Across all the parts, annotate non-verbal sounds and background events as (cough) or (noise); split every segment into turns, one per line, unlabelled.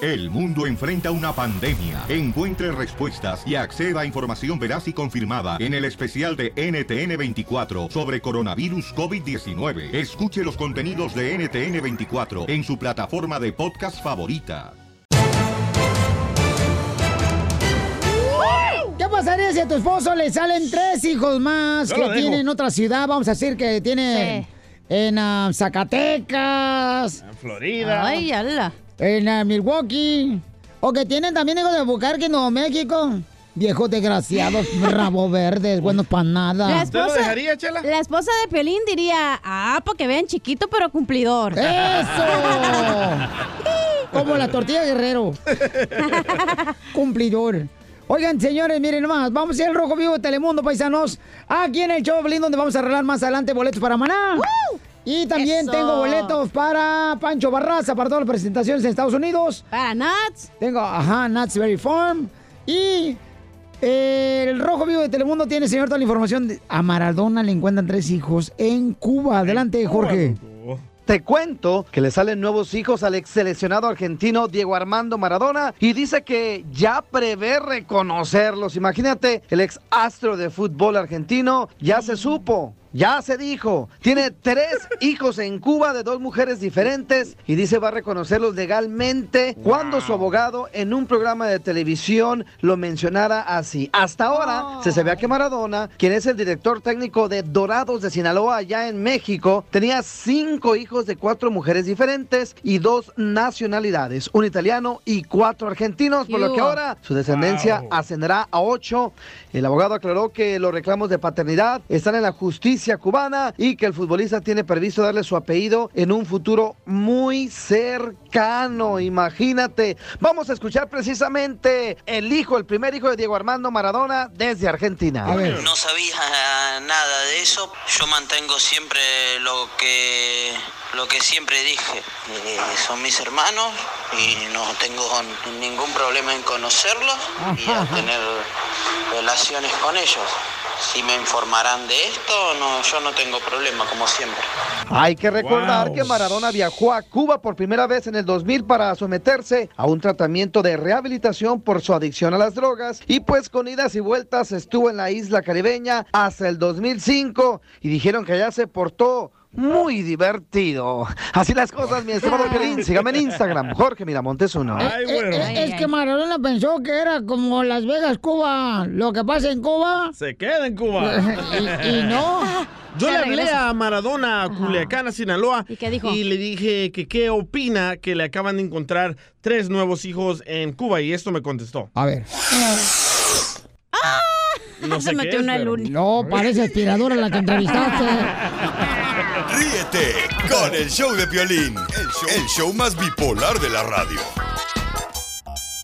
El mundo enfrenta una pandemia. Encuentre respuestas y acceda a información veraz y confirmada en el especial de NTN24 sobre coronavirus COVID-19. Escuche los contenidos de NTN24 en su plataforma de podcast favorita.
¿Qué pasaría si a tu esposo le salen tres hijos más
Yo
que
lo dejo.
tiene en otra ciudad? Vamos a decir que tiene en ah, Zacatecas. En
Florida. Ay,
ala. En ah, Milwaukee. O que tienen también hijos de Bucarque en Nuevo México. Viejos desgraciados, rabo verdes, buenos para nada.
La esposa, La esposa de Pelín diría, ah, porque vean chiquito pero cumplidor.
¡Eso! Como la tortilla (laughs) guerrero. Cumplidor. Oigan, señores, miren nomás, vamos a ir al Rojo Vivo de Telemundo, paisanos. Aquí en el show, Blin, donde vamos a arreglar más adelante boletos para Maná. Y también
Eso.
tengo boletos para Pancho Barraza, para todas las presentaciones en Estados Unidos. Para Nuts. Tengo, ajá, Nuts Berry Farm. Y eh, el Rojo Vivo de Telemundo tiene, señor, toda la información. de- A Maradona le encuentran tres hijos en Cuba. Adelante, Jorge.
Te cuento que le salen nuevos hijos al ex seleccionado argentino Diego Armando Maradona y dice que ya prevé reconocerlos. Imagínate, el ex astro de fútbol argentino ya se supo. Ya se dijo, tiene tres hijos en Cuba de dos mujeres diferentes y dice va a reconocerlos legalmente cuando su abogado en un programa de televisión lo mencionara así. Hasta ahora se sabía que Maradona, quien es el director técnico de Dorados de Sinaloa allá en México, tenía cinco hijos de cuatro mujeres diferentes y dos nacionalidades, un italiano y cuatro argentinos, por lo que
Yugo.
ahora su descendencia ascenderá a ocho. El abogado aclaró que los reclamos de paternidad están en la justicia cubana y que el futbolista tiene previsto darle su apellido en un futuro muy cercano. Imagínate. Vamos a escuchar precisamente el hijo, el primer hijo de Diego Armando Maradona desde Argentina.
No sabía nada de eso. Yo mantengo siempre lo que lo que siempre dije. Eh, son mis hermanos y no tengo ningún problema en conocerlos y a tener relaciones con ellos. Si me informarán de esto, no, yo no tengo problema, como siempre.
Hay que recordar
Wow.
que Maradona viajó a Cuba por primera vez en el 2000 para someterse a un tratamiento de rehabilitación por su adicción a las drogas y pues con idas y vueltas estuvo en la isla caribeña hasta el 2005 y dijeron que allá se portó muy divertido. Así las cosas, mi estimado Pelín. Sígame en Instagram, Jorge Miramontes uno.
Eh, eh, es que Maradona pensó que era como Las Vegas, Cuba. Lo que pasa en Cuba.
Se queda
(laughs)
en Cuba.
(laughs) Y- y no.
Yo
Se
le hablé
regresa.
a Maradona, a Culiacán, a Sinaloa. ¿Y Y le dije que qué opina que le acaban de encontrar tres nuevos hijos en Cuba. Y esto me contestó.
A ver.
No
Se
sé qué
metió
es,
una
pero-
luna.
No, parece aspiradora la que
(laughs)
entrevistaste.
Ríete con el show de Piolín, el show, el show más bipolar de la radio.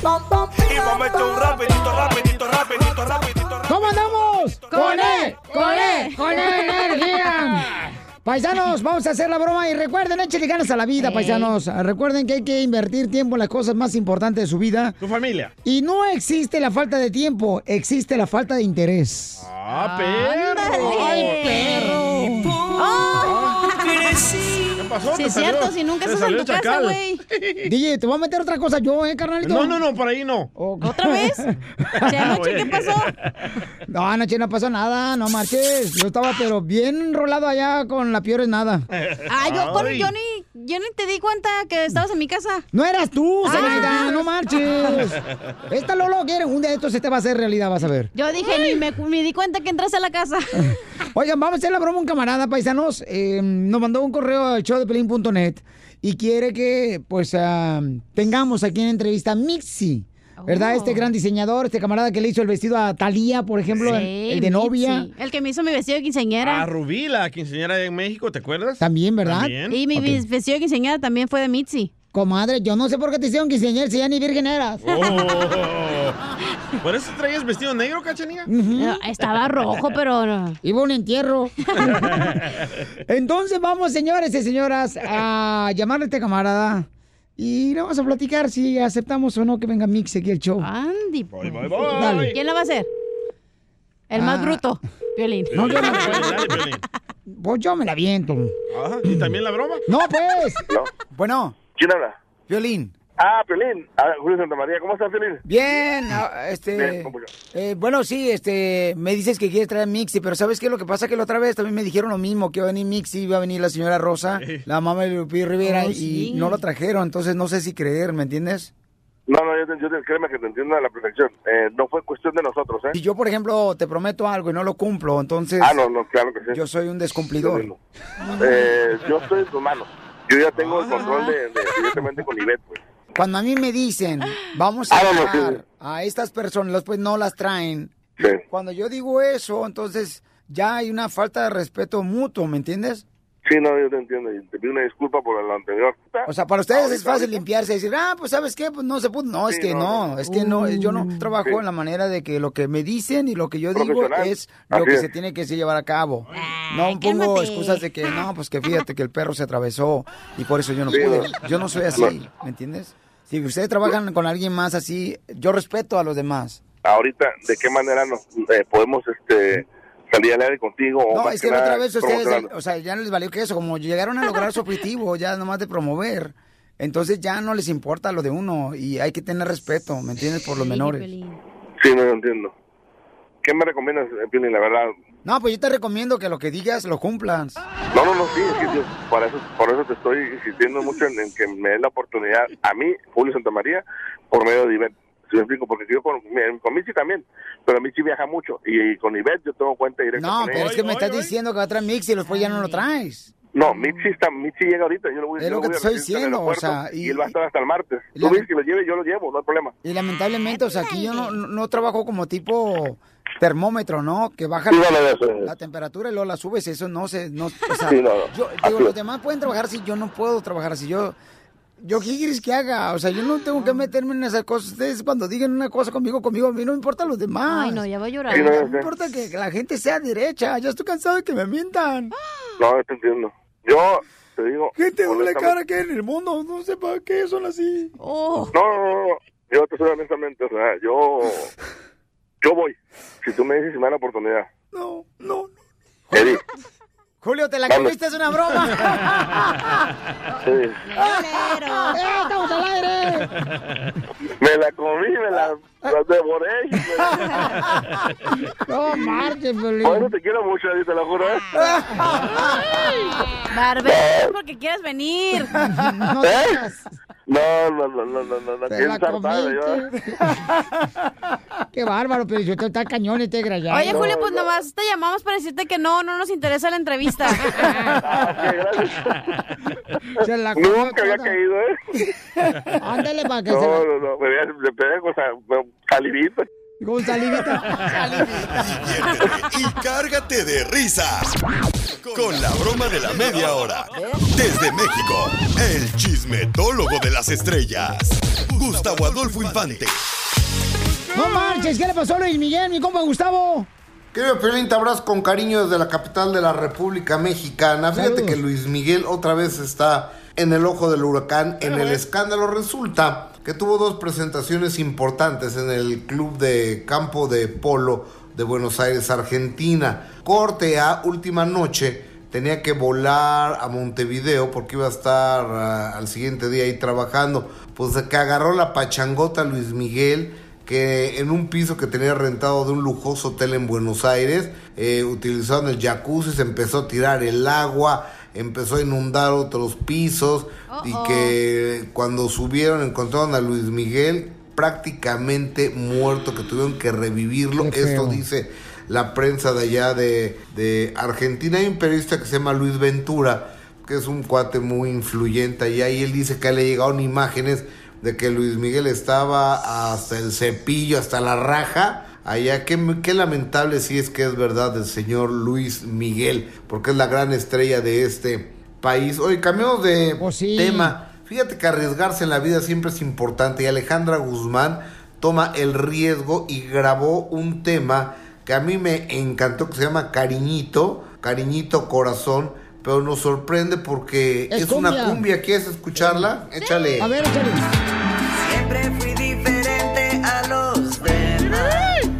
Y vamos a meter un rapidito, rapidito, rapidito, rapidito.
¿Cómo andamos?
Con E,
con E, con E, energía. Paisanos, vamos a hacer la broma y recuerden, échenle ganas a la vida,
Ey.
paisanos. Recuerden que hay que invertir tiempo en las cosas más importantes de su vida.
Tu familia.
Y no existe la falta de tiempo, existe la falta de interés.
¡Ah, perro! Ah,
¡Ay, perro!
¿Qué pasó?
Ah. Sí,
¿Te
es cierto,
salió-
si nunca
te
estás en
salió
tu casa,
chacal? (laughs)
güey.
DJ, te voy a meter otra cosa yo, ¿eh, carnalito? Oh,
No, no, no, por ahí no.
¿Otra vez? (laughs)
anoche qué pasó?
No, anoche no pasó nada, no marches. Yo estaba pero bien enrolado allá con la peor es nada.
Ah, yo, con- yo ni, yo ni te di cuenta que estabas en mi casa.
No eras tú,
Ah.
Zenaida, no marches. Esta Lolo quiere, un día de estos se te va a hacer realidad, vas a ver.
Yo dije, ni me, me di cuenta que entraste a la casa.
Oigan, vamos a hacer la broma a un camarada, paisanos. Eh, nos mandó un correo al showdepelín.net y quiere que, pues, ah, tengamos aquí en entrevista a Mixi. ¿Verdad?
Oh.
Este gran diseñador, este camarada que le hizo el vestido a Talía, por ejemplo, (laughs) el de
Mitzi,
novia.
El que me hizo mi vestido de quinceañera.
A Ah, Rubí, la quinceañera de México, ¿te acuerdas?
También, ¿verdad?
También.
Y mi
Ok.
vis- vestido de quinceañera también fue de Mitzi.
Comadre, yo no sé por qué te hicieron quinceañera si ya ni virgen eras.
Oh. ¿Por eso traías vestido negro, cachanilla?
Estaba
(laughs)
rojo, pero no.
Iba a un entierro. (laughs) Entonces vamos, señores y señoras, a llamarle a este camarada y le vamos a platicar si aceptamos o no que venga Mix aquí al show.
Andy.
voy, voy. Dale.
¿Quién la va a hacer? El más
Ah.
bruto, Violín.
No, yo no-
Dale, Piolín.
Pues yo me la viento.
Ah, ¿Y también la broma?
No, pues. Bueno.
¿Quién habla?
Violín.
Ah, Piolín. Ah, Julio Santa María, ¿cómo estás, Piolín?
Bien, ah, este.
Bien, ¿cómo yo?
eh, bueno, sí, este. Me dices que quieres traer a Mixi, pero ¿sabes qué? Lo que pasa es que la otra vez también me dijeron lo mismo: que iba a venir Mixi, iba a venir la señora Rosa, la mamá de Lupillo Rivera,
Oh,
y
sí.
no lo trajeron. Entonces no sé si creer, ¿me entiendes?
No, no, yo, te- yo te- créeme que te entiendo a la perfección. Eh, no fue cuestión de nosotros, ¿eh?
Si yo, por ejemplo, te prometo algo y no lo cumplo, entonces.
Ah, no, no, claro que sí.
Yo soy un descumplidor.
Yo Eh, yo estoy en tus manos. Yo ya tengo el control de, de- directamente con Ivette, pues.
Cuando a mí me dicen, vamos a
Ah, no, no, sí,
dejar a estas personas, pues no las traen.
Sí.
Cuando yo digo eso, entonces ya hay una falta de respeto mutuo, ¿me entiendes?
Sí, no, yo te entiendo. Y te pido una disculpa por lo anterior.
O sea, para ustedes es fácil limpiarse y decir, ah, pues sabes qué, pues no se pudo. No, es que no, es que no, yo no trabajo
Sí.
en la manera de que lo que me dicen y lo que yo digo
Profesional.
es lo
Así
que
es.
se tiene que sí llevar a cabo. No pongo
cálmate.
excusas de que no, pues que fíjate que el perro se atravesó y por eso yo no
Sí,
pude.
no.
Yo no soy así, ¿me entiendes? Si ustedes trabajan con alguien más así, yo respeto a los demás.
Ahorita, ¿de qué manera nos eh, podemos este, salir al aire contigo? o
No,
más
es que
que
la otra
nada,
vez este, ustedes,
promocionando?
o sea, ya no les valió que eso, como llegaron a lograr su objetivo, ya nomás de promover, entonces ya no les importa lo de uno y hay que tener respeto, ¿me entiendes? Por los menores.
Sí, no, yo entiendo. ¿Qué me recomiendas, eh, Piolín? La verdad,
No, pues yo te recomiendo que lo que digas lo cumplas.
No, no, no, sí, es que yo- para eso, por eso te estoy insistiendo mucho en, en que me des la oportunidad a mí, Julio Santa María, por medio de Ivette. Si me explico, porque yo con, mi- con Michi también, pero Michi viaja mucho y, con Ivette yo tengo cuenta directa.
No,
con ella.
pero es que me estás diciendo que va a traer mix y después ya no lo traes.
No, Michi, está, Michi llega ahorita, yo lo voy,
Es
yo
lo que
voy
te
a
estoy
recibir en
diciendo,
el
o
aeropuerto
sea,
y,
y-
él va a estar hasta el martes.
y
Tú
la-
ves que lo lleve, yo lo llevo, no hay problema.
Y lamentablemente, o sea, aquí yo no, no- no trabajo como tipo termómetro, ¿no? Que baja
Sí,
la,
vale, eso es.
la temperatura y luego la subes, eso no se... No,
(laughs)
o sea,
Sí, no, no.
yo-
Así
digo,
es.
los demás pueden trabajar si yo no puedo trabajar, si yo... Yo, ¿qué quieres que haga? O sea, yo no tengo que meterme en esas cosas. Ustedes cuando digan una cosa conmigo, conmigo, a mí no me importan los demás.
Ay, no, ya voy a llorar.
Sí, no,
No
ya sé.
me importa que la gente sea derecha. Ya estoy cansado de que me mientan.
Ah.
No, yo te entiendo. Yo te digo.
Gente doble
honestamente-
cara que hay en el mundo. No sé para qué son así. Oh.
No, no, no, yo te soy honestamente, o sea, yo, yo voy. Si tú me dices si me da la oportunidad.
No, no,
no. Eddie,
Julio, te la
Vamos.
comiste, es una broma.
(laughs)
(laughs)
sí.
¡Eh, estamos al aire!
me la comí, me la,
Ah.
la devoré. y me la-
No marches,
Por eso te quiero mucho, Eddie, te lo juro.
(laughs)
¿eh?
Barbero, porque quieras venir.
(laughs) No
No, no, no, no, no, no, no.
Te
qué
la
ensartada, yo, ¿eh?
Qué bárbaro, pero yo está cañón este grallado.
Oye, Julio, pues nomás te llamamos para decirte que no, no nos interesa
(laughs)
la entrevista.
Se la
Nunca había caído, ¿eh?
Ándale para que
No,
se la...
no, no, me veas, me pegué con sa- con
(laughs)
salivita.
pues-
Con salivita.
Diviértete y cárgate de risas con la broma de la media hora. Desde México, el chismetólogo de las estrellas, Gustavo Adolfo Infante.
No marches, ¿qué le pasó a Luis Miguel, mi compa Gustavo?
Querido Piolín, te abrazo con cariño desde la capital de la República Mexicana. Fíjate que Luis Miguel otra vez está en el ojo del huracán en el escándalo. Resulta que tuvo dos presentaciones importantes en el club de campo de polo de Buenos Aires, Argentina. Corte a última noche. Tenía que volar a Montevideo porque iba a estar ah, al siguiente día ahí trabajando. Pues de que agarró la pachangota Luis Miguel que en un piso que tenía rentado de un lujoso hotel en Buenos Aires, eh, utilizaron el jacuzzi, se empezó a tirar el agua, empezó a inundar otros pisos y
Uh-oh.
que cuando subieron encontraron a Luis Miguel prácticamente muerto, que tuvieron que revivirlo.
Qué feo.
Esto dice la prensa de allá de, de Argentina. Hay un periodista que se llama Luis Ventura, que es un cuate muy influyente allá, y él dice que le llegaron imágenes de que Luis Miguel estaba hasta el cepillo, hasta la raja. Allá, qué, qué lamentable si es que es verdad el señor Luis Miguel, porque es la gran estrella de este país. Oye, cambiamos de
Oh,
tema. Fíjate que arriesgarse en la vida siempre es importante y Alejandra Guzmán toma el riesgo y grabó un tema que a mí me encantó que se llama Cariñito, Cariñito Corazón, pero nos sorprende porque
Es
es, una
cumbia.
cumbia. ¿Quieres escucharla? Échale.
A ver,
échale.
Siempre fui diferente a los demás.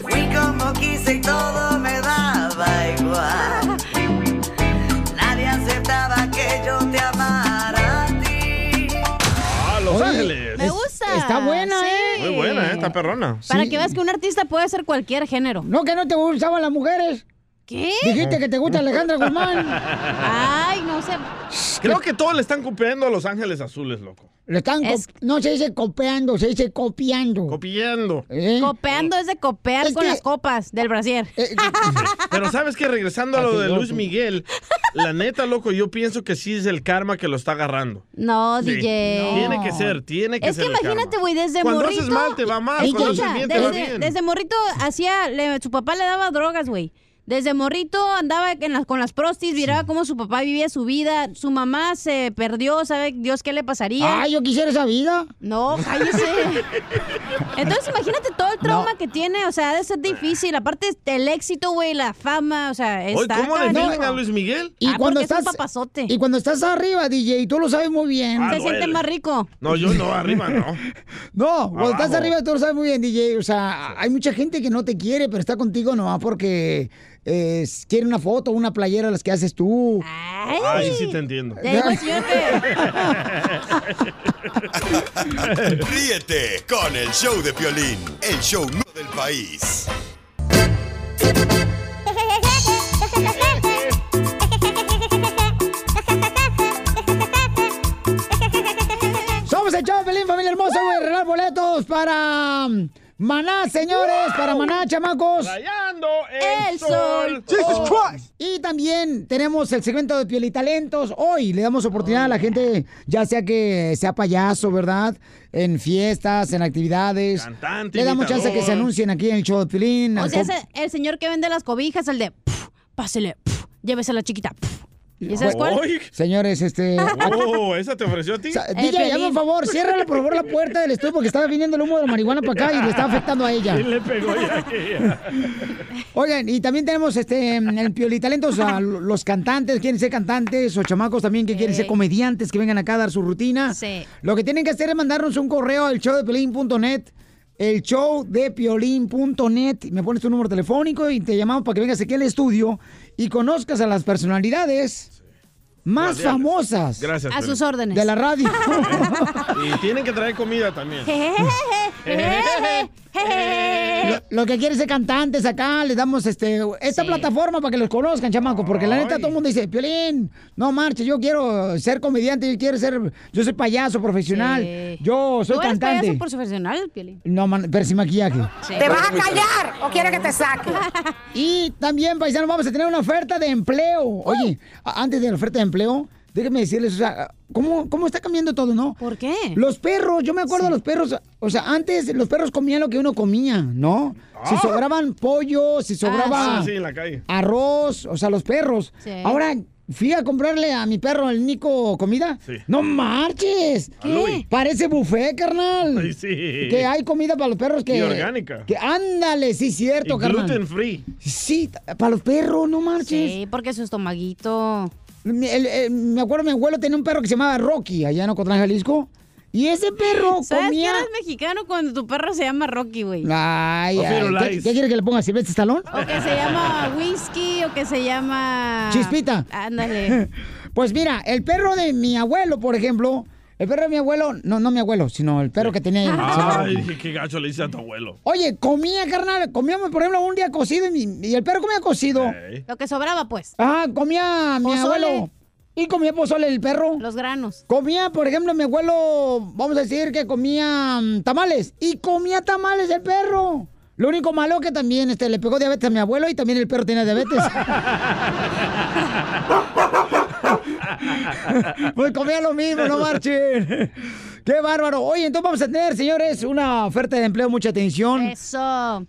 Fui como quise y todo me daba igual. Nadie aceptaba que yo te amara a ti.
Reyes.
Me gusta.
está buena,
sí.
¿eh?
Muy buena, ¿eh? Está perrona.
Para que veas que un artista puede ser cualquier género.
No, que no te gustaban las mujeres.
¿Qué?
Dijiste que te gusta Alejandra
(laughs)
Guzmán.
Ah,
Ay, no sé.
Creo que todos le están copiando a Los Ángeles Azules, loco.
Le están co- No se dice copiando, se dice copiando. ¿Eh?
Copiando.
Copeando es de copear con las copas del brasier. (laughs)
Pero sabes que regresando a lo de Luis Miguel, la neta, loco, yo pienso que sí es el karma que lo está agarrando.
No,
Sí.
DJ.
Tiene que ser, tiene que
es
ser.
que
el
imagínate,
karma.
güey, desde
Cuando
morrito.
haces mal, te va mal.
Ey,
Cuando
escucha,
haces bien, te va
desde,
bien.
desde morrito hacía, le- su papá le daba drogas, güey. Desde morrito andaba en las- con las prostis, miraba cómo su papá vivía su vida, su mamá se perdió, sabe Dios qué le
Ah,
pasaría.
Ay, yo quisiera esa vida.
No,
(laughs)
cállese. Entonces imagínate todo el trauma que tiene, o sea, ha de ser difícil. Aparte el éxito, güey, la fama, o sea,
Oye,
está
¿cómo le
canijo.
tienen a Luis Miguel?
Y
Ah,
cuando
porque es un
estás
papazote.
Y cuando estás arriba, DJ, tú lo sabes muy bien.
Ah, Se siente duele. más
rico.
No, yo no, arriba no.
(laughs) No, cuando estás
Abajo.
arriba tú lo sabes muy bien, DJ. O sea, hay mucha gente que no te quiere, pero está contigo nomás porque eh, quiere una foto, una playera, de las que haces tú.
Ay, sí te entiendo.
Te digo,
(laughs) Ríete con el show de Piolín, el show número del país.
Somos el show, Pelín, familia hermosa, voy a regalar boletos para mm, Maná, señores, para Maná, chamacos.
Rayando
el, Oh.
sol. Jesus
Oh.
Christ.
Y también tenemos el segmento de Piel y Talentos. Hoy le damos oportunidad a la gente, ya sea que sea payaso, ¿verdad? En fiestas, en actividades.
Cantante,
le damos chance que se
imitador.
anuncien aquí en el show de Piolín.
O
al
sea,
pop-
ese- el señor que vende las cobijas, el de, "Pf, pásele, pf, llévese la chiquita. pf". ¿Y sabes cuál?
Ay.
Señores, este...
Oh, ¿esa te ofreció a ti?
Sa- DJ, hazme un favor, ciérrale por favor la puerta del estudio porque estaba viniendo el humo de la marihuana para acá y le estaba afectando a
(laughs)
ella.
Y le pegó ya
(laughs)
aquella.
Oigan, y también tenemos este en el Piolitalentos a lo- los cantantes, quieren ser cantantes, o chamacos también que quieren ser comediantes, que vengan acá a dar su rutina.
Sí.
Lo que tienen que hacer es mandarnos un correo al show de el show de me pones tu número telefónico y te llamamos para que vengas aquí al estudio y conozcas a las personalidades más
Radiales.
famosas.
Gracias, A sus Piolín.
órdenes.
De la radio.
Y tienen que traer comida también.
Lo, lo que quieren ser cantantes acá, les damos este esta plataforma para que los conozcan, chamacos, porque la neta todo el mundo dice, Piolín, no marches, yo quiero ser comediante, yo quiero ser, yo soy payaso profesional, yo Oh, soy
¿Tú eres
cantante.
payaso profesional, Piolín?
No, man, pero sin maquillaje.
¿Te vas a
callar o quieres que te saque? Y también, paisanos, vamos a tener una oferta de empleo. Oye, a- antes de la oferta de empleo, déjenme decirles, o sea, ¿cómo, cómo está cambiando todo, no?
¿Por qué?
Los perros, yo me acuerdo de los perros, o sea, antes los perros comían lo que uno comía, ¿no? Si sobraban pollo, si sobraba
Ah, sí, en la calle.
arroz, o sea, los perros.
Sí.
Ahora fui a comprarle a mi perro el Nico comida.
Sí.
No marches.
A Louis.
Parece buffet, carnal.
Ay, sí.
Que hay comida para los perros que
Y orgánica.
Que ándale, sí cierto,
Y
carnal.
gluten free.
Sí, t- para los perros, no marches.
Sí, porque su estomaguito.
Mi- el- el- me acuerdo, mi abuelo tenía un perro que se llamaba Rocky, allá en Ocotlán, Jalisco. Y ese perro
¿Sabes que
comía...
eres mexicano cuando tu perro se llama Rocky, güey?
Ay,
O
ay,
Firulais.
¿qué, qué quiere que le ponga? ¿Silvestre Stallone?
O que se llama Whisky, o que se llama...
Chispita.
Ándale.
Pues mira, el perro de mi abuelo, por ejemplo, el perro de mi abuelo, no, no mi abuelo, sino el perro que tenía.
Ay, dije, qué gacho le hice a tu abuelo.
Oye, comía, carnal, comíamos, por ejemplo, un día cocido y, mi- y el perro comía cocido.
Lo que sobraba, pues.
Ah, comía mi
Pozole.
abuelo. ¿Y comía pozole el perro?
Los granos.
Comía, por ejemplo, mi abuelo, vamos a decir que comía mm, tamales. Y comía tamales el perro. Lo único malo que también este, le pegó diabetes a mi abuelo y también el perro tenía
(laughs)
diabetes. (laughs) Pues comía lo mismo, no marchen. Qué bárbaro. Oye, entonces vamos a tener, señores, una oferta de empleo, mucha atención. Em,
Eso.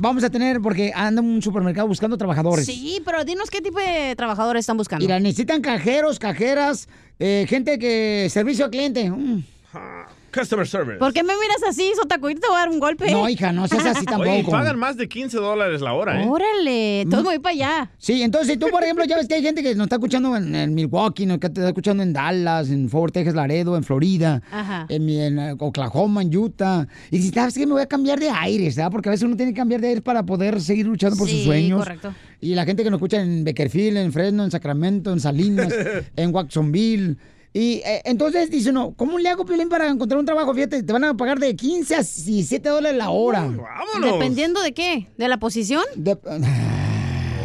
vamos a tener, porque anda un supermercado buscando trabajadores.
Sí, pero dinos qué tipo de trabajadores están buscando.
Mira, necesitan cajeros, cajeras, eh, gente que. servicio al cliente. Mm.
Customer service.
¿Por qué me miras así, Sotaco? Ahorita te voy a dar un golpe.
No, hija, no seas Pues
(laughs)
así tampoco.
Oye, y pagan más de 15 dólares la hora, ¿eh?
Órale,
Mm.
entonces me voy para allá.
Sí, entonces si tú, por ejemplo, ya ves que hay gente que nos está escuchando en, en Milwaukee, nos que te está escuchando en Dallas, en Fort Texas, Laredo, en Florida,
Ajá.
en, mi- en, eh, Oklahoma, en Utah. Y si sabes que me voy a cambiar de aires, ¿verdad? Porque a veces uno tiene que cambiar de aires para poder seguir luchando por sus
Sí,
sueños.
correcto. (laughs)
Y la gente que nos escucha en Beckerfield, en Fresno, en Sacramento, en Salinas, en Watsonville. Y eh, entonces dice uno, ¿cómo le hago Piolín para encontrar un trabajo? Fíjate, te van a pagar de 15 a 17 dólares la hora.
vámonos. ¿Dependiendo de qué? ¿De la posición?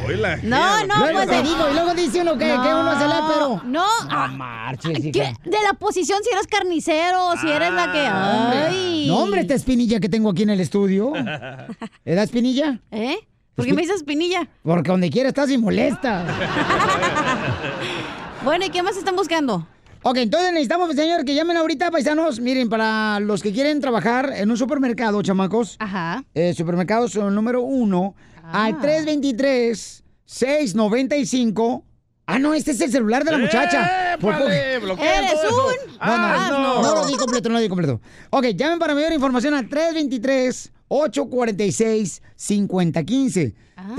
Hola.
(laughs)
No, no,
Luego
pues
te
de-
digo, y luego dice uno que, que uno se la pero.
No, ah,
marches,
¿qué?
hija.
de la posición si eres carnicero, si eres la que. Ay.
No, Ah, hombre, esta espinilla que tengo aquí en el
(laughs)
estudio. ¿Le da espinilla?
¿Eh? ¿Por qué me dices pinilla?
Porque donde quiera estás y molesta.
(laughs) Bueno, ¿y qué más están buscando?
Ok, entonces necesitamos, señor, que llamen ahorita, paisanos. Miren, para los que quieren trabajar en un supermercado, chamacos.
Ajá. Ah.
supermercados son número uno. Al 323-695. Ah, no, este es el celular de la muchacha. Por poco-
¡Épale! Bloquea
¡Eres
todo
un!
eso.
No, no,
Ah,
no,
no.
no lo di completo, no lo di completo. Ok, llamen para mayor información al 323-846-5015.
Ah.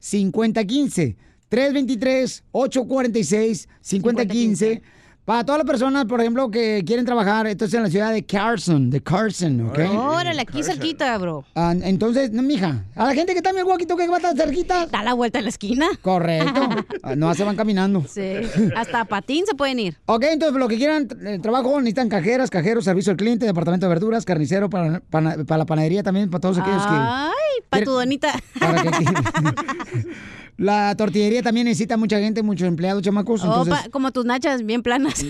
323-846-5015. 323-846-5015. Para todas las personas, por ejemplo, que quieren trabajar, esto es en la ciudad de Carson, de Carson, ¿ok?
Órale, aquí cerquita, bro.
Ah, entonces, no, mija, a la gente que está en Milwaukee, tú que va tan cerquita.
Da la vuelta en la esquina. (laughs)
Correcto. Ah, no, se van caminando.
Sí. Hasta a patín se pueden ir.
Ok, entonces lo que quieran, el trabajo, necesitan cajeras, cajeros, servicio al cliente, departamento de verduras, carnicero para, para- para la panadería también, para todos aquellos
Ay, pa' tu donita.
que... La tortillería también necesita mucha gente, muchos empleados,
(laughs)
chamacos,
Oh,
entonces... Mm, eh.
pa- como tus nachas bien planas.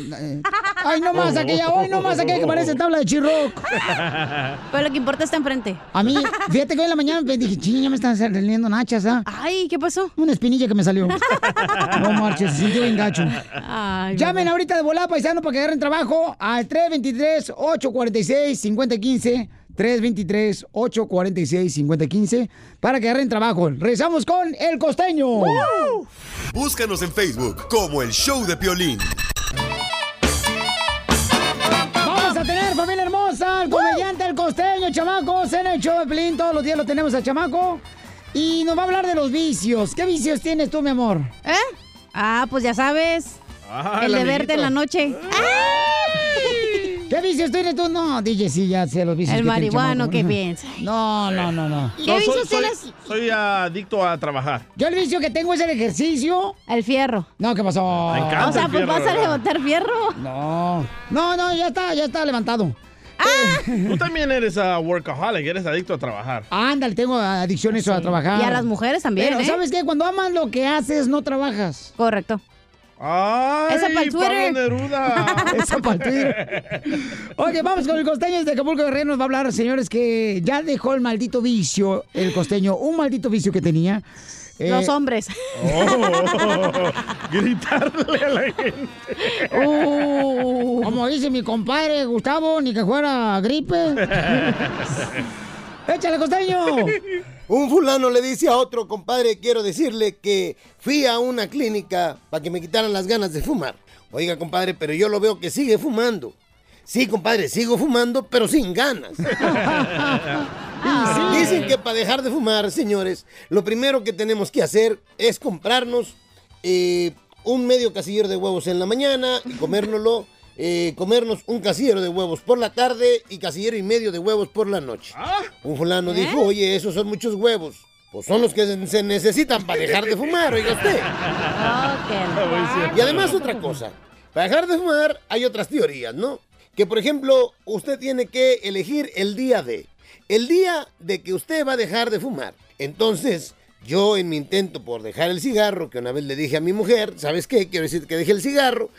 Ay, no más aquella, ay, no más aquella que
(laughs)
parece tabla de chirroc.
Pero lo que importa está enfrente.
A mí, fíjate que hoy en la mañana me dije, ching, ya me están saliendo nachas, ¿ah?
Ay, ¿qué pasó?
Una espinilla que me
(laughs)
salió. No marches, se sintió bien gacho.
Ay,
Llamen ahorita de volada, paisano, para que agarren trabajo al 323-846-5015. 323-846-5015 para que agarren trabajo. Regresamos con El Costeño.
Búscanos en Facebook como el show de Piolín.
Vamos a tener, familia hermosa, al comediante El Costeño, chamacos, en el show de Pelín. Todos los días lo tenemos al chamaco. Y nos va a hablar de los vicios. ¿Qué vicios tienes tú, mi amor?
¿Eh? Ah, pues ya sabes.
Ah, el
el de verte
amiguito.
en la noche.
¿Qué vicios tienes tú? No, DJ, sí, ya sé los vicios.
El
que tiene
marihuano,
chamaco.
¿qué piensa?
No, no, no, no.
¿Qué
No, soy-
vicios
soy-
tienes?
Soy adicto a trabajar.
Yo el vicio que tengo es el ejercicio.
El fierro.
No, ¿qué pasó?
Me encanta
o sea,
el
pues
fierro,
vas a
¿verdad?
levantar fierro.
No. No, no, ya está, ya está levantado.
¡Ah!
Eh,
Tú también eres a workaholic, eres adicto a trabajar.
Ándale, tengo adicciones a trabajar.
Y a las mujeres también,
Pero,
¿eh?
¿sabes qué? Cuando amas lo que haces, no trabajas.
Correcto.
(laughs)
Ay,
Eso pa'l Twitter.
Pablo Neruda.
(laughs) Eso pa'l Oye, vamos con el costeño de Acapulco Guerrero. Nos va a hablar, señores, que ya dejó el maldito vicio, el costeño, un maldito vicio que tenía. Eh,
Los hombres.
Oh. gritarle a la gente.
Uh, Como dice mi compadre Gustavo, ni que fuera gripe. Échale, costeño.
(laughs) Un fulano le dice a otro, compadre, quiero decirle que fui a una clínica para que me quitaran las ganas de fumar. Oiga, compadre, pero yo lo veo que sigue fumando. Sí, compadre, sigo fumando, pero sin ganas.
(laughs)
Dicen que para dejar de fumar, señores, lo primero que tenemos que hacer es comprarnos eh, un medio casillero de huevos en la mañana y comérnoslo, eh, comernos un casillero de huevos por la tarde y casillero y medio de huevos por la noche. Un fulano dijo, oye, esos son muchos huevos. Pues son los que se- se necesitan para dejar de fumar, oiga usted. Y además otra cosa, para dejar de fumar hay otras teorías, ¿no? Que por ejemplo, usted tiene que elegir el día de, el día de que usted va a dejar de fumar. Entonces, yo en mi intento por dejar el cigarro, que una vez le dije a mi mujer, ¿sabes qué? Quiero decir que dejé el cigarro.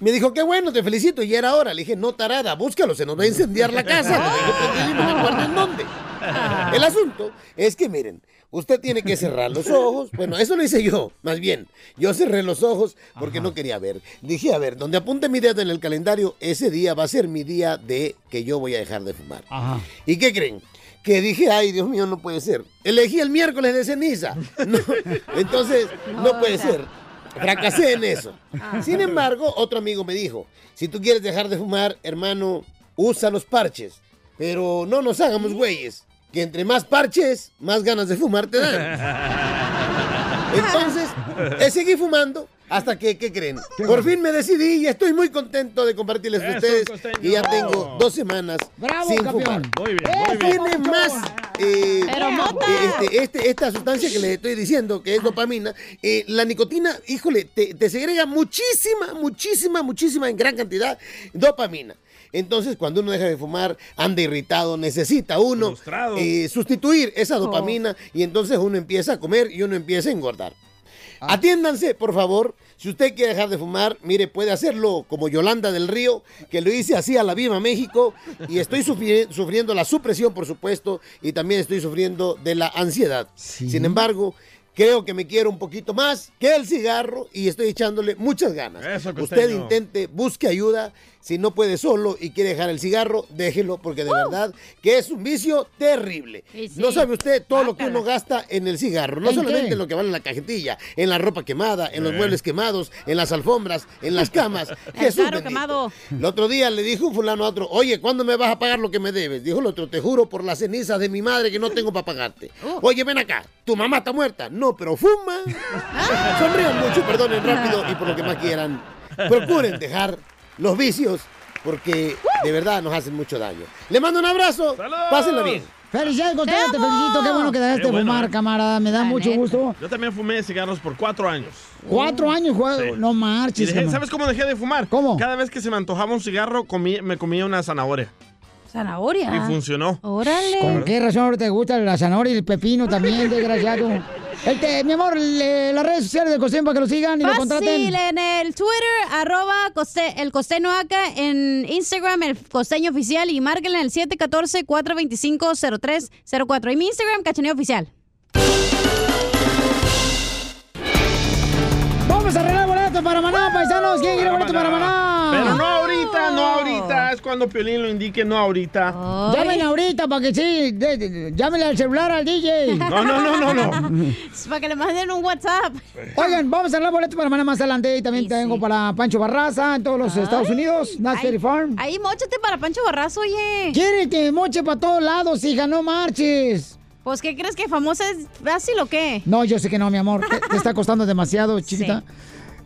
Me dijo, qué bueno, te felicito, y era hora. Le dije, no tarada, búscalo, se nos va a incendiar la casa. Le dije, "Prendí, no me acuerdo en dónde. El asunto es que miren, usted tiene que cerrar los ojos. Bueno, eso lo hice yo, más bien. Yo cerré los ojos porque no quería ver. Dije, a ver, donde apunte mi dedo en el calendario, ese día va a ser mi día de que yo voy a dejar de fumar. ¿Y qué creen? Que dije, ay, Dios mío, no puede ser. Elegí el miércoles de ceniza. (laughs) No, entonces, no puede ser. Fracasé en eso. Sin embargo, otro amigo me dijo, si tú quieres dejar de fumar, hermano, usa los parches. Pero no nos hagamos güeyes, que entre más parches, más ganas de fumar te dan. Entonces, eh, seguí fumando hasta que, ¿qué creen? Por fin me decidí y estoy muy contento de compartirles con
Eso,
ustedes
costeño.
que ya tengo dos semanas
Bravo,
sin
campeón.
fumar.
Muy bien,
Él
muy bien.
Eh, tiene más eh,
Pero
eh,
mota.
este, este- esta sustancia que les estoy diciendo, que es dopamina, eh, la nicotina, híjole, te, te segrega muchísima, muchísima, muchísima en gran cantidad dopamina. Entonces, cuando uno deja de fumar, anda irritado, necesita uno eh, sustituir esa
Oh.
dopamina y entonces uno empieza a comer y uno empieza a engordar. Ah. Atiéndanse, por favor. Si usted quiere dejar de fumar, mire, puede hacerlo como Yolanda del Río, que lo hice así a la Viva México. Y estoy sufri- sufriendo la supresión, por supuesto, y también estoy sufriendo de la ansiedad. Sin embargo, creo que me quiero un poquito más que el cigarro y estoy echándole muchas ganas.
costeño.
usted intente, busque ayuda. Si no puede solo y quiere dejar el cigarro, déjelo, porque de verdad que es un vicio terrible.
Y sí.
No sabe usted todo lo que uno gasta en el cigarro. No
¿En
solamente
qué?
lo que vale en la cajetilla, en la ropa quemada, en los
Eh.
muebles quemados, en las alfombras, en
(laughs)
las camas.
El
Jesús
carro
bendito.
quemado.
El otro día le dijo un fulano a otro, oye, ¿cuándo me vas a pagar lo que me debes? Dijo el otro, te juro por las cenizas de mi madre que no tengo para pagarte.
Uh.
Oye, ven acá, tu mamá está muerta. No,
(laughs)
pero fuma.
Ah.
Sonrían mucho, perdonen rápido y por lo que más quieran. Procuren dejar los vicios porque de verdad nos hacen mucho daño. Le mando un abrazo. Pásenla bien.
Felicidades, Costeño, te felicito. Qué bueno que dejaste
Qué
de
bueno,
fumar,
¿eh?
camarada. Ah, Me da mucho gusto.
Yo también fumé cigarros por cuatro años.
Cuatro años, jugado.
Sí.
No
Y
marches.
dejé-
camarada.
¿Sabes cómo dejé de fumar? ¿Cómo? Cada vez que se me antojaba un cigarro, comí- me comía una zanahoria.
Zanahoria.
Y funcionó.
Órale.
¿Con qué razón ahora te gusta la zanahoria y el pepino también,
(laughs)
desgraciado? Este, mi amor, le- las redes sociales de Costeño para que lo sigan y lo
Fácil,
contraten.
en el Twitter, arroba coste- el costeño acá, en Instagram, el costeño oficial, y márquenle el 714-425-0304. Y mi Instagram, cachaneo oficial.
Vamos a arreglar boletos para Maná, paisanos. ¿Quién quiere boletos para Maná?
Pero no ahorita, no ahorita. Es cuando Piolín lo indique, no ahorita.
Llámenle Oh. ahorita para que sí, de- de- llámenle al celular al DJ.
No, no, no, no, no.
(laughs) Para que le manden un WhatsApp.
Oigan, vamos a arreglar boletos para Maná más adelante. Y también tengo para Pancho Barraza en todos los Estados Unidos, Nats Dairy Farm.
Ahí, mochate para Pancho Barrazo, oye.
Quiere que moche para todos lados, hija, no marches.
Pues, ¿qué crees que famosa es fácil o qué?
No, yo sé que no, mi
(laughs)
amor. Te, te está costando demasiado, chiquita.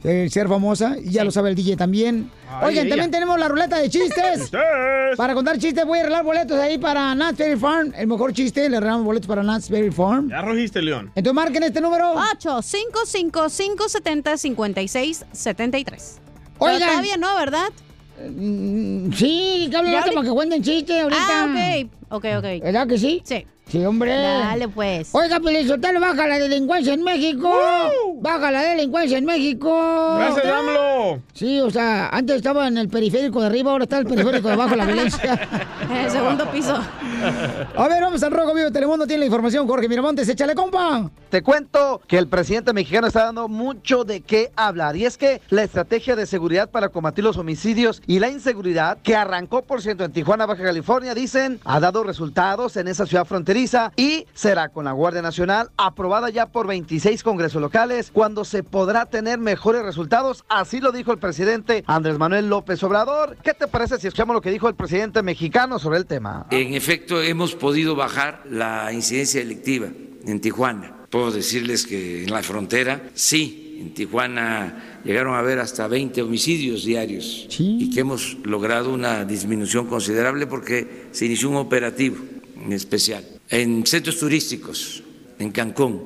eh, ser famosa, y ya lo sabe el DJ también.
Ay,
Oigan,
ella.
también tenemos la ruleta de
(laughs)
chistes. para contar chistes, voy a arreglar boletos ahí para Nats Dairy Farm. El mejor chiste, le regalamos boletos para Nats Dairy Farm.
Ya rugiste, León.
Entonces marquen este número.
855-570-5673. Pero
Oigan.
todavía no, ¿verdad?
Mm, Sí, que hablen ahorita
¿Ya ahorita?
para que cuenten chiste ahorita.
Ah, ok. Ok, ok.
¿Verdad que sí?
Sí.
Sí, hombre.
Dale, pues.
Oiga, Pelizotelo, baja la delincuencia en México. Baja la delincuencia en México.
Gracias,
AMLO.
Sí, o sea, antes estaba en el periférico de arriba, ahora está el periférico de abajo, la violencia.
(laughs) En el segundo piso.
A ver, vamos al Rojo Vivo de Telemundo, tiene la información, Jorge Miramontes, échale compa.
Te cuento que el presidente mexicano está dando mucho de qué hablar y es que la estrategia de seguridad para combatir los homicidios y la inseguridad que arrancó por ciento en Tijuana, Baja California, dicen, ha dado resultados en esa ciudad fronteriza y será con la Guardia Nacional aprobada ya por 26 congresos locales cuando se podrá tener mejores resultados, así lo dijo el presidente Andrés Manuel López Obrador. ¿Qué te parece si escuchamos lo que dijo el presidente mexicano sobre el tema?
En efecto, hemos podido bajar la incidencia delictiva en Tijuana. Puedo decirles que en la frontera, sí, en Tijuana llegaron a haber hasta 20 homicidios diarios y que hemos logrado una disminución considerable porque se inició un operativo en especial en centros turísticos, en Cancún,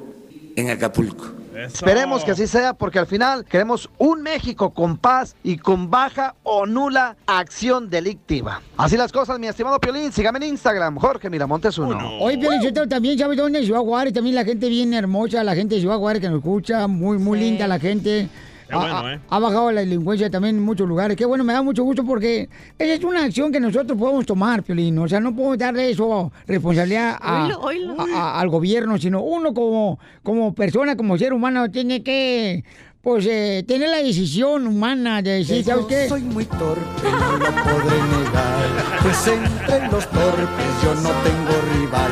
en Acapulco.
Esperemos que así sea porque al final queremos un México con paz y con baja o nula acción delictiva. Así las cosas, mi estimado Piolín. Sígame en Instagram, Jorge Miramontes 1.
Hoy, Pelizotelo, también, ¿sabes dónde? En Ciudad Juárez, también la gente bien hermosa, la gente de Ciudad Juárez que nos escucha, muy, muy linda la gente.
Qué bueno, ¿eh?
ha bajado la delincuencia también en muchos lugares. Qué bueno, me da mucho gusto porque esa es una acción que nosotros podemos tomar, Piolín. O sea, no podemos darle eso responsabilidad a-
Oílo, oílo.
a- a- al gobierno, sino uno como, como persona, como ser humano, tiene que pues eh, tener la decisión humana de decir,
Que yo
¿sabes qué?
soy
muy torpe.
No lo podré negar, pues entre los torpes yo no tengo rival.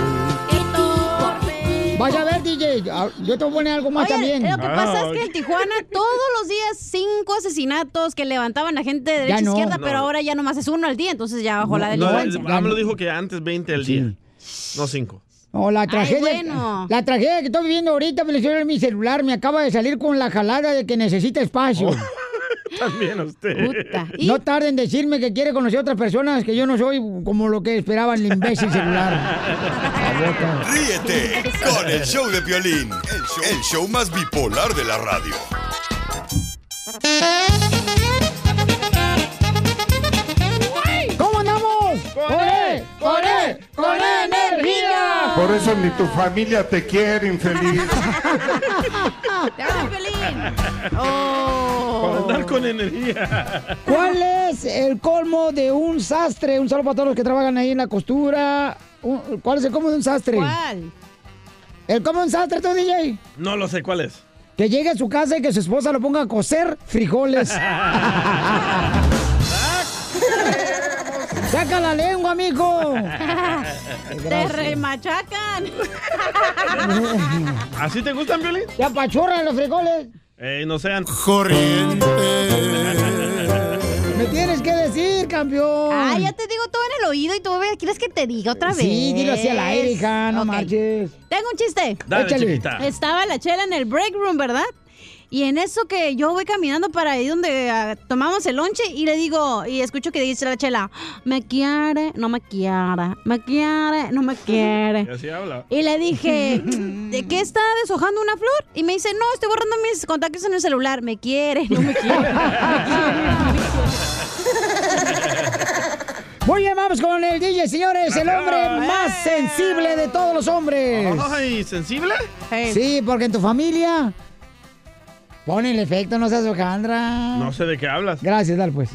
Vaya a ver, DJ, ah, yo te voy a poner algo más
Oye,
también.
Lo que pasa es que en Tijuana todos los días cinco asesinatos que levantaban a gente de
Ya
derecha e
no.
izquierda,
No.
pero ahora ya nomás es uno al día, entonces ya bajó la
No,
delincuencia.
AMLO dijo que antes 20 al día. No 5.
No, la tragedia.
bueno.
La tragedia que estoy viviendo ahorita, me lo hicieron en mi celular, me acaba de salir con la jalada de que necesita espacio.
También a usted.
No tarden en decirme que quiere conocer otras personas que yo no soy como lo que esperaba el imbécil celular.
Ríete con el show de Piolín, el show, el show más bipolar de la radio.
¿Cómo andamos?
él, con él, con él, energía.
Por eso ni tu familia te quiere, infeliz.
(laughs) Oh.
Para andar con energía.
¿Cuál es el colmo de un sastre? Un saludo para todos los que trabajan ahí en la costura. Un- ¿Cuál es el colmo de un sastre? ¿Cuál? ¿El colmo de un sastre, tú, DJ?
No lo sé cuál es.
Que llegue a su casa y que su esposa lo ponga a cocer frijoles. ¡Saca la lengua, amigo!
(laughs) Te remachacan.
¿Así te gustan, Violín?
¡Ya pachurran los frijoles!
Eh, no sean. Corriente.
¡Me tienes que decir, campeón!
Ah, ya te digo todo en el oído y tú ve, quieres que te diga otra vez.
Sí, dilo así al aire, hija, no
Ok.
marches.
Tengo un chiste.
Dale, Échale. chiquita.
Estaba la chela en el break room, ¿verdad? Y en eso que yo voy caminando para ahí donde ah, tomamos el lonche y le digo, y escucho que dice la chela, me quiere, no me quiere, me quiere, no me
(laughs)
quiere.
Y así habla.
Y le dije, ¿de qué está deshojando una flor? Y me dice, no, estoy borrando mis contactos en el celular, me quiere, no
(laughs)
me quiere.
Muy bien, vamos con el DJ, señores, el
Campeón.
hombre más sensible de todos los hombres.
Eh. Ay, ¿sensible?
Sí, porque en tu familia. Pon el efecto, no seas Alejandra.
No sé de qué hablas.
Gracias, dale pues.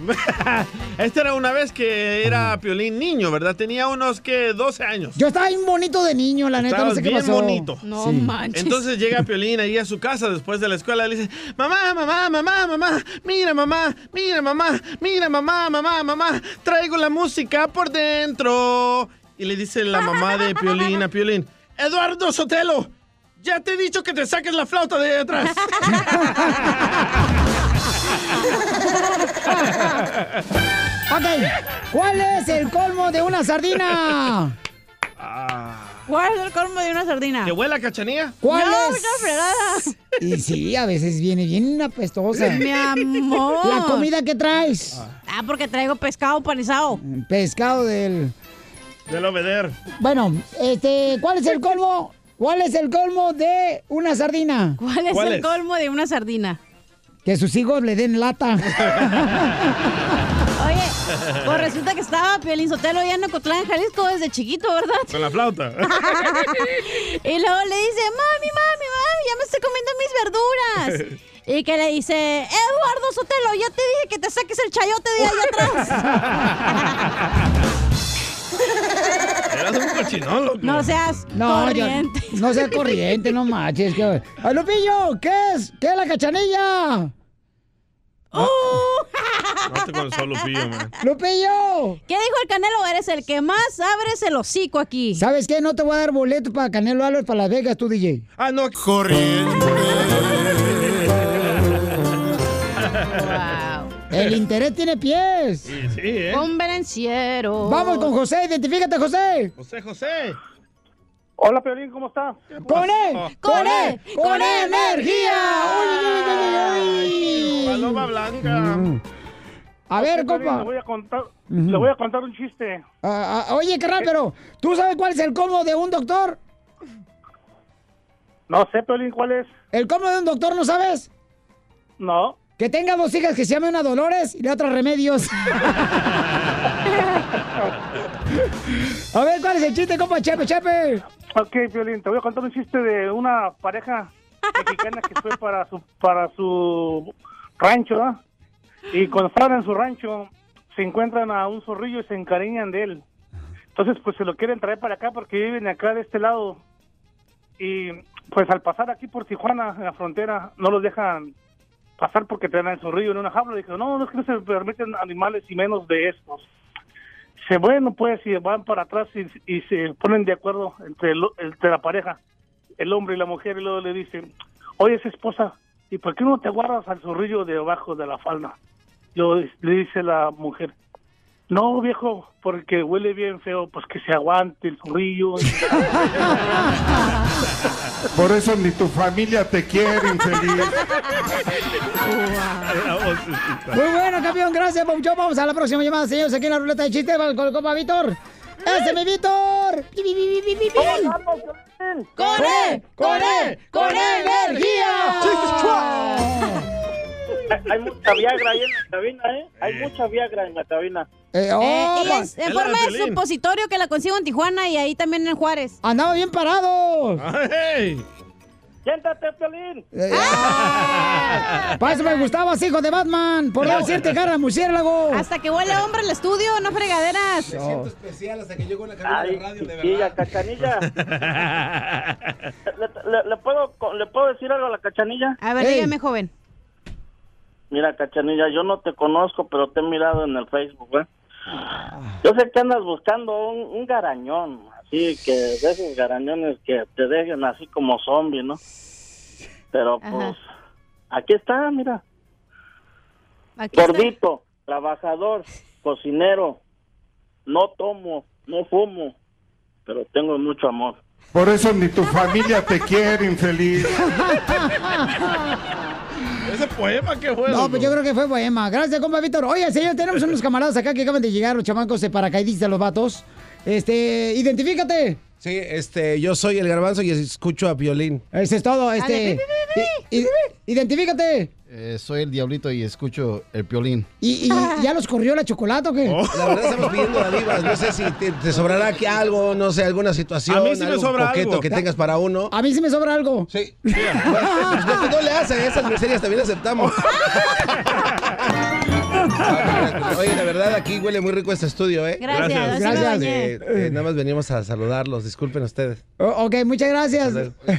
(laughs) Esta era una vez que era Piolín niño, ¿verdad? Tenía unos que 12 años.
Yo estaba bien bonito de niño, la neta, no
Estabas
sé qué
bien
pasó.
bonito.
Sí.
Entonces llega Piolín ahí a su casa después de la escuela y le dice, mamá, mamá, mamá, mamá, mira mamá, mira mamá, mira mamá, mamá, mamá, traigo la música por dentro. Y le dice la mamá de Piolín a Piolín, Eduardo Sotelo, ya te he dicho que te saques la flauta de
(laughs)
ahí atrás. (laughs)
Ok, ¿cuál es el colmo de una sardina?
Ah.
¿Cuál es el colmo de una sardina?
¿Que huela cachanilla?
Ah. ¿Cuál
no,
es?
una fregada.
Y sí, a veces viene bien apestosa.
Mi amor.
La comida que traes.
Ah, porque traigo pescado panizado.
Pescado del.
Del obeder.
Bueno, este, ¿cuál es el colmo? ¿Cuál es el colmo de una sardina?
¿Cuál es el colmo de una sardina?
Que sus hijos le den lata.
(laughs) Oye,
(laughs)
pues resulta que estaba Piolín Sotelo allá en Ocotlán, Jalisco, desde chiquito, ¿verdad?
(laughs)
Con la flauta. (laughs)
Y luego le dice, mami, mami, mami, ya me estoy comiendo mis
(laughs)
verduras. Y que le dice, Eduardo Sotelo, ya te dije que te saques el chayote de allá
(laughs)
atrás.
Eras un cochinón, loco.
No seas
No, yo-
corriente.
no sea corriente, no manches. Que... ¡Ay, Lupillo! ¿Qué es? ¿Qué es la cachanilla?
No este te consoló, pillo, man.
¡Lupillo!
¿Qué dijo el Canelo? Eres el que más abres el hocico aquí.
¿Sabes qué? No te voy a dar boleto para Canelo Álvarez para Las Vegas, tú, DJ.
Ah, no.
El interés tiene pies.
Sí, ¿eh?
Convenenciero.
Vamos con José, identifícate, José.
José, José.
Hola, Piolín, ¿cómo estás?
¡Con él! ¡Con él! ¡Con energía! ¡Uy, uy, uy, uy, uy!
Paloma blanca.
Mm. A ver,
Piolín,
compa.
Le voy a contar,
Ujú.
le voy a contar un chiste.
Ah, ah, oye, carnal, pero ¿tú sabes cuál es el colmo de un doctor?
No sé, Piolín, ¿cuál es?
¿El colmo de un doctor no sabes?
No.
Que tenga dos hijas que se llamen una Dolores y la otra Remedios. A ver, ¿cuál es el chiste, compa Chepe, Chepe?
Ok, Piolín, te voy a contar un chiste de una pareja mexicana que fue para su, para su rancho, ¿ah? Y cuando estaban en su rancho, se encuentran a un zorrillo y se encariñan de él. Entonces, pues se lo quieren traer para acá porque viven acá de este lado. Y pues al pasar aquí por Tijuana, en la frontera, no los dejan pasar porque traen al zorrillo en una jaula. Dijo, no, no es que no se permiten animales y menos de estos. Dice, bueno, pues, y van para atrás y, y se ponen de acuerdo entre, el- entre la pareja, el hombre y la mujer, y luego le dicen, oye, esa esposa, ¿y por qué no te guardas al zorrillo debajo de la falda? Yo, le dice la mujer, No, viejo, porque huele bien feo, pues que se aguante el zorrillo.
Por eso ni tu familia te quiere, infeliz.
Muy bueno, campeón, gracias, Pauchón. Vamos a la próxima llamada, señores. Aquí en la ruleta de chistes va el Colocopa Víctor. ¡Ese es mi Víctor! ¡Pi, pi, pi, pi, pi, pi!
¡Corre, corre, corre energía!
Hay hay mucha Viagra ahí en la cabina, ¿eh? Hay mucha Viagra en la cabina.
Eh, oh,
Eh, y
va-
es en forma de supositorio que la consigo en Tijuana y ahí también en Juárez.
¡Andaba bien parado! Eh,
¡Siéntate, Pelín!
¡Ah!
(laughs) Para eso me gustabas, hijo de Batman, por decirte cara de murciélago.
Hasta que huele a hombre el estudio, no fregaderas.
especial hasta que llegó en la cabina de radio, de verdad. cachanilla. ¿Le, le- le puedo, co- (laughs) ¿Le puedo decir algo a la cachanilla?
A ver, dígame, joven.
Mira, cachanilla, yo no te conozco, pero te he mirado en el Facebook, ¿eh? Yo sé que andas buscando un, un garañón, así que de esos garañones que te dejen así como zombie, ¿no? Pero pues, aquí está, mira. Gordito, trabajador, cocinero. No tomo, no fumo, pero tengo mucho
(laughs)
amor.
Por eso ni tu familia te quiere, infeliz.
Ese poema que fue.
No,
loco.
pues yo creo que fue poema. Gracias, compa Víctor. Oye, señor, tenemos unos camaradas acá que acaban de llegar, los chamacos de paracaidistas, los vatos. Este, identifícate.
Sí, este, yo soy el garbanzo y escucho a violín.
Ese es todo, este. i- i- identifícate.
Eh, soy el diablito y escucho el piolín.
¿Y, y ya los corrió la chocolate o qué?
La verdad estamos pidiendo dadivas, no sé si te, te sobrará aquí algo, no sé, alguna situación,
A mí sí me
algo
sobra
coqueto
algo.
que tengas para uno.
A mí sí me sobra algo.
Sí. Pues, no, no le hacen esas miserias,
(laughs)
también aceptamos. Oye, la verdad, aquí huele muy rico este estudio, ¿eh?
Gracias, Gracias. así me Gracias. bañé.
Eh, eh, nada más venimos a saludarlos, disculpen ustedes.
O- Oh, ok, muchas gracias.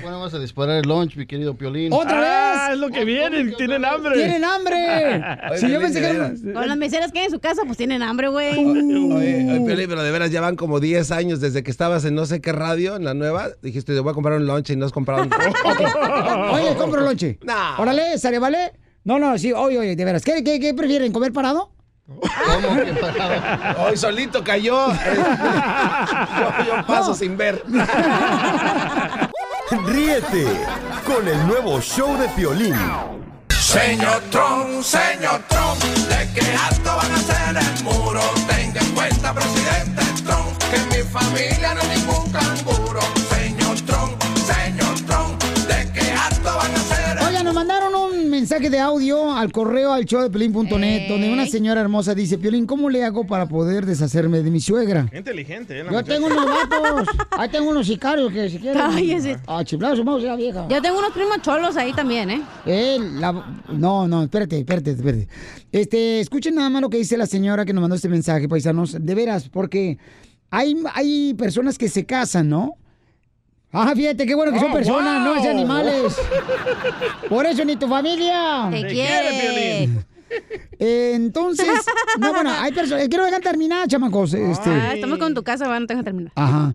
Vamos a disparar el lunch, mi querido piolín.
¿Otra Ah,
vez! es lo que vienen, tienen hambre.
¡Tienen
(laughs)
hambre!
Si yo pensé que-
Con las meseras que hay en su casa, pues tienen hambre, güey.
Oye, Piolín, pero de veras ya van como 10 años desde que estabas en no sé qué radio, en la nueva. Dijiste, te voy a comprar un lunch y no has comprado un
Hoy
(laughs)
les compro lonche. Órale, ¿sale, vale? No, no, sí, oye, oye, de veras. ¿Qué, qué, qué prefieren? ¿Comer parado?
Hoy solito cayó. Yo, yo paso sin ver.
Ríete con el nuevo show de Piolín.
Señor Trump, señor Trump, de qué alto van a ser el muro. Tenga en cuenta, presidente Trump, que en mi familia no hay ningún canguro. Señor Trump, señor Trump, de qué alto van a ser
Oigan, nos mandaron un mensaje de audio al correo al show de Piolín.net, donde una señora hermosa dice, Piolín, ¿cómo le hago para poder deshacerme de mi suegra?
Qué inteligente, ¿eh? la
Yo
muchacha.
tengo unos vatos, ahí tengo unos sicarios que si quieren... Ah,
Cállese.
A chiflazo, vamos a la vieja.
Yo tengo unos primos cholos ahí también, ¿eh?
Eh, la- No, no, espérate, espérate, espérate. Este, escuchen nada más lo que dice la señora que nos mandó este mensaje, paisanos. De veras, porque hay, hay personas que se casan, ¿no? Ah, fíjate, qué bueno que son
Oh,
personas, no
wow.
es animales. Por eso ni tu familia.
Te Te quiere, quiere. Piolín.
Eh, entonces, no, bueno, hay personas. eh, Quiero dejar terminar, chamacos. Este.
Ah, estamos con tu casa, van, no tengo que terminar.
Ajá.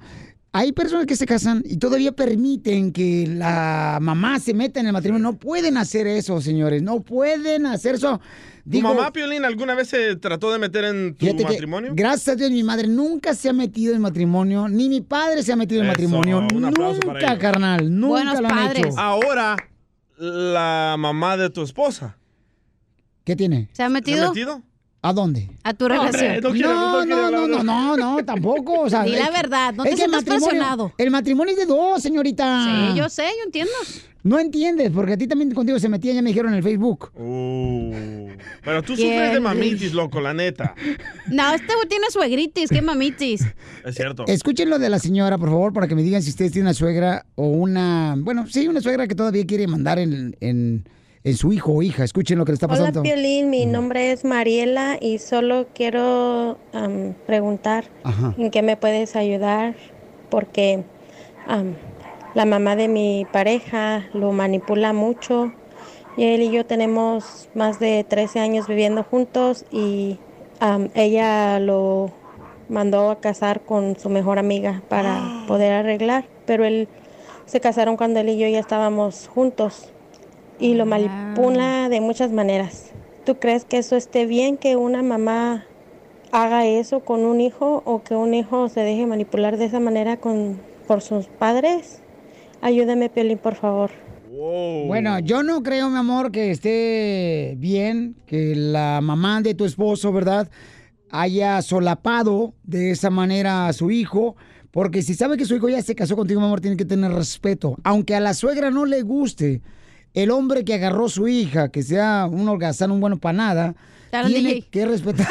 Hay personas que se casan y todavía permiten que la mamá se meta en el matrimonio. No pueden hacer eso, señores. No pueden hacer eso.
¿Tu
Digo,
mamá, Piolín, alguna vez se trató de meter en tu
fíjate que,
matrimonio?
gracias a Dios, mi madre nunca se ha metido en matrimonio, ni mi padre se ha metido en
Eso,
matrimonio.
un aplauso para Ah, oh.
Nunca,
ellos.
carnal. Nunca lo han hecho.
Ahora, la mamá de tu esposa.
¿Qué tiene?
¿Se ha metido?
¿Se ha metido?
¿A dónde?
A tu
No,
relación.
hombre, no quiero- no
No,
quiero
no, no,
hablar.
no, no, no, tampoco. O sea,
Di la
es que-
verdad, no
es
te
que el
sientas
matrimonio-
presionado.
El matrimonio es de dos, señorita.
Sí, yo sé, yo entiendo.
No entiendes, porque a ti también contigo se metían, ya me dijeron en el Facebook.
Oh. Uh, pero tú
¿Quién?
sufres de mamitis, loco, la neta.
No, este güey tiene suegritis, qué mamitis.
Es cierto.
Escuchen lo de la señora, por favor, para que me digan si ustedes tienen una suegra o una. Bueno, sí, una suegra que todavía quiere mandar en, en- en su hijo o hija. Escuchen lo que le está
Hola
pasando.
Piolín, mi nombre es Mariela y solo quiero am, preguntar
Ajá.
en qué me puedes ayudar porque am, la mamá de mi pareja lo manipula mucho y él y yo tenemos más de 13 años viviendo juntos y am, ella lo mandó a casar con su mejor amiga para poder arreglar, pero él se casaron cuando él y yo ya estábamos juntos y lo manipula de muchas maneras. ¿Tú crees que eso esté bien que una mamá haga eso con un hijo o que un hijo se deje manipular de esa manera con, por sus padres. Ayúdame, Piolín, por favor.
Bueno, yo no creo, mi amor, que esté bien que la mamá de tu esposo, ¿verdad? Haya solapado de esa manera a su hijo. Porque si sabe que su hijo ya se casó contigo, mi amor, tiene que tener respeto. Aunque a la suegra no le guste el hombre que agarró su hija, que sea un holgazán, un bueno para nada,
Claro,
tiene
DJ.
que respetar.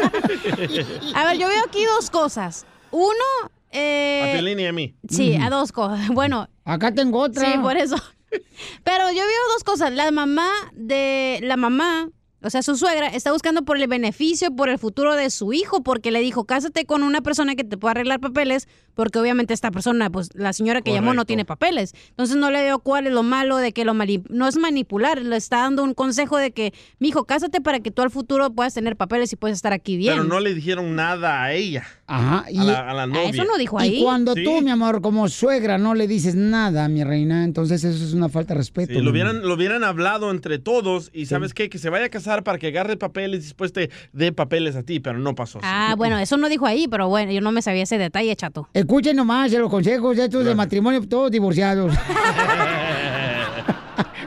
(laughs)
A ver, yo veo aquí dos cosas. Uno,
a
eh,
Piolín y a mí.
Sí, a dos cosas. (laughs) Bueno.
Acá tengo otra.
Sí, por eso. (laughs) Pero yo veo dos cosas. La mamá de la mamá, o sea, su suegra, está buscando por el beneficio, por el futuro de su hijo, porque le dijo, cásate con una persona que te pueda arreglar papeles, porque obviamente esta persona, pues la señora que llamó no
Correcto.
tiene papeles. Entonces no le veo cuál es lo malo de que lo mani- no es manipular, le está dando un consejo de que, mi hijo, cásate para que tú al futuro puedas tener papeles y puedas estar aquí bien.
Pero no le dijeron nada a ella.
Ajá.
a, la, a la novia.
Y cuando
Sí,
tú, mi amor, como suegra, no le dices nada, mi reina, entonces eso es una falta de respeto.
sí, lo,
mi
hubieran, lo hubieran hablado entre todos y ¿sabes qué? Que se vaya a casar para que agarre papeles y después te dé papeles a ti, pero no pasó. así.
Ah, bueno, eso no dijo ahí, pero bueno, yo no me sabía ese detalle, chato.
Escuchen Eh, nomás de los consejos de estos de matrimonio, todos divorciados.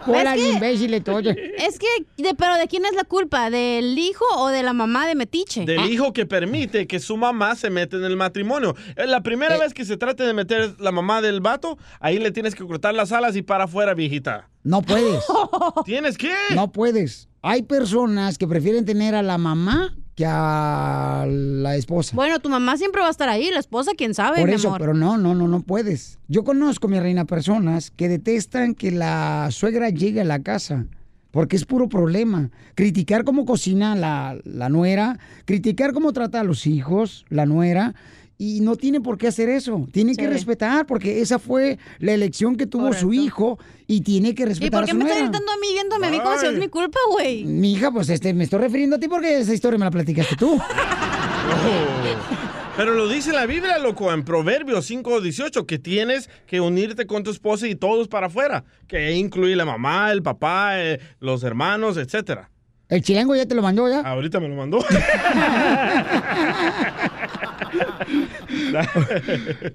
Hola, imbéciles, todos.
(laughs) Es que, de- pero ¿de quién es la culpa? ¿Del hijo o de la mamá de Metiche? Ah,
Del hijo que permite que su mamá se meta en el matrimonio. Eh, La primera vez que se trate de meter la mamá del vato, ahí le tienes que cortar las alas y para afuera, viejita.
No puedes.
(laughs) ¿Tienes qué?
No puedes. Hay personas que prefieren tener a la mamá que a la esposa.
Bueno, tu mamá siempre va a estar ahí, la esposa, quién sabe,
Por
mi
eso,
amor.
pero no, no, no, no puedes. Yo conozco, mi reina, personas que detestan que la suegra llegue a la casa. Porque es puro problema. Criticar cómo cocina la, la nuera, criticar cómo trata a los hijos, la nuera, y no tiene por qué hacer eso. Tiene que
Sí.
respetar, porque esa fue la elección que tuvo su hijo y tiene que
¿Y
respetar
por qué
a su
me estás
nuera.
gritando a mí, viéndome a mí como si es mi culpa, güey?
Mi hija, pues este, me estoy refiriendo a ti porque esa historia me la platicaste tú.
Pero lo dice la Biblia, loco, en Proverbios 5.18, que tienes que unirte con tu esposa y todos para afuera, que incluye la mamá, el papá, eh, los hermanos, etcétera.
El chilengo ya te lo mandó ya.
Ahorita me lo mandó.
(laughs)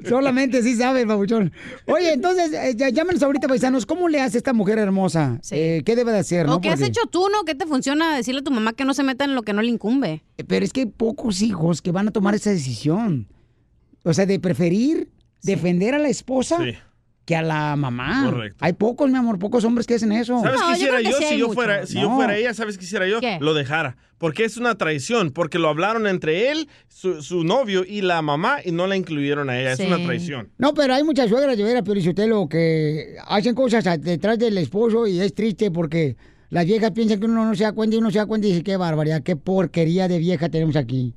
Solamente sí sabe, babuchón. Oye, entonces, eh, ya- llámenos ahorita, paisanos, ¿cómo le hace esta mujer hermosa? Eh, ¿Qué debe de hacer?
¿O
no?
qué has
Porque-
hecho tú, no? ¿Qué te funciona decirle a tu mamá que no se meta en lo que no le incumbe?
Pero es que hay pocos hijos que van a tomar esa decisión. O sea, de preferir defender a la esposa que a la mamá.
Correcto.
Hay pocos, mi amor, pocos hombres que hacen eso.
¿Sabes qué hiciera yo, si, yo fuera, si yo fuera ella? ¿Sabes qué hiciera yo?
¿Qué?
Lo dejara. Porque es una traición. Porque lo hablaron entre él, su, su novio y la mamá y no la incluyeron a ella. Es una traición.
No, pero hay muchas suegras, yo era Piorizotelo, que hacen cosas a- detrás del esposo y es triste porque las viejas piensan que uno no se da cuenta y uno se da cuenta y dice, qué barbaridad, qué porquería de vieja tenemos aquí.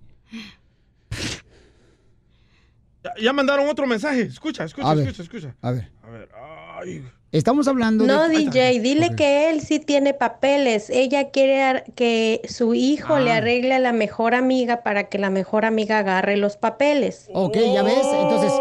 Ya, ya mandaron otro mensaje. Escucha, escucha,
A ver,
escucha, escucha.
a ver.
A ver. ah. Ay.
Estamos hablando
No,
de...
DJ, dile
Ok.
que él sí tiene papeles. Ella quiere ar- que su hijo le
Ah.
arregle a la mejor amiga para que la mejor amiga agarre los papeles.
Ok, ya ves. Entonces,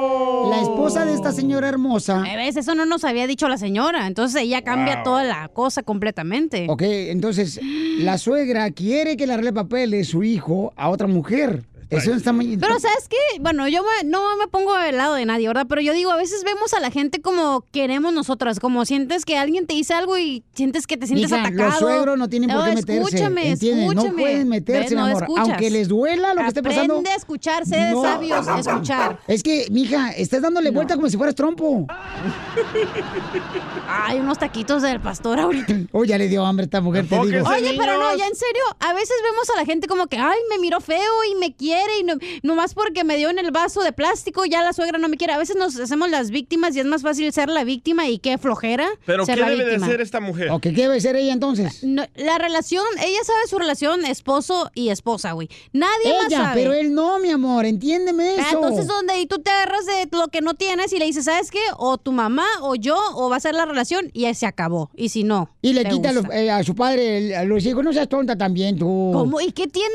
la esposa de esta señora hermosa...
A veces Eh, eso no nos había dicho la señora. Entonces ella cambia
Wow.
toda la cosa completamente.
Ok, entonces, la suegra quiere que le arregle papeles su hijo a otra mujer. Eso está muy...
Pero sabes qué, bueno, yo me- no me pongo del lado de nadie, ¿verdad? Pero yo digo, a veces vemos a la gente como queremos nosotras, como sientes que alguien te dice algo y sientes que te sientes
Mija,
atacado.
Los suegros no tienen por qué meterse.
Escúchame,
¿entiendes?
escúchame.
No pueden meterse,
Ves,
mi
no
amor.
escuchas.
Aunque les duela lo que esté pasando.
Aprende a escuchar, sé de sabios, escuchar.
Es que, mija, estás dándole vuelta como si fueras
(laughs)
trompo.
Ay, unos taquitos del
(laughs)
pastor ahorita.
Oye, ya le dio hambre a esta mujer, te digo.
Oye, pero no, ya en serio, a veces vemos a la gente como que, ay, me miró feo y me quiere y no, nomás porque me dio en el vaso de plástico, ya la suegra no me quiere. A veces nos hacemos las víctimas y es más fácil ser la víctima y qué flojera.
Pero
ser
¿qué
la
debe de
víctima.
hacer esta mujer?
Ok, ¿qué debe ser ella entonces?
No, la relación, ella sabe su relación esposo y esposa, güey. Nadie más
Ella,
sabe.
pero él no, mi amor, entiéndeme
Ah,
eso.
Entonces, donde y tú te agarras de lo que no tienes y le dices, ¿sabes qué? O tu mamá o yo, o va a ser la relación y ahí se acabó. Y si no.
y le
te
quita
gusta.
lo- eh, a su padre el- a los hijos. No seas tonta también tú.
¿Cómo? ¿Y qué tiene?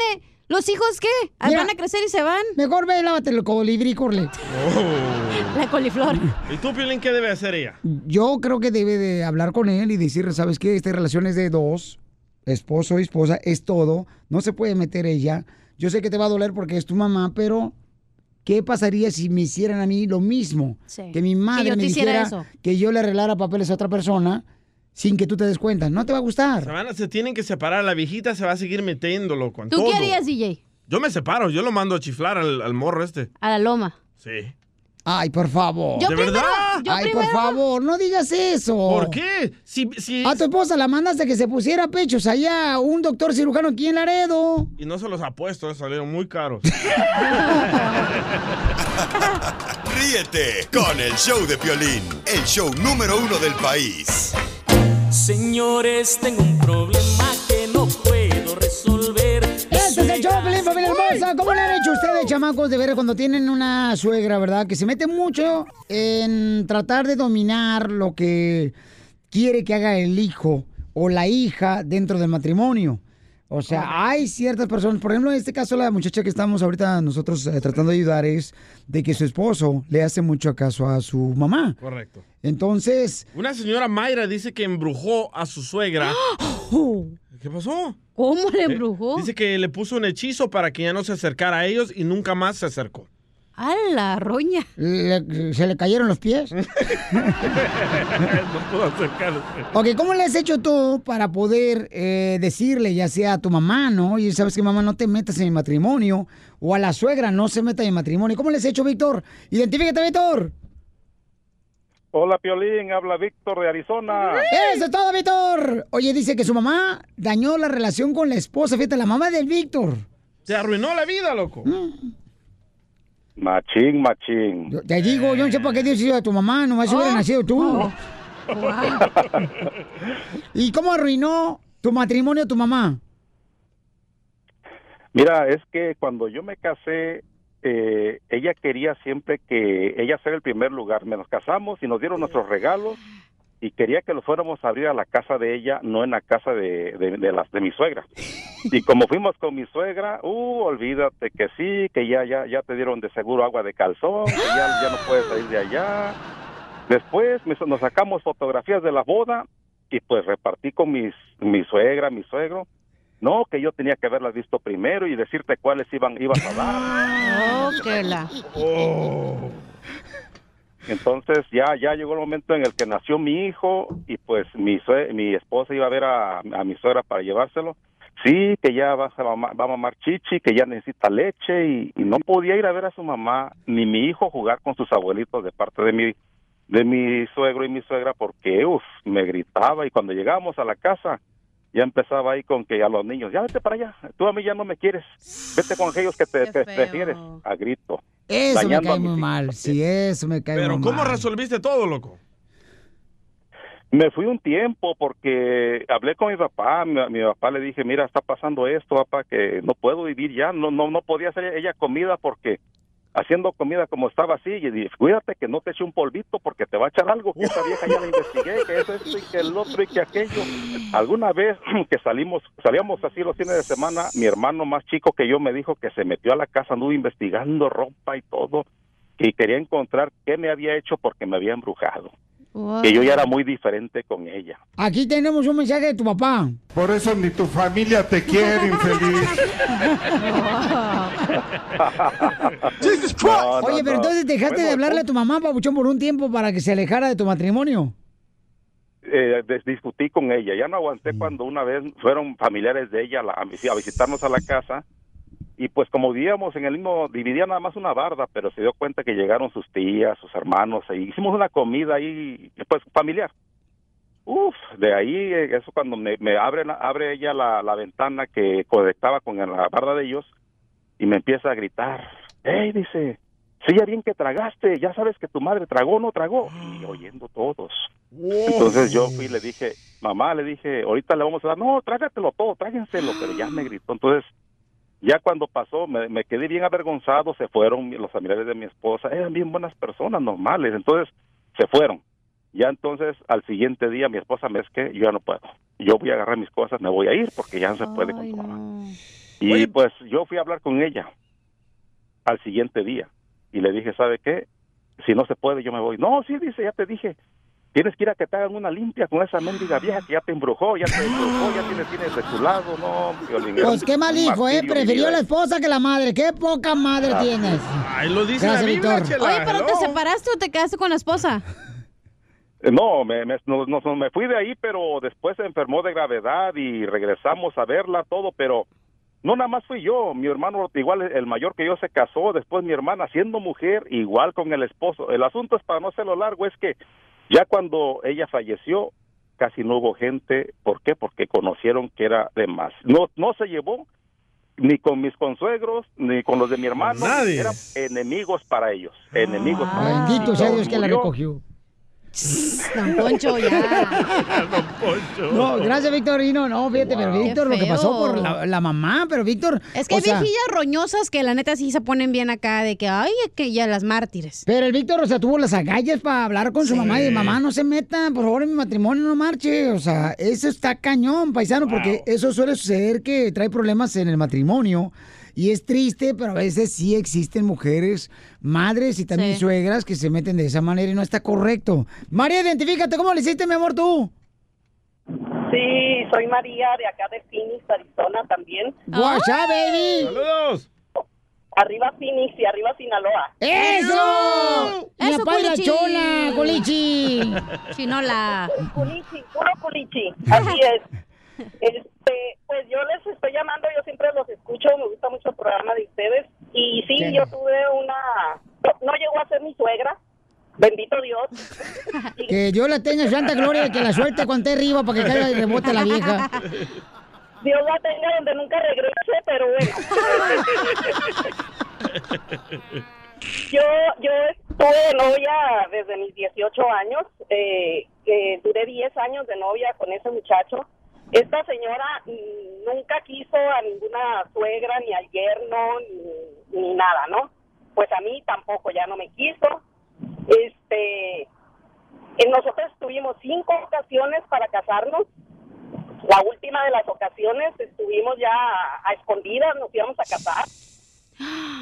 ¿Los hijos qué? Ah,
Mira.
¿Van a crecer y se van?
Mejor ve, lávate el colibrí, corle.
Oh.
La
(laughs)
coliflor.
¿Y tú, Piolín, qué debe hacer ella?
Yo creo que debe de hablar con él y decirle, ¿sabes qué? Esta relación es de dos, esposo y esposa, es todo, no se puede meter ella. yo sé que te va a doler porque es tu mamá, pero ¿qué pasaría si me hicieran a mí lo mismo?
Sí.
Que mi madre
Que yo
me
te hiciera
dijera
eso.
que yo le arreglara papeles a otra persona sin que tú te des cuenta. No te va a
Se
gustar.
van a- se tienen que separar. La viejita se va a seguir metiéndolo con
¿Tú
todo.
qué harías, DJ?
Yo me separo. Yo lo mando a chiflar al, al morro este.
A la loma.
Sí.
Ay, por favor.
Yo ¿De primero, verdad? yo
Ay, por
primero.
favor, no digas eso.
¿Por qué? Si, si-
A tu esposa la mandaste que se pusiera pechos allá a un doctor cirujano aquí en Laredo.
Y no se los apuesto, eh, salieron muy caros.
Ríete con el show de Piolín, el show número uno del país.
Señores, tengo un problema que no puedo resolver.
Este es el show, Pelín, familia hermosa. ¿Cómo le han hecho ustedes, chamacos, de ver cuando tienen una suegra, verdad? Que se mete mucho en tratar de dominar lo que quiere que haga el hijo o la hija dentro del matrimonio. O sea, hay ciertas personas, por ejemplo, en este caso la muchacha que estamos ahorita nosotros eh, tratando de ayudar es de que su esposo le hace mucho caso a su mamá.
Correcto.
Entonces,
Una señora Mayra dice que embrujó a su suegra. (gasps) ¿Qué pasó?
¿Cómo le
Eh,
Oh.
embrujó?
Dice que le puso un hechizo para que ya no se acercara a ellos y nunca más se acercó.
A la roña.
le- ¿se le cayeron los pies?
no pudo acercarse.
Ok, ¿cómo le has hecho tú para poder eh, decirle, ya sea a tu mamá, ¿no? Y sabes que mamá no te metas en mi matrimonio, o a la suegra no se meta en mi matrimonio. ¿Cómo les has hecho, Víctor? Identifícate, Víctor.
Hola, Piolín, habla Víctor de Arizona.
Eso es todo, Víctor. Oye, dice que su mamá dañó la relación con la esposa. Fíjate, la mamá del Víctor.
Se arruinó la vida, loco.
Mm.
Machín, machín.
Yo Te digo, yo no sé para qué Dios hizo a tu mamá, nomás hubiera nacido tú. ¿Y cómo arruinó tu matrimonio tu mamá?
Mira, es que cuando yo me casé, eh, ella quería siempre que ella fuera el primer lugar. Me nos casamos y nos dieron nuestros regalos y quería que los fuéramos a abrir a la casa de ella, no en la casa de, de, de las, de mi suegra. Y como fuimos con mi suegra, uh, olvídate que sí, que ya, ya, ya te dieron de seguro agua de calzón, que ya, ya no puedes salir de allá. Después me- nos sacamos fotografías de la boda y pues repartí con mis, mi suegra, mi suegro. No, que yo tenía que haberlas visto primero y decirte cuáles iban ibas a dar.
Oh, que la.
Entonces ya ya llegó el momento en el que nació mi hijo y pues mi sue- mi esposa iba a ver a, a mi suegra para llevárselo. Sí, que ya vas a mama- va a mamar chichi, que ya necesita leche y, y no podía ir a ver a su mamá ni mi hijo jugar con sus abuelitos de parte de mi de mi suegro y mi suegra porque uff, me gritaba y cuando llegamos a la casa ya empezaba ahí con que a los niños, ya vete para allá, tú a mí ya no me quieres, vete con aquellos que te, te prefieres, a grito.
Eso
dañando
me
a
cae
mis
muy mal. Sí, eso me cae
Pero
muy
¿cómo
mal.
Resolviste todo, loco.
Me fui un tiempo porque hablé con mi papá, mi, mi papá le dije, mira, está pasando esto, papá, que no puedo vivir ya, no, no, no podía hacer ella comida porque haciendo comida como estaba así, y dije, cuídate que no te eche un polvito porque te va a echar algo, que esta vieja ya la investigué, que es esto y que el otro y que aquello. Alguna vez que salimos, salíamos así los fines de semana, mi hermano más chico que yo me dijo que se metió a la casa, anduvo investigando ropa y todo, y quería encontrar qué me había hecho porque me había embrujado que yo ya era muy diferente con ella.
Aquí tenemos un mensaje de tu papá.
Por eso ni tu familia te quiere, infeliz.
(laughs) No, no,
Oye, pero
no.
entonces dejaste
Bueno,
de hablarle a tu mamá, Pabuchón, por un tiempo para que se alejara de tu matrimonio.
eh, des- discutí con ella, ya no aguanté cuando una vez fueron familiares de ella a, la- a visi- a visitarnos a la casa y pues como vivíamos en el mismo, dividía nada más una barda, pero se dio cuenta que llegaron sus tías, sus hermanos, e hicimos una comida ahí, pues familiar. Uf, de ahí, eh, eso cuando me, me abre, la- abre ella la, la ventana que conectaba con la barda de ellos y me empieza a gritar, hey, dice, sí, ya bien que tragaste, ya sabes que tu madre tragó o no tragó, y oyendo todos. Entonces yo fui y le dije, mamá, le dije, ahorita le vamos a dar, no, trágatelo todo, tráguenselo, pero ya me gritó. Entonces, ya cuando pasó, me, me quedé bien avergonzado, se fueron los familiares de mi esposa, eran bien buenas personas, normales, entonces se fueron. Ya entonces, al siguiente día, mi esposa me es que yo ya no puedo, yo voy a agarrar mis cosas, me voy a ir porque ya no se puede con tu mamá. Y pues yo fui a hablar con ella al siguiente día y le dije, ¿sabe qué? Si no se puede, yo me voy. No, sí, dice, ya te dije, Tienes que ir a que te hagan una limpia con esa mendiga vieja que ya te embrujó, ya te embrujó, ya tienes, tienes de tu lado, no, Piolín.
Pues qué mal hijo, ¿eh?
Martirio,
Prefirió la
mi vida.
esposa que la madre. Qué poca madre
Ah,
tienes.
ahí lo dice la Biblia, chela.
Oye, pero ¿te
Hello.
separaste o te quedaste con la esposa?
Eh, No, me, me- no- no- no, me fui de ahí, pero después se enfermó de gravedad y regresamos a verla todo, pero no nada más fui yo, mi hermano igual el mayor que yo se casó, después mi hermana siendo mujer igual con el esposo. El asunto es para no hacerlo largo es que ya cuando ella falleció casi no hubo gente, ¿por qué? Porque conocieron que era de más. No no se llevó ni con mis consuegros, ni con los de mi hermano,
Nadie.
eran enemigos para ellos, enemigos
Ah.
para ellos.
Bendito sea Dios que la
Murió.
recogió.
Don Poncho, ya.
(laughs) Don Poncho.
No, gracias, Víctor. Y no, no, fíjate, pero Víctor, lo que
Qué feo.
pasó por la, la mamá, pero Víctor.
Es que
o
hay
sea,
viejillas roñosas que la neta sí se ponen bien acá de que, ay, que ya las mártires.
Pero el Víctor, o sea, tuvo las agallas para hablar con su mamá y mamá, no se meta, por favor, en mi matrimonio no marche. O sea, eso está cañón, paisano, porque eso suele suceder que trae problemas en el matrimonio. Y es triste, pero a veces sí existen mujeres, madres y también
Sí.
suegras que se meten de esa manera y no está correcto. María, identifícate, ¿cómo le hiciste, mi amor, tú?
Sí, soy María de acá de Phoenix, Arizona también.
Guachá, baby.
Saludos. Arriba Phoenix y arriba Sinaloa.
¡Eso! ¡Mi
Eso,
apá y la
culichi.
chola, colichi!
Chinola. Culichi, puro culichi. Así es. Este, pues yo les estoy llamando, yo siempre los escucho, me gusta mucho el programa de ustedes. Y sí,
Qué
yo tuve una... no- No llegó a ser mi suegra, bendito Dios.
(laughs) Que Dios la tenga en santa gloria, que la suelte cuando esté arriba para que caiga y rebote la vieja.
(laughs) Dios la tenga donde nunca regrese, pero bueno. Yo, yo estuve de novia desde mis 18 años. Eh, eh, duré 10 años de novia con ese muchacho. Esta señora mm, nunca quiso a ninguna suegra, ni al yerno, ni, ni nada, ¿no? Pues a mí tampoco, ya no me quiso. Este, eh, nosotros tuvimos cinco ocasiones para casarnos. La última de las ocasiones estuvimos ya a, a escondidas, nos íbamos a casar.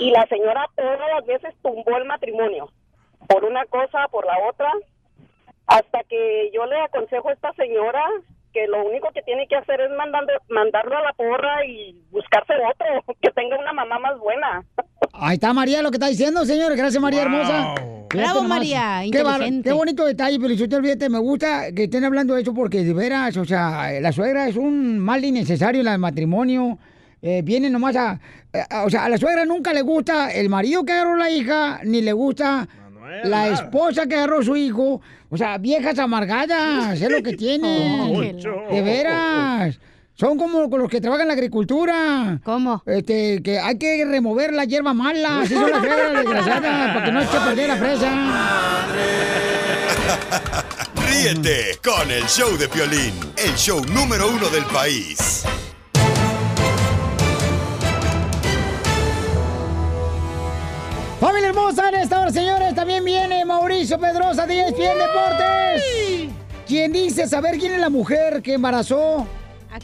Y la señora todas las veces tumbó el matrimonio, por una cosa, por la otra, hasta que yo le aconsejo a esta señora que lo único que tiene que hacer es mandando, mandarlo a la porra y buscarse otro, (laughs) que tenga una mamá más buena.
Ahí está María lo que está diciendo, señores. Gracias, María hermosa. Fíjate
Bravo,
nomás.
María,
Qué, bar-
inteligente.
qué bonito detalle, pero yo te olvídate, me gusta que estén hablando de eso porque de veras, o sea, la suegra es un mal innecesario en el matrimonio. Eh, viene nomás a, a- a- O sea, a la suegra nunca le gusta el marido que agarró la hija, ni le gusta la esposa que agarró su hijo. O sea, viejas amargadas, es lo que tienen.
Poncho.
de veras. Son como con los que trabajan en la agricultura. ¿Cómo? Este, que hay que remover la hierba mala. Así son las suegras desgraciadas, para que no se perder la fresa.
Ríete con el show de Piolín, el show número uno del país.
Familia hermosa, en esta hora, señores, también viene Mauricio Pedrosa de E ESPN Deportes. Quien dice saber quién es la mujer que embarazó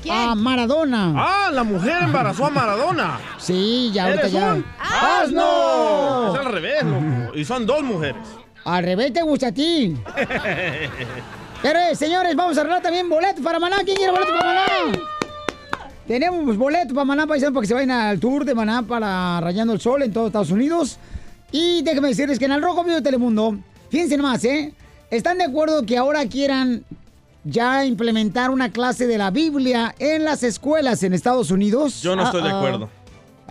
¿A,
Maradona.
Ah, la mujer embarazó a Maradona.
Sí, ya ahorita
¿Eres
ya.
un
¡Asno!
Es al revés, loco. Y son
(laughs)
dos mujeres.
Al revés te gusta a ti. Pero, eh, señores, vamos a arreglar también boletos para Maná. ¿Quién quiere boletos para Maná? Tenemos boletos para Maná, paisanos, para que se vayan al tour de Maná para Rayando el Sol en todos Estados Unidos. Y déjenme decirles que en el Rojo Vivo de Telemundo, fíjense nomás, ¿eh? ¿Están de acuerdo que ahora quieran ya implementar una clase de la Biblia en las escuelas en Estados Unidos?
Yo no estoy de
Uh-oh.
acuerdo.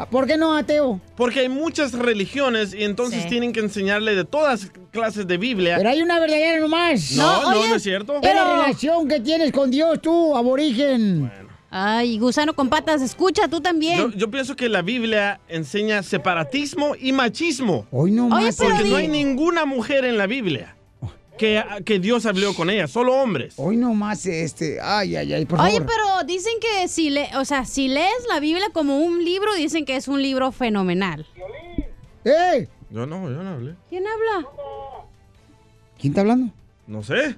¿Por qué no, ateo?
Porque hay muchas religiones y entonces
Sí.
tienen que enseñarle de todas clases de Biblia.
Pero hay una verdadera nomás.
No, No, no, oye, no es cierto.
Es
pero-
la relación que tienes con Dios tú, aborigen.
Ay, gusano con patas, escucha tú
Yo,
también.
yo pienso que la Biblia enseña separatismo y machismo.
Hoy no
Oye, más. pero
Porque no
di-
hay ninguna mujer en la Biblia que, que Dios habló con ella, solo hombres.
Hoy no más este. Ay, ay, ay, por
Oye,
favor.
pero dicen que si le, o sea, si lees la Biblia como un libro, dicen que es un libro fenomenal.
¡Eh!
Yo no, yo no hablé.
¿Quién habla?
¿Quién está hablando?
No sé.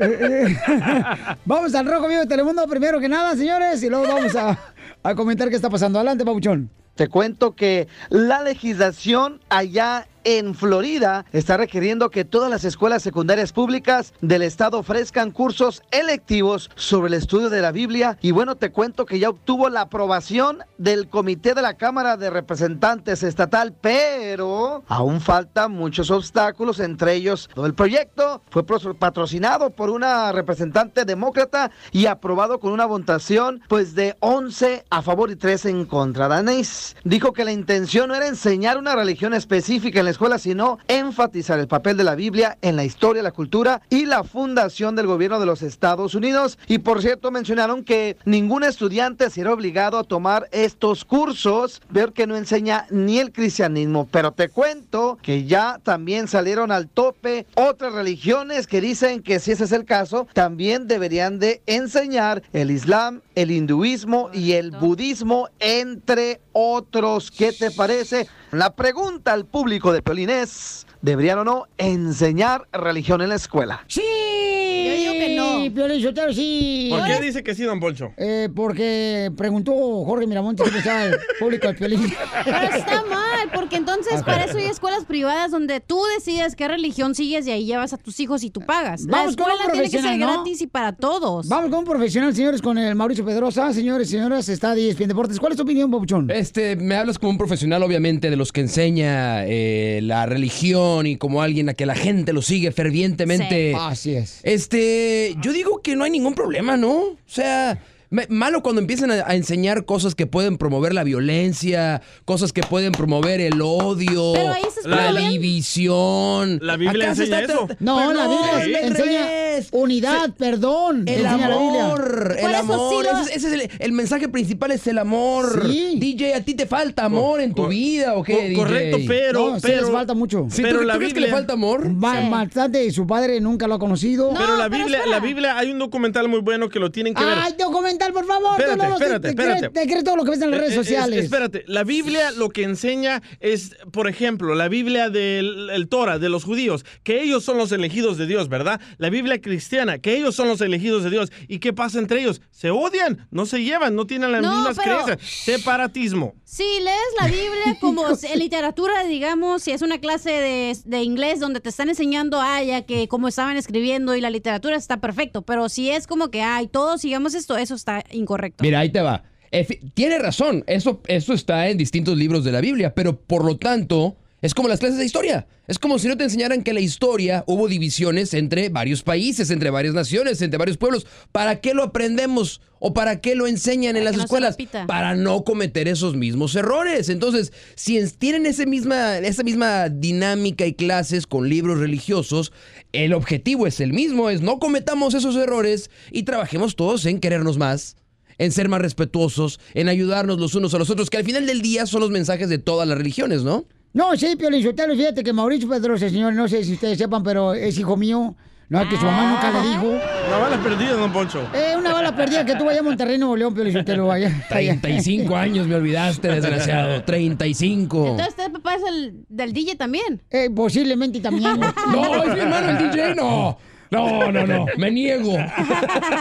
Eh, eh. (laughs) vamos al Rojo Vivo de Telemundo primero que nada, señores, y luego vamos a, a comentar qué está pasando. Adelante, Pabuchón.
Te cuento que la legislación allá en Florida está requiriendo que todas las escuelas secundarias públicas del estado ofrezcan cursos electivos sobre el estudio de la Biblia. Y bueno, te cuento que ya obtuvo la aprobación del Comité de la Cámara de Representantes Estatal, pero aún faltan muchos obstáculos, entre ellos todo el proyecto fue pro- patrocinado por una representante demócrata y aprobado con una votación pues de 11 a favor y 3 en contra. Danés dijo que la intención no era enseñar una religión específica en la escuela, sino enfatizar el papel de la Biblia en la historia, la cultura y la fundación del gobierno de los Estados Unidos. Y por cierto, mencionaron que ningún estudiante será obligado a tomar estos cursos, ver que no enseña ni el cristianismo. Pero te cuento que ya también salieron al tope otras religiones que dicen que si ese es el caso, también deberían de enseñar el Islam, el hinduismo y el budismo, entre otros. ¿Qué te parece? La pregunta al público de Piolín es, ¿deberían o no enseñar religión en la escuela?
¡Sí! Yo digo que no. Piolín Sotelo, sí.
¿Por qué dice que sí, don Poncho?
Eh, porque preguntó Jorge Miramontes qué pensaba el público del Piolín.
Pero
(laughs)
está mal, porque entonces para eso hay escuelas privadas donde tú decides qué religión sigues y ahí llevas a tus hijos y tú pagas. (laughs) La
Vamos con un
escuela tiene que ser
profesional, ¿no?
gratis y para todos.
Vamos con un profesional, señores, con el Mauricio Pedrosa. Señores, señoras, está de ESPN Deportes. ¿Cuál es tu opinión, Papuchón?
Este, me hablas como un profesional, obviamente, de los que enseña eh, la religión y como alguien a que la gente lo sigue fervientemente.
Sí. Así es.
Este, yo digo que no hay ningún problema, ¿no? O sea, me- malo cuando empiezan a, a enseñar cosas que pueden promover la violencia, cosas que pueden promover el odio,
Pero ahí se
la
promueve-
división.
La Biblia
se
enseña
está-
eso.
está-
No,
Pero
la Biblia
es al
enseña
revés.
unidad, perdón.
El
enseña la Biblia.
amor, el amor, ese, es- ese es el, el mensaje principal es el amor. DJ, a ti te falta amor en tu vida o qué?
Co-
correcto,
DJ?
pero-
No, sí les falta mucho.
Sí, ¿tú- tú crees que le falta amor?
Va, bastante, su padre nunca lo ha conocido.
pero la Biblia, la Biblia, hay un documental muy bueno que lo tienen que ver.
Ay, documental, por favor. tú
Espérate,
no lo sé,
espérate,
te crees-
espérate.
Te crees todo lo que ves en las
Eh,
redes
eh, es-
sociales.
espérate, la Biblia lo que enseña es, por ejemplo, la Biblia del el Torah, de los judíos, que ellos son los elegidos de Dios, ¿verdad? La Biblia cristiana, que ellos son los elegidos de Dios. ¿Y qué pasa entre ellos? Se odian, no se llevan, no tienen las
No,
mismas
pero-
creencias. Separatismo.
Si lees
(laughs)
la Biblia como en literatura, digamos, si es una clase de, de inglés donde te están enseñando, ay, ya que cómo estaban escribiendo y la literatura está perfecto, pero si es como que, ay, todos sigamos esto, eso está incorrecto.
Mira, ahí te va. Efi- tiene razón, eso, eso está en distintos libros de la Biblia, pero por lo tanto es como las clases de historia. Es como si no te enseñaran que en la historia hubo divisiones entre varios países, entre varias naciones, entre varios pueblos. ¿Para qué lo aprendemos o para qué lo enseñan
Para
en las
que no se
escuelas?
repita.
para no cometer esos mismos errores. Entonces, si en- tienen ese misma, esa misma dinámica y clases con libros religiosos, el objetivo es el mismo, es no cometamos esos errores y trabajemos todos en querernos más, en ser más respetuosos, en ayudarnos los unos a los otros, que al final del día son los mensajes de todas las religiones, ¿no?
No, sí, Piolín Sotelo, fíjate que Mauricio Pedrosa, señor, no sé si ustedes sepan, pero es hijo mío. No, que su mamá nunca
Ah.
le dijo.
Una bala perdida, don Poncho.
Eh, una bala perdida que tuvo allá en Monterrey, Nuevo León, Piolín Sotelo, allá. allá.
35 años, me olvidaste, desgraciado. 35.
Entonces, ¿usted papá es el del DJ también?
Eh, posiblemente también.
(laughs)
No, es mi hermano el DJ, no. No, no, no, me niego.
(laughs)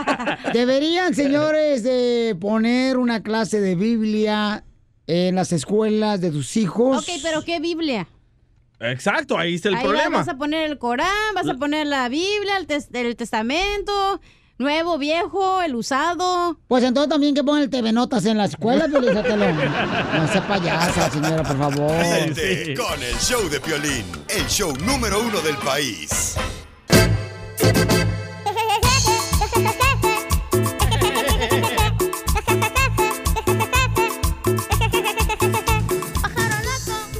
Deberían, señores, de poner una clase de Biblia en las escuelas de tus hijos.
Ok, pero ¿qué Biblia?
Exacto, ahí está el
Ahí
problema.
vas a poner el Corán, vas a poner la Biblia, el, tes- el Testamento, Nuevo, Viejo, el Usado.
Pues entonces también que pongan el TV Notas en la escuela, Piolín Sotelo. No sea payasa, señora, por favor.
Ríete con el show de Piolín, el show número uno del país.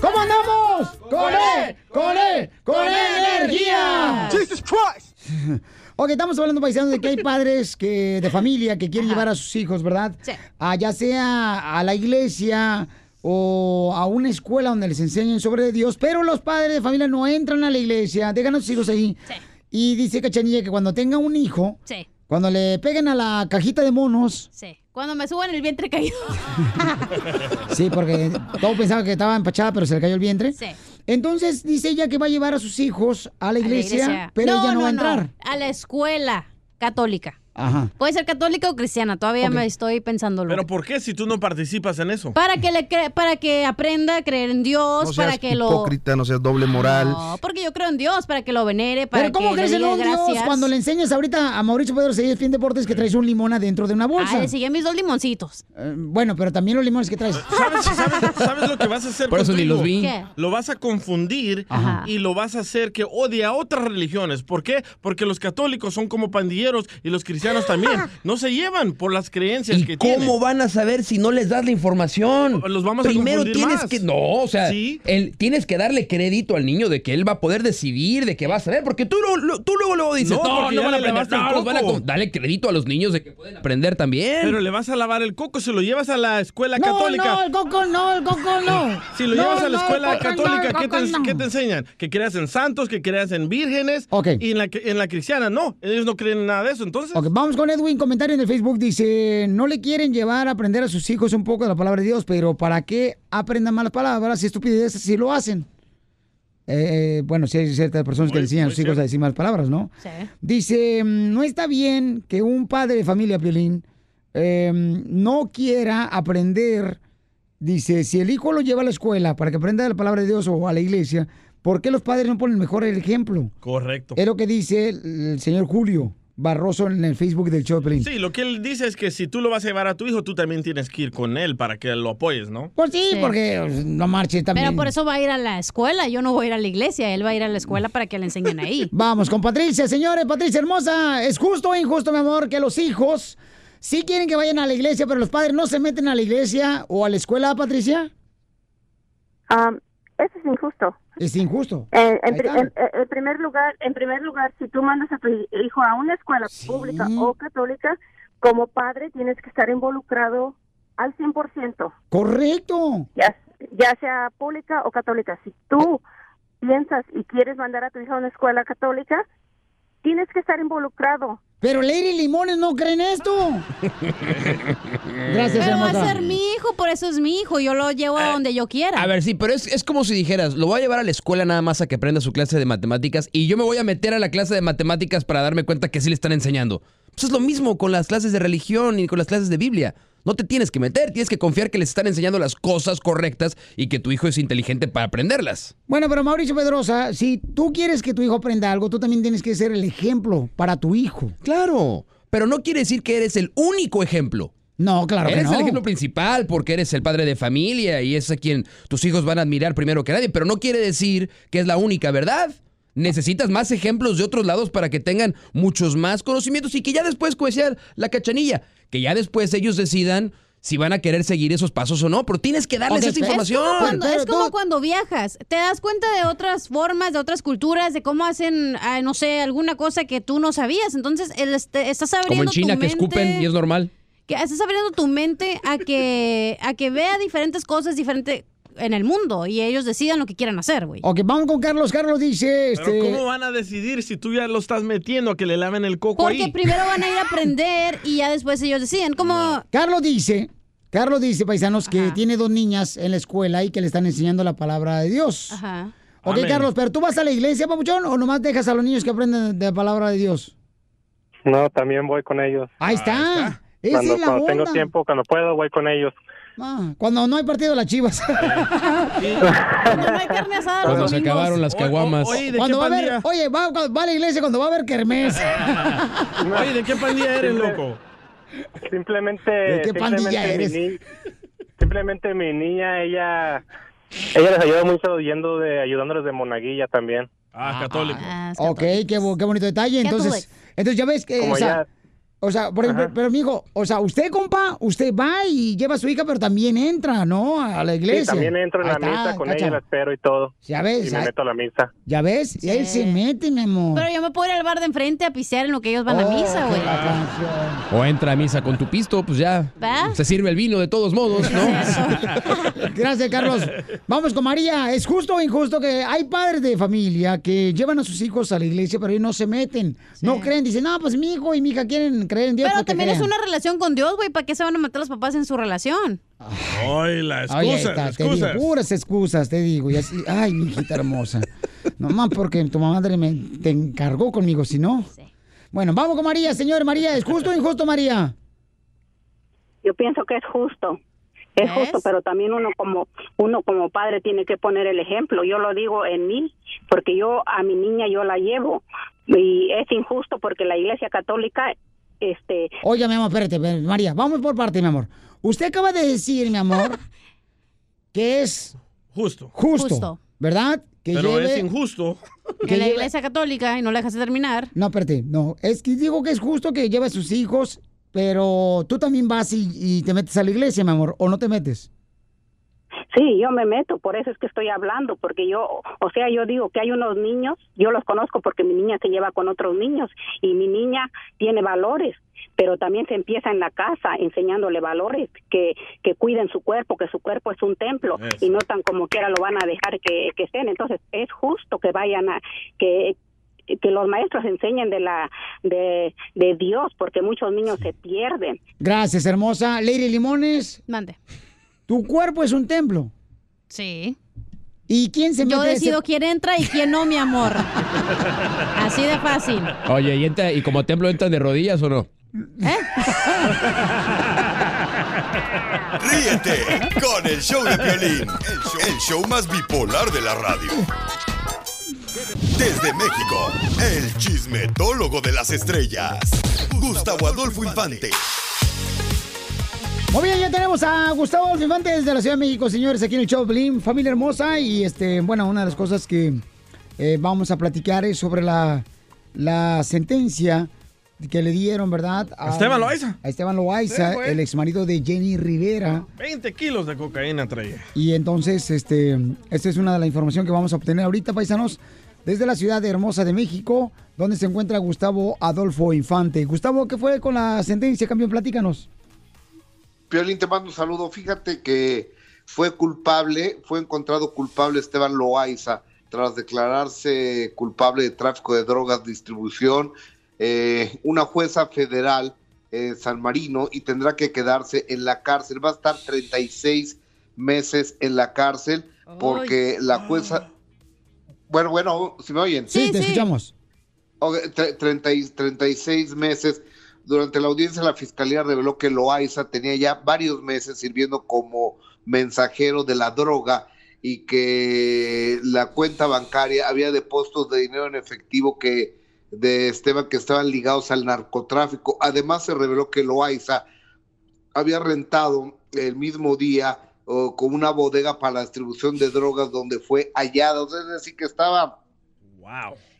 ¿Cómo andamos? ¡Con él! ¡Con él! ¡Con él energía!
Jesus
Christ! (laughs) Ok, estamos hablando, paisanos, de que hay padres que, de familia que quieren llevar a sus hijos, ¿verdad?
Sí.
A, ya sea a la iglesia o a una escuela donde les enseñen sobre Dios, pero los padres de familia no entran a la iglesia, dejan a sus hijos ahí. Y dice Cachanilla que cuando tenga un hijo,
Sí,
cuando le peguen a la cajita de monos,
sí. Cuando me suban el vientre caído. (laughs)
Sí, porque todos pensaban que estaba empachada, pero se le cayó el vientre.
Sí.
Entonces dice ella que va a llevar a sus hijos a la
A la
iglesia, pero ella no, va a entrar.
A la escuela católica.
Ajá.
Puede ser católica o cristiana, todavía me estoy pensándolo.
¿Pero por qué si tú no participas en eso?
Para que le cre- para que aprenda a creer en Dios,
No seas
para que lo
hipócrita,
no seas doble moral.
No, porque yo creo en Dios, para que lo venere, para
Pero ¿cómo
que
crees
le
en
diga
un Dios
gracias.
cuando le enseñas ahorita a Mauricio Pedro Seguí Fin Deportes que traes un limón adentro de una bolsa?
Ah, le seguí mis dos limoncitos.
Eh, bueno, pero también los limones que traes.
¿Sabes lo que vas a hacer?
Por
con
eso
tu
ni
hijo?
los vi. ¿Qué?
Lo vas a confundir
Ajá.
y lo vas a hacer que odie a otras religiones. ¿Por qué? Porque los católicos son como pandilleros y los cristianos también. No se llevan por las creencias que tienen.
¿Cómo van a saber si no les das la información?
Los vamos a
Primero
confundir
tienes
más.
que. No, o sea,
Sí.
el- tienes que darle crédito al niño de que él va a poder decidir, de que va a saber. Porque tú, lo- lo- tú luego, luego dices, no,
No,
no,
porque ya
van a
le
aprender.
lavaste el
No, los van a
coco.
con- Dale crédito a los niños de que pueden aprender también.
Pero le vas a lavar el coco si lo llevas a la escuela
no,
(laughs) católica.
no, el coco no, el coco no.
Si lo
No,
llevas a la
no,
escuela
el coco no,
católica,
el
¿qué, te,
coco no.
qué te enseñan? Que creas en santos, que creas en vírgenes. Y en la, en la cristiana, no. Ellos no creen en nada de eso. Entonces,
Ok, vamos con Edwin. Comentario en el Facebook dice: No le quieren llevar a aprender a sus hijos un poco de la palabra de Dios, pero ¿para qué aprendan malas palabras y estupideces si lo hacen? Eh, bueno, sí hay ciertas personas que le enseñan a sus hijos a decir malas palabras, ¿no? Dice, mm, no está bien que un padre de familia, Piolín, eh, no quiera aprender. Dice, si el hijo lo lleva a la escuela para que aprenda la palabra de Dios o a la iglesia, ¿por qué los padres no ponen mejor el ejemplo?
correcto.
Es lo que dice el, el señor Julio Barroso en el Facebook del show, de Piolín.
Sí, lo que él dice es que si tú lo vas a llevar a tu hijo, tú también tienes que ir con él para que lo apoyes, ¿no?
Pues sí, porque pues, no marche también.
Pero por eso va a ir a la escuela, yo no voy a ir a la iglesia, él va a ir a la escuela para que le enseñen
(laughs)
ahí.
Vamos con Patricia, señores. Patricia hermosa, es justo o injusto, mi amor, que los hijos sí quieren que vayan a la iglesia, pero los padres no se meten a la iglesia o a la escuela, Patricia.
Ah, eso es injusto.
Es injusto.
Eh, en,
Ahí
pri-
está.
en- en- en primer lugar, en primer lugar, si tú mandas a tu hijo a una escuela pública o católica, como padre tienes que estar involucrado al 100%,
Correcto.
ya, ya sea pública o católica. Si tú piensas y quieres mandar a tu hijo a una escuela católica, tienes que estar involucrado.
Pero Lady Limones no creen esto.
Pero
Gracias,
va a ser mi hijo, por eso es mi hijo, yo lo llevo a donde yo quiera.
A ver, sí, pero es, es como si dijeras, lo voy a llevar a la escuela nada más a que aprenda su clase de matemáticas y yo me voy a meter a la clase de matemáticas para darme cuenta que sí le están enseñando. Pues es lo mismo con las clases de religión y con las clases de Biblia. No te tienes que meter, tienes que confiar que les están enseñando las cosas correctas y que tu hijo es inteligente para aprenderlas.
Bueno, pero Mauricio Pedrosa, si tú quieres que tu hijo aprenda algo, tú también tienes que ser el ejemplo para tu hijo.
Claro, pero no quiere decir que eres el único ejemplo.
No, claro
eres
que no.
el ejemplo principal porque eres el padre de familia y es a quien tus hijos van a admirar primero que nadie, pero no quiere decir que es la única verdad. Necesitas más ejemplos de otros lados para que tengan muchos más conocimientos y que ya después, como decía la cachanilla, que ya después ellos decidan si van a querer seguir esos pasos o no, pero tienes que darles
Ok,
esa
es como
información.
cuando- es como cuando viajas, te das cuenta de otras formas, de otras culturas, de cómo hacen, ah, no sé, alguna cosa que tú no sabías. Entonces, el, este, estás abriendo
Como en China
tu
que
mente,
escupen y es normal.
que estás abriendo tu mente a que a que vea diferentes cosas diferentes en el mundo y ellos decidan lo que quieran hacer, güey.
Ok, vamos con Carlos. Carlos dice,
Pero
este...
¿cómo van a decidir si tú ya lo estás metiendo a que le laven el coco
Porque
ahí?
primero van a ir a aprender y ya después ellos deciden cómo
Carlos dice, Carlos dice, paisanos, que tiene dos niñas en la escuela y que le están enseñando la palabra de Dios.
Ajá.
Ok,
Amén.
Carlos, pero tú vas a la iglesia, papuchón, o nomás dejas a los niños que aprenden de la palabra de Dios.
No, también voy con ellos.
Ahí está. Esa
Cuando,
es la
cuando
onda.
tengo tiempo, cuando puedo, voy con ellos.
Ah, cuando no hay partido de las chivas.
cuando no hay carne asada los
Cuando se
domingos.
acabaron las caguamas.
o- oye, ¿de
Cuando
qué
va a haber,
pandilla?
oye, va, va a la iglesia cuando va a haber
(laughs)
kermés.
(laughs) Oye, ¿de qué pandilla eres, loco?
Simplemente.
¿De qué
Eh,
simplemente
pandilla
mi
eres?
ni-
este,
simplemente mi niña, ella. Ella les ayuda mucho yendo de, ayudándoles de monaguilla también.
Ah, católico.
Ok, qué, bo- qué bonito detalle. Entonces, entonces ya ves que,
Como
o sea,
ya-
o sea, por ejemplo,
Ajá.
pero amigo, o sea, usted, compa, usted va y lleva a su hija, pero también entra, ¿no? A la iglesia.
Sí, también entro en
Ahí
la
está,
misa con
cacha.
ella, la espero y todo.
Ya ves,
Y me
ahí-
meto a la
(laughs)
misa.
Ya ves, él se mete, mi amor. Oh,
Pero yo me puedo ir al bar de enfrente a pisear en lo que ellos van a misa, güey.
O entra a misa con tu pisto, pues ya.
¿Va?
Se sirve el vino de todos
(laughs)
modos, ¿no?
Gracias, Carlos. Vamos con María. ¿Es justo o injusto que hay padres de familia que llevan a sus hijos a la iglesia, pero ellos no se meten? No creen. Dicen, no, pues mi hijo y mi hija quieren creer en Dios.
Pero
pues que
también es
crean".
una relación con Dios, güey. ¿Para qué se van a matar los papás en su relación?
(laughs) Ay, la excusa,
Ay, ahí
la
está, te digo,
excusa.
puras excusas, te digo. Y así, ay, mi hijita hermosa. No más porque tu madre me te encargó conmigo, si no. Bueno, vamos con María, señor. María, ¿es justo o injusto, María?
Yo pienso que es justo. Es justo, pero también uno como uno como padre tiene que poner el ejemplo. Yo lo digo en mí, porque yo a mi niña yo la llevo y es injusto porque la Iglesia Católica este
Oye, mi amor, espérate, espérate, María, vamos por parte, mi amor. Usted acaba de decir, mi amor,
(laughs)
que es
Justo.
justo,
Justo.
¿verdad? Que
Pero
lleve-
es injusto.
que
En la
lleve-
iglesia católica y no la dejas de terminar.
No, espérate, no. Es que digo que es justo que lleve a sus hijos, pero tú también vas y, y te metes a la iglesia, mi amor, o no te metes.
Sí, yo me meto, por eso es que estoy hablando, porque yo, o sea, yo digo que hay unos niños, yo los conozco porque mi niña se lleva con otros niños y mi niña tiene valores, pero también se empieza en la casa enseñándole valores, que, que cuiden su cuerpo, que su cuerpo es un templo Eso. y no tan como quiera lo van a dejar que, que estén. Entonces, es justo que vayan a, que que los maestros enseñen de la de, de Dios porque muchos niños se pierden
Gracias, hermosa. Lady Limones.
Mande.
Tu cuerpo es un templo.
Sí.
¿Y quién se
Yo
mete a
decido
ese-
quién entra y quién no, mi amor. Así de fácil.
Oye, ¿y, entra- ¿y como templo entran de rodillas o no?
¿Eh?
Ríete con el show de Piolín, el show, el show más bipolar de la radio. Desde México, el chismetólogo de las estrellas, Gustavo Adolfo Infante.
Muy bien, ya tenemos a Gustavo Infante desde la Ciudad de México, señores, aquí en el show Blin, familia hermosa. Y este, bueno, una de las cosas que eh, vamos a platicar es sobre la, la sentencia que le dieron, ¿verdad? A
Esteban Loaiza.
A Esteban Loaiza,
Sí, güey.
el exmarido de Jenny Rivera.
20 kilos de cocaína traía.
Y entonces, este, esta es una de la información que vamos a obtener ahorita, paisanos, desde la ciudad de Hermosa de México, donde se encuentra Gustavo Adolfo Infante. Gustavo, ¿qué fue con la sentencia, campeón? Platícanos.
Piolín, te mando un saludo. Fíjate que fue culpable, fue encontrado culpable Esteban Loaiza tras declararse culpable de tráfico de drogas, distribución. eh, una jueza federal en San Marino y tendrá que quedarse en la cárcel. Va a estar 36 meses en la cárcel porque la jueza... Bueno, bueno, si me oyen.
Sí, te escuchamos.
Ok, tre- 30 y 36 meses. Durante la audiencia, la fiscalía reveló que Loaiza tenía ya varios meses sirviendo como mensajero de la droga y que la cuenta bancaria había depósitos de dinero en efectivo que de Esteban que estaban ligados al narcotráfico. Además, se reveló que Loaiza había rentado el mismo día o, con una bodega para la distribución de drogas donde fue hallada. O sea, es decir, que estaba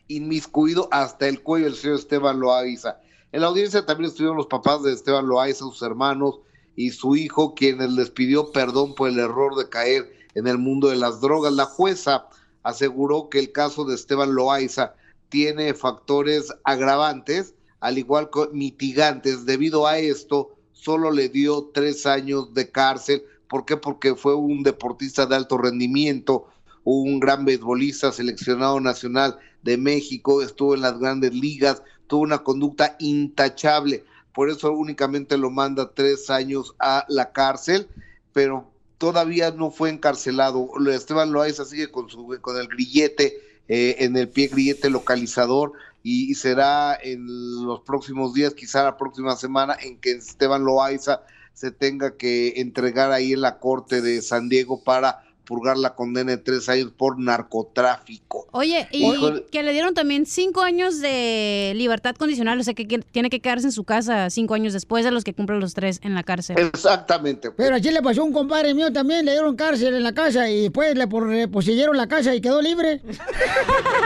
inmiscuido hasta el cuello el señor Esteban Loaiza. En la audiencia también estuvieron los papás de Esteban Loaiza, sus hermanos y su hijo, quienes les pidió perdón por el error de caer en el mundo de las drogas. La jueza aseguró que el caso de Esteban Loaiza tiene factores agravantes, al igual que mitigantes. Debido a esto, solo le dio tres años de cárcel. ¿Por qué? Porque fue un deportista de alto rendimiento, un gran beisbolista, seleccionado nacional de México, estuvo en las grandes ligas, tuvo una conducta intachable. Por eso únicamente lo manda tres años a la cárcel, pero todavía no fue encarcelado. Lo- Esteban Loaiza sigue con, su, con el grillete eh, en el pie, grillete localizador, y, y será en los próximos días, quizá la próxima semana, en que Esteban Loaiza se tenga que entregar ahí en la corte de San Diego para purgar la condena de tres años por narcotráfico.
(laughs) Oye, y
Híjole.
que le dieron también cinco años de libertad condicional, o sea que qui- tiene que quedarse en su casa cinco años después de los que cumplen los tres en la cárcel.
Exactamente.
Pero aquí le pasó a un compadre mío también, le dieron cárcel en la casa y después le por- le poseyeron la casa y quedó libre.
(laughs)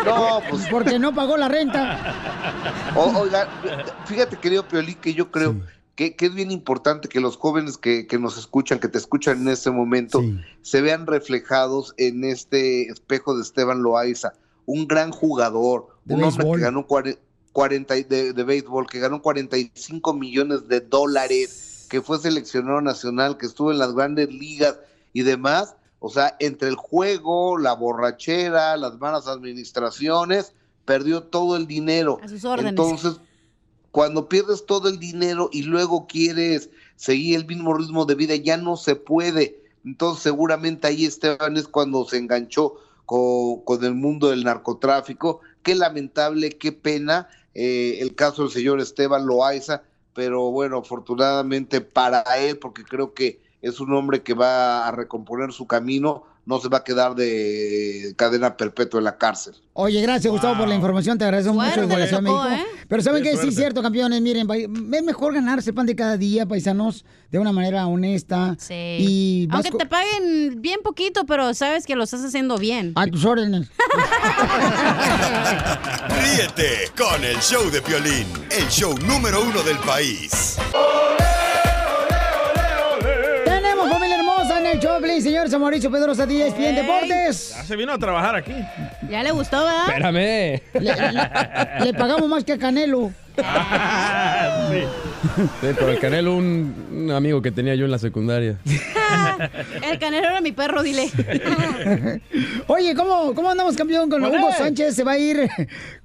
No, pues.
Porque no pagó la renta.
O- oiga, fíjate, querido Piolín, que yo creo que, que es bien importante que los jóvenes que, que nos escuchan, que te escuchan en este momento, se vean reflejados en este espejo de Esteban Loaiza, un gran jugador,
De
un hombre
béisbol.
que ganó 40, 40 y- de, de béisbol, que ganó 45 millones de dólares, que fue seleccionado nacional, que estuvo en las grandes ligas y demás. O sea, entre el juego, la borrachera, las malas administraciones, perdió todo el dinero.
A sus órdenes.
Entonces, cuando pierdes todo el dinero y luego quieres seguir el mismo ritmo de vida, ya no se puede. Entonces seguramente ahí Esteban es cuando se enganchó co- con, el mundo del narcotráfico. Qué lamentable, qué pena. eh, el caso del señor Esteban Loaiza, pero bueno, afortunadamente para él, porque creo que es un hombre que va a recomponer su camino, no se va a quedar de cadena perpetua en la cárcel.
Oye, gracias Gustavo por la información, te agradezco
Suerte
mucho.
le
Igualación
tocó,
México.
¿eh?
Pero saben
Qué
que sí es
suerte.
cierto, campeones, miren, pa- es mejor ganarse el pan de cada día, paisanos, de una manera honesta.
Sí.
Y vas
Aunque
co-
te paguen bien poquito, pero sabes que lo estás haciendo bien.
a tus órdenes.
Ríete con el show de Piolín, el show número uno del país.
Tenemos familia hermosa en el show, please, señores, a Mauricio Pedro Satilla, ESPN Deportes.
Ya se vino a trabajar aquí.
Ya le gustó, ¿verdad?
Espérame.
Le pagamos más que a Canelo.
Sí, pero el Canelo, un, un amigo que tenía yo en la secundaria.
El canelo era mi perro, dile.
Oye, ¿cómo, cómo andamos campeón con
Con
Hugo
él.
Sánchez? Se va a ir.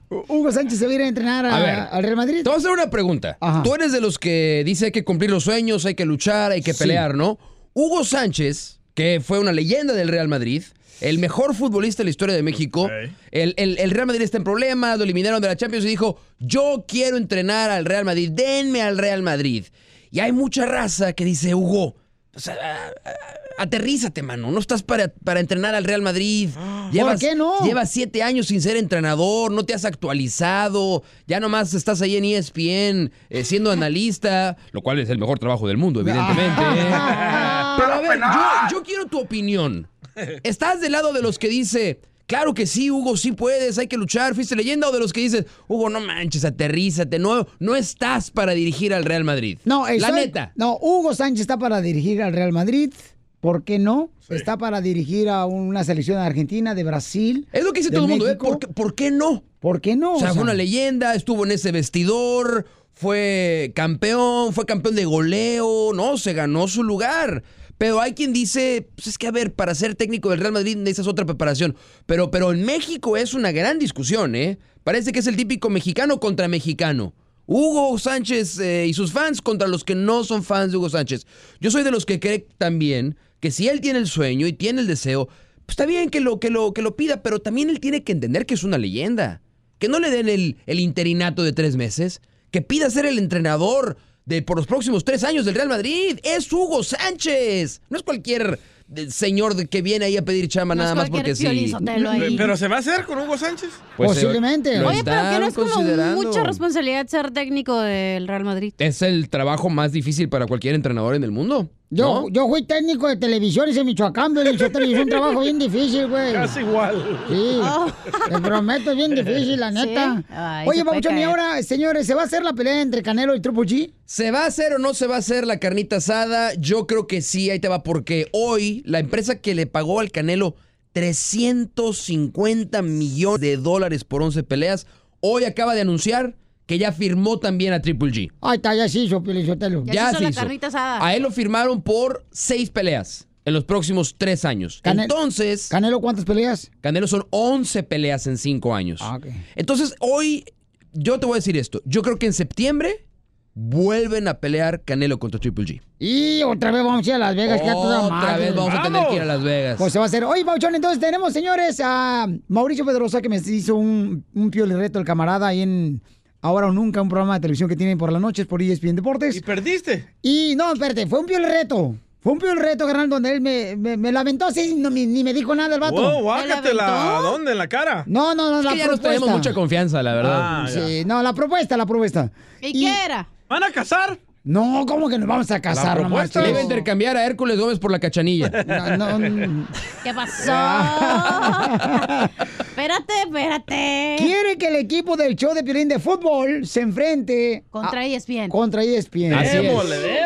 Hugo Sánchez se va a ir a entrenar a-
A ver.
al Real Madrid.
Te voy a hacer una pregunta. Tú eres de los que dice hay que cumplir los sueños, hay que luchar, hay que
Sí.
pelear, ¿no? Hugo Sánchez, que fue una leyenda del Real Madrid, el mejor futbolista de la historia de México, el, el- el Real Madrid está en problemas, lo eliminaron de la Champions y dijo, yo quiero entrenar al Real Madrid, denme al Real Madrid. Y hay mucha raza que dice, Hugo, o sea, a- a- aterrízate, mano, no estás para, para entrenar al Real Madrid. Llevas-
qué no?
Llevas Llevas siete años sin ser entrenador, no te has actualizado, ya nomás estás ahí en E ESPN eh, siendo analista, lo cual es el mejor trabajo del mundo, evidentemente.
Ah.
Pero a ver, yo, yo quiero tu opinión. ¿Estás del lado de los que dice, claro que sí, Hugo, sí puedes, hay que luchar, fuiste leyenda, o de los que dicen, Hugo, no manches, aterrízate, no, no estás para dirigir al Real Madrid?
No, eh,
La
soy-
neta.
No, Hugo Sánchez está para dirigir al Real Madrid. ¿Por qué no? Está para dirigir a una selección de Argentina, de Brasil.
Es lo que dice todo el mundo, ¿eh? ¿Por qué- no?
¿Por qué no?
O sea,
O
fue
sea,
una leyenda, estuvo en ese vestidor, fue campeón, fue campeón de goleo, no, se ganó su lugar. Pero hay quien dice, pues es que a ver, para ser técnico del Real Madrid necesitas otra preparación. Pero, pero en México es una gran discusión, ¿eh? Parece que es el típico mexicano contra mexicano. Hugo Sánchez eh, y sus fans contra los que no son fans de Hugo Sánchez. Yo soy de los que cree también que si él tiene el sueño y tiene el deseo, pues está bien que lo, que lo, que lo pida, pero también él tiene que entender que es una leyenda. Que no le den el, el interinato de tres meses. Que pida ser el entrenador de por los próximos tres años del Real Madrid. Es Hugo Sánchez. No es cualquier eh, señor de- que viene ahí a pedir chamba
No es
nada más
cualquier
porque
Piolín
sí.
Sotelo ahí. Pero ¿se va a hacer con Hugo Sánchez?
Pues, eh,
Posiblemente.
lo
Oye, pero que no
están
es como
considerando.
mucha responsabilidad ser técnico del Real Madrid.
Es el trabajo más difícil para cualquier entrenador en el mundo.
yo,
¿no?
yo fui técnico de televisiones en Michoacán, pero es un trabajo bien difícil, güey.
Casi igual.
Sí, te prometo, es bien difícil, la neta.
Sí. Ay,
Oye,
se puede
Pabuchón, y
caer.
ahora, señores, ¿se va a hacer la pelea entre Canelo y Triple G?
¿Se va a hacer o no se va a hacer la carnita asada? Yo creo que sí, ahí te va, porque hoy la empresa que le pagó al Canelo 350 millones de dólares por 11 peleas, hoy acaba de anunciar que ya firmó también a Triple G.
Ay, está, ya se hizo, Piolín Sotelo.
Ya Ya se hizo se la hizo. carnita
asada.
A él lo firmaron por 6 peleas en los próximos 3 años. Entonces...
¿Canelo cuántas peleas? Ah,
Canelo son 11 peleas en 5 años. Entonces, hoy, yo te voy a decir esto. Yo creo que en septiembre vuelven a pelear Canelo contra Triple G.
Y otra vez vamos a ir a Las Vegas. que a toda
Otra
madre.
vez vamos a tener que ir a Las Vegas.
Pues se va a hacer. Oye, Pauchón, entonces tenemos, señores, a Mauricio Pedrosa que me hizo un, un piole reto el camarada ahí en Ahora o Nunca, un programa de televisión que tienen por las noches por E ESPN Deportes. ¿Y
perdiste?
Y no, espérate, fue un piole reto. Fue un piole reto, carnal, donde él me, me, me la aventó así, no, ni, ni me dijo nada el vato.
Wow, Oh, guácatela. ¿A dónde? ¿En la cara?
No, no, no,
Es
la
que ya nos
propuesta.
tenemos mucha
confianza, la
verdad.
Ah, ya.
sí, no, la propuesta, la propuesta.
¿Y, qué era?
¿Van a casar?
No, ¿cómo que nos vamos a casar? no marches?
Debe intercambiar a Hércules Gómez por la cachanilla.
No, no,
¿Qué pasó? espérate, espérate.
Quiere que el equipo del show de Piolín de fútbol se enfrente
Contra E ESPN.
Contra E ESPN.
Así es.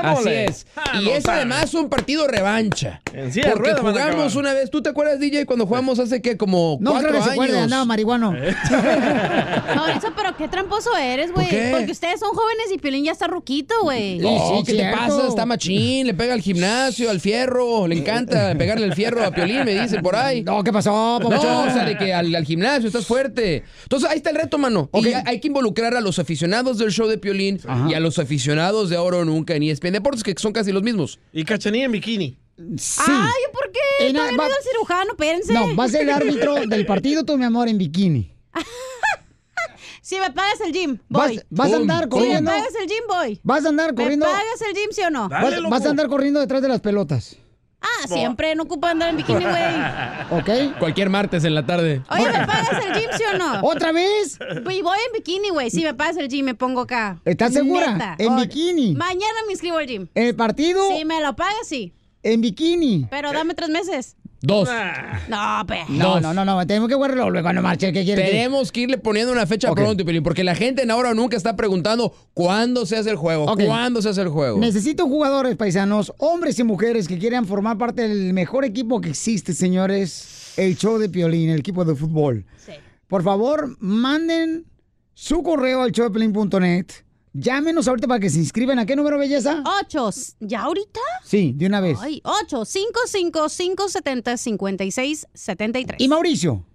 Así es.
Ah,
y es además un partido revancha.
silla de
Porque
ruedas van a
jugamos
acabar.
una vez. ¿Tú te acuerdas, DJ, cuando jugamos hace que como
No
cuatro
creo que
años?
se acuerde, andaba marihuano.
Mauricio, pero qué tramposo eres, güey.
¿Por qué?
Porque ustedes son jóvenes y Piolín ya está ruquito, güey.
No, ¿qué te pasa? Está machín, le pega al gimnasio, al fierro, le encanta pegarle al fierro a Piolín, me dicen por ahí.
No, ¿qué pasó, papuchón?
No, o sea, de que al, al gimnasio estás fuerte. Entonces, ahí está el reto, mano. Y hay- hay que involucrar a los aficionados del show de Piolín y a los aficionados de Ahora o Nunca en E ESPN Deportes, que son casi los mismos.
Y cachanilla en bikini.
Ay, ¿por qué?
Eh, no,
Todavía no
va-
ha ido al cirujano, espérense. (laughs)
No, vas a ser el árbitro del partido, tu mi amor, en bikini.
Si me pagas el gym,
Vas-
voy.
vas a andar
Si me
corriendo.
pagas el gym, voy.
Vas a andar corriendo.
¿Me pagas el gym, sí o no?
Vas, vas a andar corriendo detrás de las pelotas.
Ah, siempre, no ocupa andar en bikini,
(laughs)
güey.
¿Ok?
Cualquier martes en la tarde.
Oye, ¿me pagas el gym, sí o no?
¿Otra vez?
Y voy en bikini, güey. Si me pagas el gym, me pongo acá.
¿Estás segura?
Neta.
¿En
Oh,
bikini?
Mañana me inscribo al gym.
¿En el partido?
Si me lo pagas, sí.
¿En bikini?
Pero dame tres meses.
Dos.
No, pues. pe.
No, no, no, no, tenemos que guardarlo luego, no marche, ¿qué quieres?
Tenemos que irle poniendo una fecha pronto, Piolín, porque la gente en ahora o nunca está preguntando cuándo se hace el juego,
Ok.
cuándo se hace el juego.
Necesito jugadores paisanos, hombres y mujeres que quieran formar parte del mejor equipo que existe, señores. El show de Piolín, el equipo de fútbol. Por favor, manden su correo al showdepiolín.net. Llámenos ahorita para que se inscriban. ¿A qué número, belleza?
Ocho. ¿Ya ahorita?
Sí, de una vez.
Ay, 8 55 570 56 73.
Y Mauricio.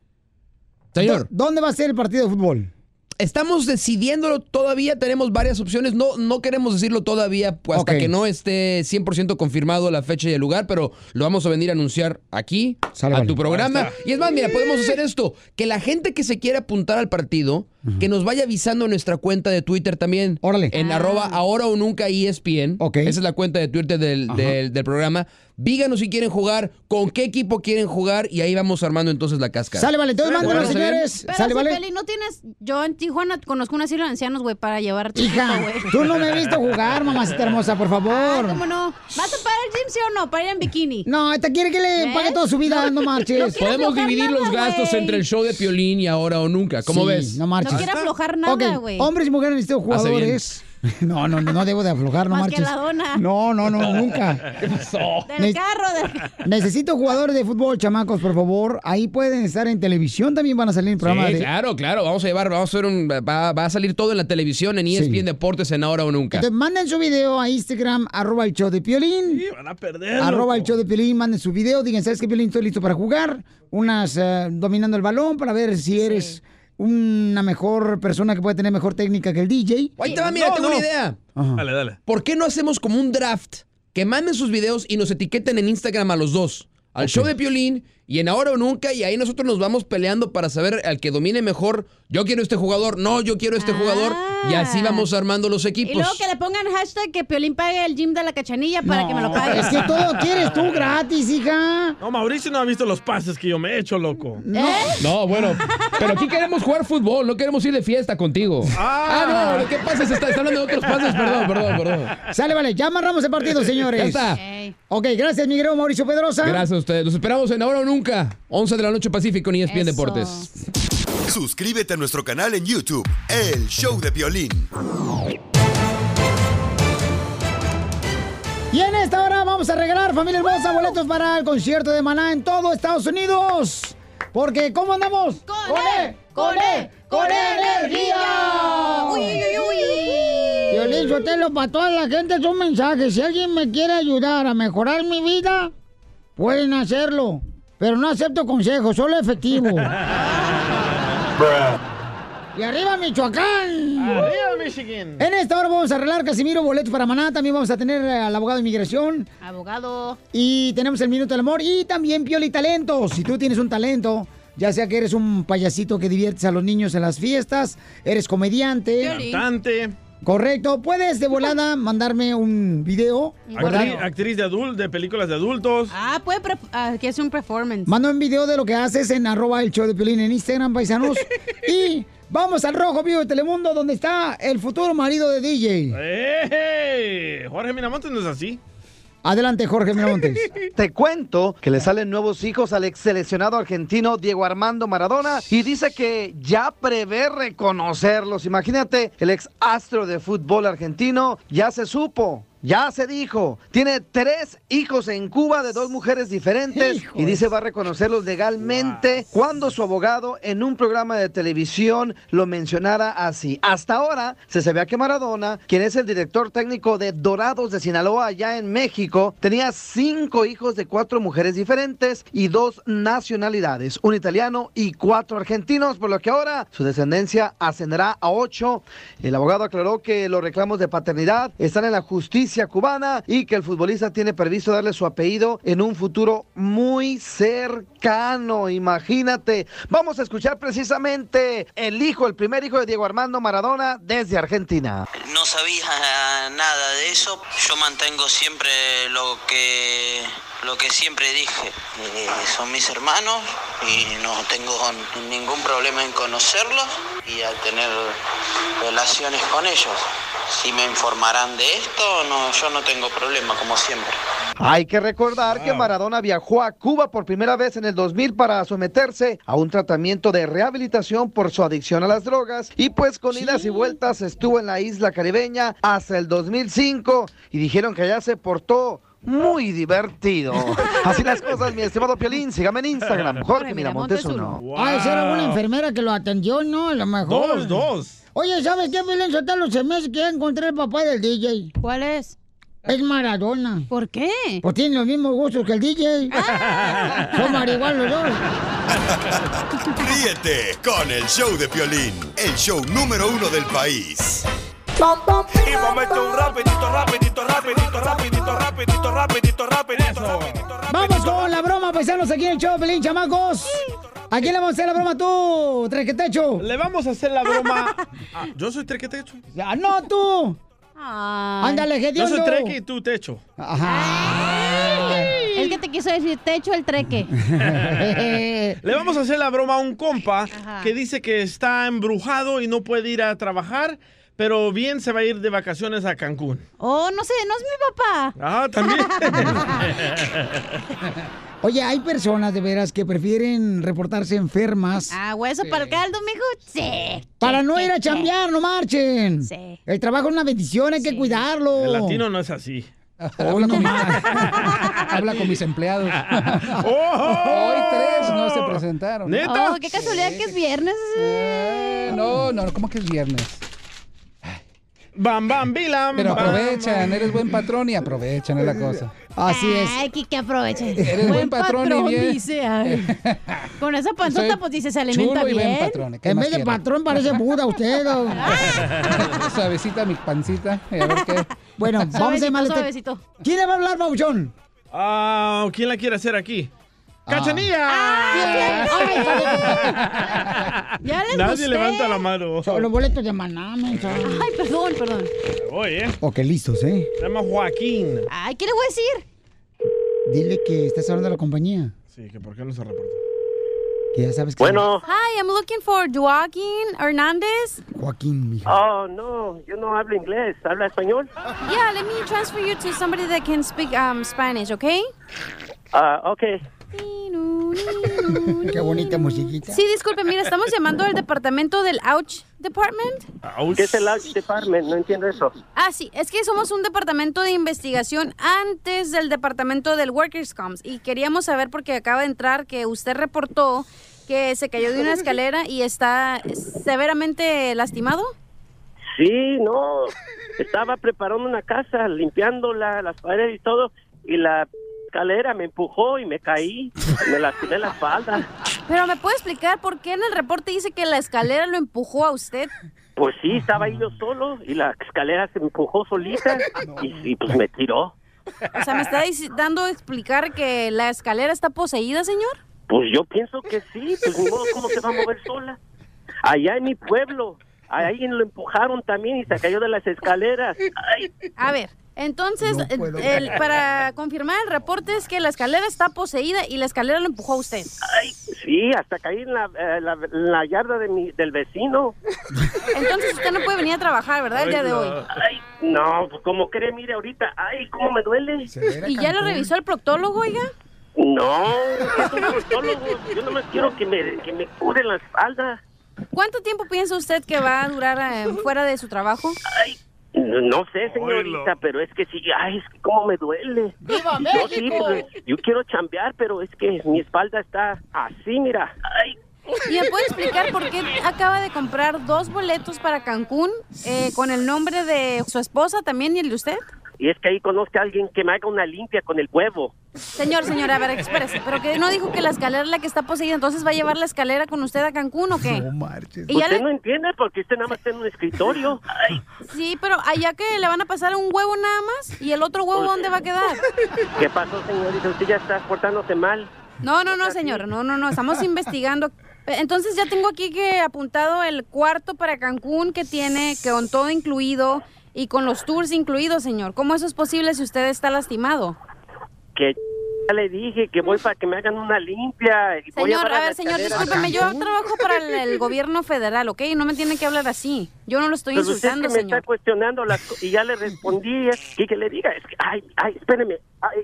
Señor.
¿Dónde va a ser el partido de fútbol?
Estamos decidiéndolo todavía, tenemos varias opciones. No, no queremos decirlo todavía pues, hasta
Ok.
que no esté 100% confirmado la fecha y el lugar, pero lo vamos a venir a anunciar aquí, a
vale.
tu programa.
Ahí está.
Y es más, mira, podemos hacer esto: que la gente que se quiera apuntar al partido, que nos vaya avisando en nuestra cuenta de Twitter también.
Órale.
En arroba ahora o nunca E ESPN. Esa es la cuenta de Twitter del, del- del programa. Díganos si quieren jugar, con qué equipo quieren jugar, y ahí vamos armando entonces la cáscara.
Sale, vale, entonces
¿De acuerdo,
mándenos,
está bien?
señores.
Pero
Sale,
si,
vale.
Piolín, no tienes. Yo en Tijuana conozco un asilo de ancianos, güey, para llevar. tu equipo,
Hija,
güey.
tú no me has visto jugar, mamacita
(laughs)
hermosa, por favor.
¿Cómo no? ¿Vas a pagar el gym, sí o no? Para ir en bikini. ¿Eh?
No, esta quiere que le pague toda su vida, no marches.
Podemos dividir los gastos
güey.
entre el show de Piolín y ahora o nunca. (laughs) ¿Cómo
Sí,
ves? Ah,
No marches.
No quiere aflojar nada,
Ok,
güey.
Hombres y mujeres necesito
Hace bien.
jugadores. (laughs) No, no, no, no debo de aflojar, no
Más
marches.
que la dona.
No, no, no, nunca.
(laughs) ¿Qué pasó?
Del carro,
(laughs)
del
Necesito jugadores de fútbol, chamacos, por favor. Ahí pueden estar en televisión, también van a salir en programas
Sí,
de...
claro, claro. Vamos a llevar, vamos a hacer un. Va, va a salir todo en la televisión, en E ESPN Deportes, en ahora o nunca.
Entonces, manden su video a Instagram, arroba el show de Piolín.
van a perder.
Arroba el
loco.
show de Piolín, manden su video, digan, ¿sabes qué, Piolín? Estoy listo para jugar. Unas eh, dominando el balón para ver si eres una mejor persona que puede tener mejor técnica que el DJ.
Ahí te va, mira, tengo una idea.
Dale, dale.
¿Por qué no hacemos como un draft? Que manden sus videos y nos etiqueten en Instagram a los dos. Al show de Piolín y en ahora o nunca. Y ahí nosotros nos vamos peleando para saber al que domine mejor. Yo quiero este jugador, no, yo quiero este jugador. Y así vamos armando los
Ah. Y
equipos.
luego que le pongan hashtag que Piolín pague el gym de la cachanilla para que me lo pague.
Es que todo lo quieres tú gratis, hija.
No, Mauricio no ha visto los pases que yo me he hecho, loco.
No, bueno, pero aquí queremos jugar fútbol, no queremos ir de fiesta contigo. Ah, no, lo que pasa es que está, está hablando de otros pases, perdón, perdón, perdón. (laughs)
Sale, vale, ya amarramos el partido, señores.
Ya está.
Ok, gracias, mi querido Mauricio Pedrosa.
Gracias a ustedes. Los esperamos en Ahora o Nunca, 11 de la noche Pacífico en E ESPN Deportes.
Suscríbete a nuestro canal en YouTube, El Show de Violín.
Y en esta hora vamos a regalar, familia hermosa, boletos para el concierto de Maná en todo Estados Unidos. Porque, ¿cómo andamos? ¡Con E! ¡Con E! ¡Con E energía!
Uy, uy,
uy! E. Violín Sotelo, para toda la gente es un mensaje. Si alguien me quiere ayudar a mejorar mi vida, pueden hacerlo. Pero no acepto consejos, solo efectivo. ¡Y arriba Michoacán!
Arriba, Michigan.
En esta hora vamos a arreglar, Casimiro, boletos para Maná. También vamos a tener eh, al abogado de inmigración.
Abogado.
Y tenemos el Minuto del Amor y también Pioli Talentos. Si tú tienes un talento, ya sea que eres un payasito que diviertes a los niños en las fiestas, eres comediante.
Piolín. Cantante.
Correcto. Puedes de volada mandarme un video, ¿verdad?
Actriz, actriz de adulto, de películas de adultos.
Ah, puede pre- ah, que es un performance.
Manda un video de lo que haces en arroba el show de Piolín en Instagram, paisanos. y vamos al Rojo Vivo de Telemundo, donde está el futuro marido de DJ.
¡Ey! ¡Eh! Jorge Miramontes no es así.
Adelante, Jorge Miramontes.
(laughs) Te cuento que le salen nuevos hijos al ex seleccionado argentino Diego Armando Maradona y dice que ya prevé reconocerlos. Imagínate, el ex astro de fútbol argentino ya se supo. Ya se dijo, tiene tres hijos en Cuba de dos mujeres diferentes y dice va a reconocerlos legalmente cuando su abogado en un programa de televisión lo mencionara así. Hasta ahora se sabía que Maradona, quien es el director técnico de Dorados de Sinaloa allá en México, tenía cinco hijos de cuatro mujeres diferentes y dos nacionalidades, un italiano y cuatro argentinos, por lo que ahora su descendencia ascenderá a ocho. El abogado aclaró que los reclamos de paternidad están en la justicia ascendencia cubana y que el futbolista tiene previsto darle su apellido en un futuro muy cercano. Imagínate. Vamos a escuchar precisamente el hijo, el primer hijo de Diego Armando Maradona desde Argentina.
No sabía eh, nada de eso. Yo mantengo siempre lo que lo que siempre dije. Eh, son mis hermanos y no tengo ningún problema en conocerlos y a tener relaciones con ellos. Si me informarán de esto, no, yo no tengo problema, como siempre.
Hay que recordar
Ah.
que Maradona viajó a Cuba por primera vez en el 2000 para someterse a un tratamiento de rehabilitación por su adicción a las drogas y pues con idas y vueltas estuvo en la isla caribeña hasta el 2005 y dijeron que allá se portó muy
(laughs)
divertido. Así las cosas, mi estimado Piolín, sígame en Instagram, Jorge Miramontes uno.
Ah, esa era una enfermera que lo atendió, ¿no? A lo mejor.
Dos, dos.
Oye, ¿sabes qué, Belén Sotelo? Se me hace que ya encontré el papá del DJ. ¿Cuál es? Es Maradona. ¿Por qué? Ah. Pues tiene los mismos gustos que el DJ. Son marihuanos los dos.
Ríete con el show de Piolín, el show número uno del país.
Y momento un rapidito, rapidito, rapidito, rapidito, rapidito, rapidito, rapidito, rapidito.
Vamos con la broma, paisanos, aquí en el show, Pelín, chamacos. ¿A quién le vamos a hacer la broma tú, Trequetecho? Le vamos a hacer la broma.
Ah, yo soy trequetecho.
(laughs) ¡Ah, no, tú! Ándale, que
Yo soy treque y tú techo.
Es que te quiso decir techo el
(laughs)
treque.
(laughs) Le vamos a hacer la broma a un compa
Ajá.
que dice que está embrujado y no puede ir a trabajar, pero bien se va a ir de vacaciones a Cancún.
Oh, no sé, no es mi papá.
Ah, también.
(laughs)
Oye, hay personas de veras que prefieren reportarse enfermas
Ah, hueso para el caldo, mijo. Sí.
para
sí,
no
sí,
ir a
sí.
chambear, no marchen.
Sí.
El trabajo es una bendición, hay que cuidarlo.
El latino no es así.
Habla con,
(laughs)
(laughs) Habla con mis empleados.
Hoy
tres no se presentaron.
Oh, qué casualidad que es viernes.
Eh, no, no, ¿cómo que es viernes?
Bam, bam, bilam.
Pero
bam,
aprovechan,
bam.
eres buen patrón y aprovechan, es la cosa.
Así
es.
Ay, que, que aprovechen.
Eres buen patrón y bien-
dice.
(laughs)
ay. Con esa panzota,
Soy
pues dice, se alimenta
chulo y buen
bien.
patrón, ¿qué En más vez de quieren?
patrón
(laughs)
parece Buda usted.
(laughs) Suavecita mi pancita. y a ver qué. (laughs)
Bueno, vamos a llamar a este...
Suavecito,
¿Quién le va a hablar, Babuchón?
Ah, ¿quién la quiere hacer aquí? Ah.
Ah.
¡Cachanilla!
(laughs) Ya
les Nadie gusté. levanta la mano.
Son los boletos de Maná, Ay,
perdón, perdón.
Oye, eh.
Ok, listos, ¿eh?
Se llama Joaquín.
Ah.
Ay, ¿qué le voy a decir?
Dile que estás hablando de la compañía.
Sí, que por qué no se reporta.
Que ya sabes que...
Hi, I'm looking for Joaquin Hernandez.
Joaquín, mijo.
Oh, no, yo no hablo inglés, habla español. Yeah, let me transfer you to somebody that can speak um, Spanish, okay? Ah, ok.
Qué bonita musiquita.
Sí, disculpe, mira, estamos llamando al departamento del Ouch Department.
¿Qué es el
Ouch Department? No entiendo eso. Ah, sí, es que somos un departamento de investigación antes del departamento del Workers' Comps y queríamos saber porque acaba de entrar que usted reportó que se cayó de una escalera y está severamente lastimado.
Sí,
no,
estaba
preparando una casa, limpiándola, las paredes y todo, y la escalera me empujó y me caí, me lastimé la espalda. Pero ¿me puede explicar por qué en el reporte dice que la escalera lo empujó a usted?
Pues
sí, estaba ahí yo solo y la escalera se empujó solita
y, y pues me tiró.
O sea, ¿me está dic- dando a explicar que la escalera está poseída, señor?
Pues yo
Pienso que sí, pues ni modo, ¿cómo se va a mover sola? Allá en mi pueblo, ahí lo empujaron también y se cayó de las escaleras. A ver, entonces, el- para confirmar el reporte es que la escalera está poseída y la escalera lo empujó a usted.
Sí, hasta caí en la, eh, la- en la yarda de mi, del vecino.
Entonces usted no puede venir a trabajar, ¿verdad? El día de hoy.
Ay, no, pues como cree, mire ahorita, ay, cómo me duele.
¿Y ya lo revisó el proctólogo, oiga?
No, yo soy proctólogo, yo nomás quiero que me, que me curen la espalda.
¿Cuánto tiempo piensa usted que va a durar eh, fuera de su trabajo?
No, no sé, señorita, pero es que sí, ay, es que cómo me duele.
¡Viva
Yo sí,
México!
pues, yo quiero chambear, pero es que mi espalda está así, mira. Ay,
¿Y me puede explicar por qué acaba de comprar dos boletos para Cancún eh, con el nombre de su esposa también y el de usted?
y es que ahí conozca a alguien que me haga una limpia con el huevo.
Señor, señora, a ver, exprese. Pero que no dijo que la escalera es la que está poseída, entonces va a llevar la escalera con usted a Cancún o qué?
Usted
Y ya le-
no entiende porque usted nada más está en un escritorio. Ay,
Sí, pero allá que le van a pasar un huevo nada más y el otro huevo dónde va a quedar?
¿Qué pasó, señorita? Usted ya está portándose mal.
No, no, no, señor, no, no, no, estamos investigando. Eh, Entonces ya tengo aquí que apuntado el cuarto para Cancún que tiene que con todo incluido y con los tours incluidos, señor. ¿Cómo eso es posible si usted está lastimado?
Que ya le dije que voy para que me hagan una limpia. y voy
Señor,
llevar
a
la
ver, señor,
escalera.
discúlpeme, yo trabajo para el, el gobierno federal, ¿ok? No me tiene que hablar así. Yo no lo estoy
Pero usted es que
insultando,
me
señor.
está cuestionando las co- y ya le respondí ¿eh? y que le diga, es que, ay, ay, espéreme, ay,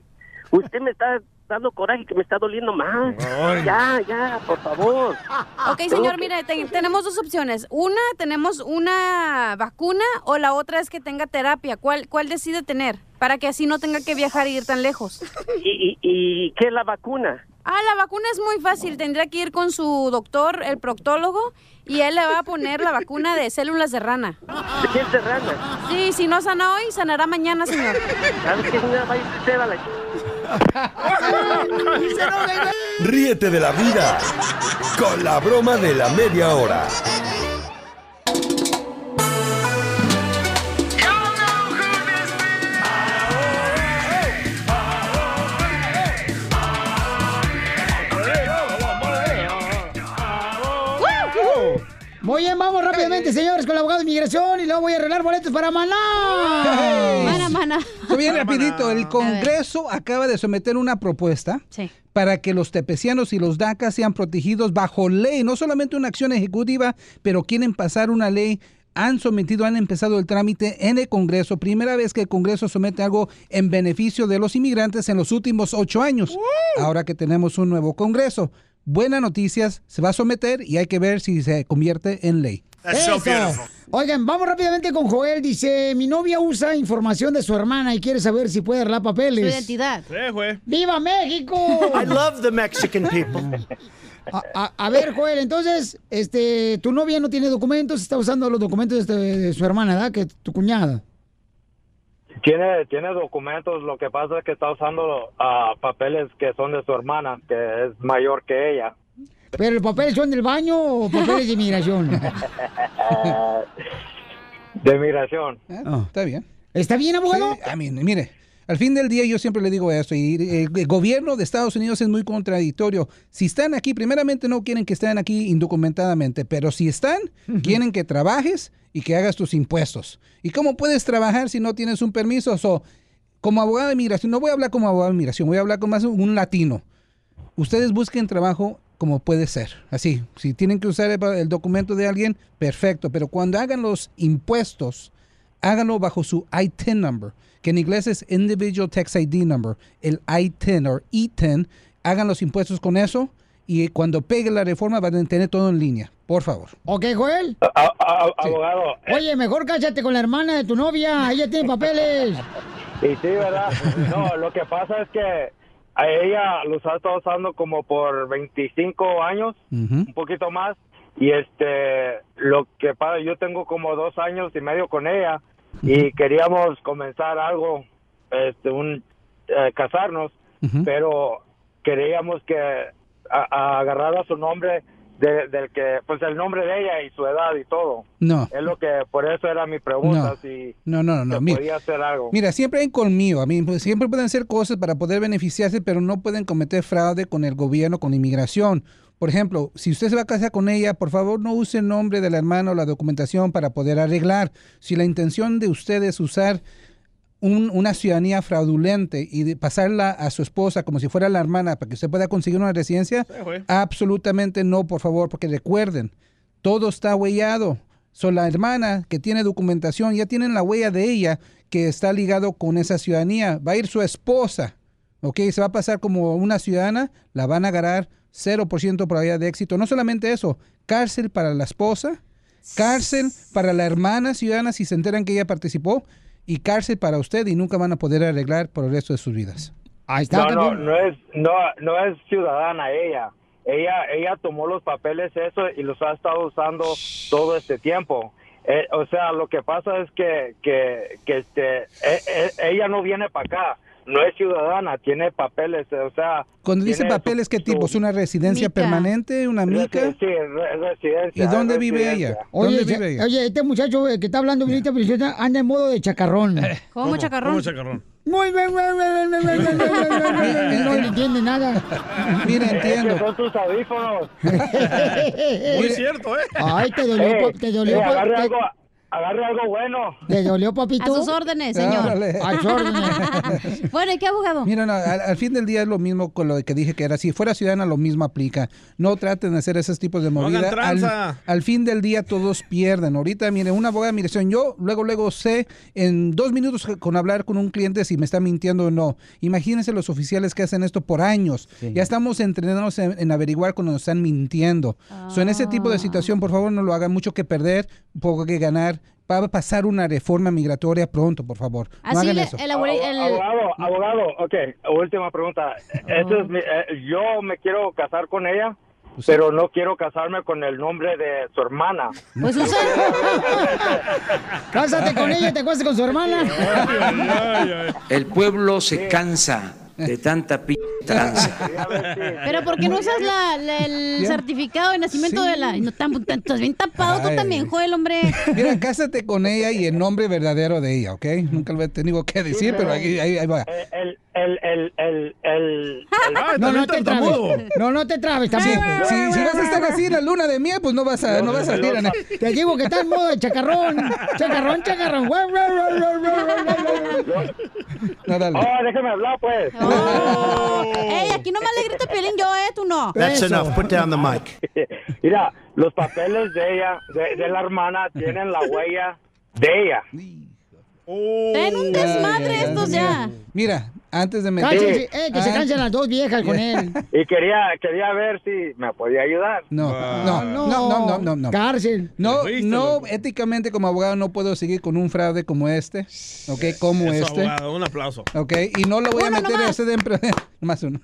usted me está dando coraje que me está doliendo más.
Ay.
Ya, ya, por favor. (laughs)
Ok, señor, mire, te- tenemos dos opciones. Una, tenemos una vacuna o la otra es que tenga terapia. ¿Cuál, cuál decide tener? Para que así no tenga que viajar y ir tan
(laughs)
lejos.
¿Y, y, y qué es la vacuna?
Ah, la vacuna es muy fácil. Tendría que ir con su doctor, el proctólogo, y él le va a poner la vacuna de células de rana.
¿De qué es de rana?
Sí, si no sana hoy, sanará mañana, señor.
¿Sabes qué, señora? Vaya usted a la ch-
Ríete de la vida con la broma de la media hora.
Muy bien, vamos rápidamente, señores, con el abogado de inmigración y luego voy a arreglar boletos para Maná.
Mana, mana.
Esto bien rapidito, el Congreso acaba de someter una propuesta para que los tepecianos y los DACA sean protegidos bajo ley, no solamente una acción ejecutiva, pero quieren pasar una ley. Han sometido, han empezado el trámite en el Congreso, primera vez que el Congreso somete algo en beneficio de los inmigrantes en los últimos ocho años, ahora que tenemos un nuevo Congreso. Buenas noticias, se va a someter y hay que ver si se convierte en ley.
That's so Eso. beautiful. Oigan, vamos rápidamente con Joel. Dice, mi novia usa información de su hermana y quiere saber si puede arreglar papeles.
Sí, güey.
¡Viva México!
I love the
Ah.
Mexican people.
A, a- a ver, Joel, entonces, este, tu novia no tiene documentos, está usando los documentos de, este- de su hermana, ¿verdad? Que tu cuñada.
Tiene, tiene documentos, lo que pasa es que está usando ah, papeles que son de su hermana, que es mayor
(laughs)
que ella.
¿Pero los papeles son del baño o papeles de
(laughs)
inmigración?
Ah, de migración.
Eh.
¿Eh? Está bien.
Ah. ¿Está bien, abogado?
a mí, mire, al fin del día yo siempre le digo eso, y eh, el, el gobierno de Estados Unidos es muy contradictorio. Si están aquí, primeramente no quieren que estén aquí indocumentadamente, pero si están, quieren que trabajes y que hagas tus impuestos. ¿Y cómo puedes trabajar si no tienes un permiso? So, como abogado de migración, no voy a hablar como abogado de migración, voy a hablar como más un latino ustedes busquen trabajo como puede ser. Así, si tienen que usar el, el documento de alguien, perfecto. Pero cuando hagan los impuestos, háganlo bajo su I-10 number, que en inglés es Individual Tax ID number, el I-10 o E-10. E Hagan los impuestos con eso y cuando pegue la reforma van a tener todo en línea. Por favor.
Ok, Joel.
Abogado,
Oye, mejor cállate con la hermana de tu novia, ella tiene papeles.
Y sí, ¿verdad? No, lo que pasa es que a ella los ha estado usando como por 25 años, un poquito más. Y este, lo que pasa, yo tengo como dos años y medio con ella y queríamos comenzar algo, este, un, eh, casarnos, pero queríamos que a- a- agarrara su nombre de- del que, pues el nombre de ella y su edad y todo.
No.
Es lo que, por eso era mi pregunta,
No.
si
No, no, no, no. Mira,
podía hacer algo.
Mira, siempre hay colmillo. A mí, pues, siempre pueden hacer cosas para poder beneficiarse, pero no pueden cometer fraude con el gobierno, con la inmigración. Por ejemplo, si usted se va a casar con ella, por favor no use el nombre de la hermana o la documentación para poder arreglar. Si la intención de usted es usar un- una ciudadanía fraudulente y de pasarla a su esposa como si fuera la hermana para que usted pueda conseguir una residencia,
güey.
absolutamente no, por favor, porque recuerden, todo está huellado. Son la hermana que tiene documentación, ya tienen la huella de ella que está ligado con esa ciudadanía. Va a ir su esposa, ¿ok? Se va a pasar como una ciudadana, la van a agarrar 0% probabilidad de éxito. No solamente eso, cárcel para la esposa, cárcel para la hermana ciudadana si se enteran que ella participó y cárcel para usted y nunca van a poder arreglar por el resto de sus vidas.
Ahí
no, no, no es, no, no es ciudadana ella. Ella, ella tomó los papeles eso y los ha estado usando todo este tiempo. eh, o sea, lo que pasa es que, que, que, este, eh, eh, ella no viene para acá, no es ciudadana, tiene papeles, eh, o sea...
Cuando dice
tiene su-
papeles, ¿qué tipo? ¿Es una residencia
Mica.
permanente? ¿Una mica?
Resi- Sí, re- residencia.
¿Y dónde vive
residencia.
ella?
Oye,
¿Dónde
se-
vive ella?
oye, este muchacho eh, que está hablando ahorita, pero yo- anda en modo de chacarrón.
¿Cómo, chacarrón?
¿Cómo chacarrón?
Muy bien, muy bien, muy bien, muy bien, muy bien, muy bien, muy bien. No le entiende nada.
Mira,
Es que son tus audífonos.
(laughs)
Muy
cierto, ¿eh?
Ay, te dolió,
Eh,
pap- te dolió,
eh,
pap-
agarre
te-
algo, agarre algo bueno.
¿Te dolió, papito?
A sus órdenes, señor.
Órale.
A sus órdenes. bueno, ¿y qué abogado?
Mira, no, al, al fin del día es lo mismo con lo que dije que era. Si fuera ciudadana, lo mismo aplica. No traten de hacer esos tipos de
hagan
movidas. al,
tranza.
al fin del día, todos pierden. Ahorita, mire, una abogada, mire, señor, yo luego, luego sé en dos minutos con hablar con un cliente si me está mintiendo o no. Imagínense los oficiales que hacen esto por años. Ya estamos entrenados en, en averiguar cuando nos están mintiendo. So, en ese tipo de situación, por favor, no lo hagan. Mucho que perder, poco que ganar. Va a pasar una reforma migratoria pronto, por favor. No hagan eso.
Abo- Abogado, abogado, ok, última pregunta. Eso es mi- eh, yo me quiero casar con ella,
Pues
pero no quiero casarme con el nombre de su hermana.
Pues usa. Cásate con ella, y te cueste con su hermana.
El pueblo se cansa de tanta p tranza.
(laughs) (laughs)
(laughs)
Pero ¿por qué no usas la, la- el
Ya.
certificado de nacimiento de la... No, tan, tan- estás bien tapado tú
Ay.
también, Joel, hombre.
Mira, cásate con ella y el nombre verdadero de ella, ¿ok? Nunca lo he tenido que decir, pero ahí, ahí, ahí va.
El, el, el, el, el...
(laughs)
Ah,
No, no
te (laughs) trabes. No, no te trabes tampoco.
Si, si vas a estar así en la luna de miel, pues no vas a, no vas a salir. Ana.
Te digo que está en modo de chacarrón. Chacarrón, chacarrón. Guau, guau, guau, guau, guau, guau, guau.
No, dale.
Oh, déjame hablar, pues.
Oh.
Oh. Ey, aquí nomás le grita Piolín, yo, eh, tú no.
That's enough. Put down the mic.
(laughs) Mira, los papeles de ella, de, de la hermana, tienen la huella de ella.
Ten un desmadre estos ya.
Mira, antes de meter...
Cállense, eh, que se
Ah,
cansen las dos viejas
(laughs)
con él.
Y quería, quería ver si me podía ayudar.
No,
Ah.
no, no, no, no, no, no.
Cárcel.
No, no, éticamente como abogado no puedo seguir con un fraude como este, ¿ok? Como
Eso,
este.
abogado, un aplauso.
Ok, y no lo voy a meter a usted en pro- (laughs) Nomás uno.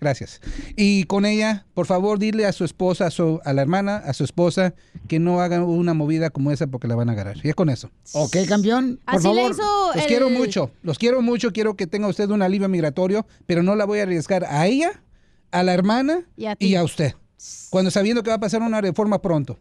Gracias. Y con ella, por favor, dile a su esposa, a, su- a la hermana, a su esposa, que no hagan una movida como esa porque la van a agarrar. Y es con eso.
Ok, campeón.
Por
Así le
favor,
hizo
los
el-
quiero mucho. Los quiero mucho. Quiero que tenga usted un alivio migratorio, pero no la voy a arriesgar a ella, a la hermana
Y a ti.
y a usted. Cuando sabiendo que va a pasar una reforma pronto.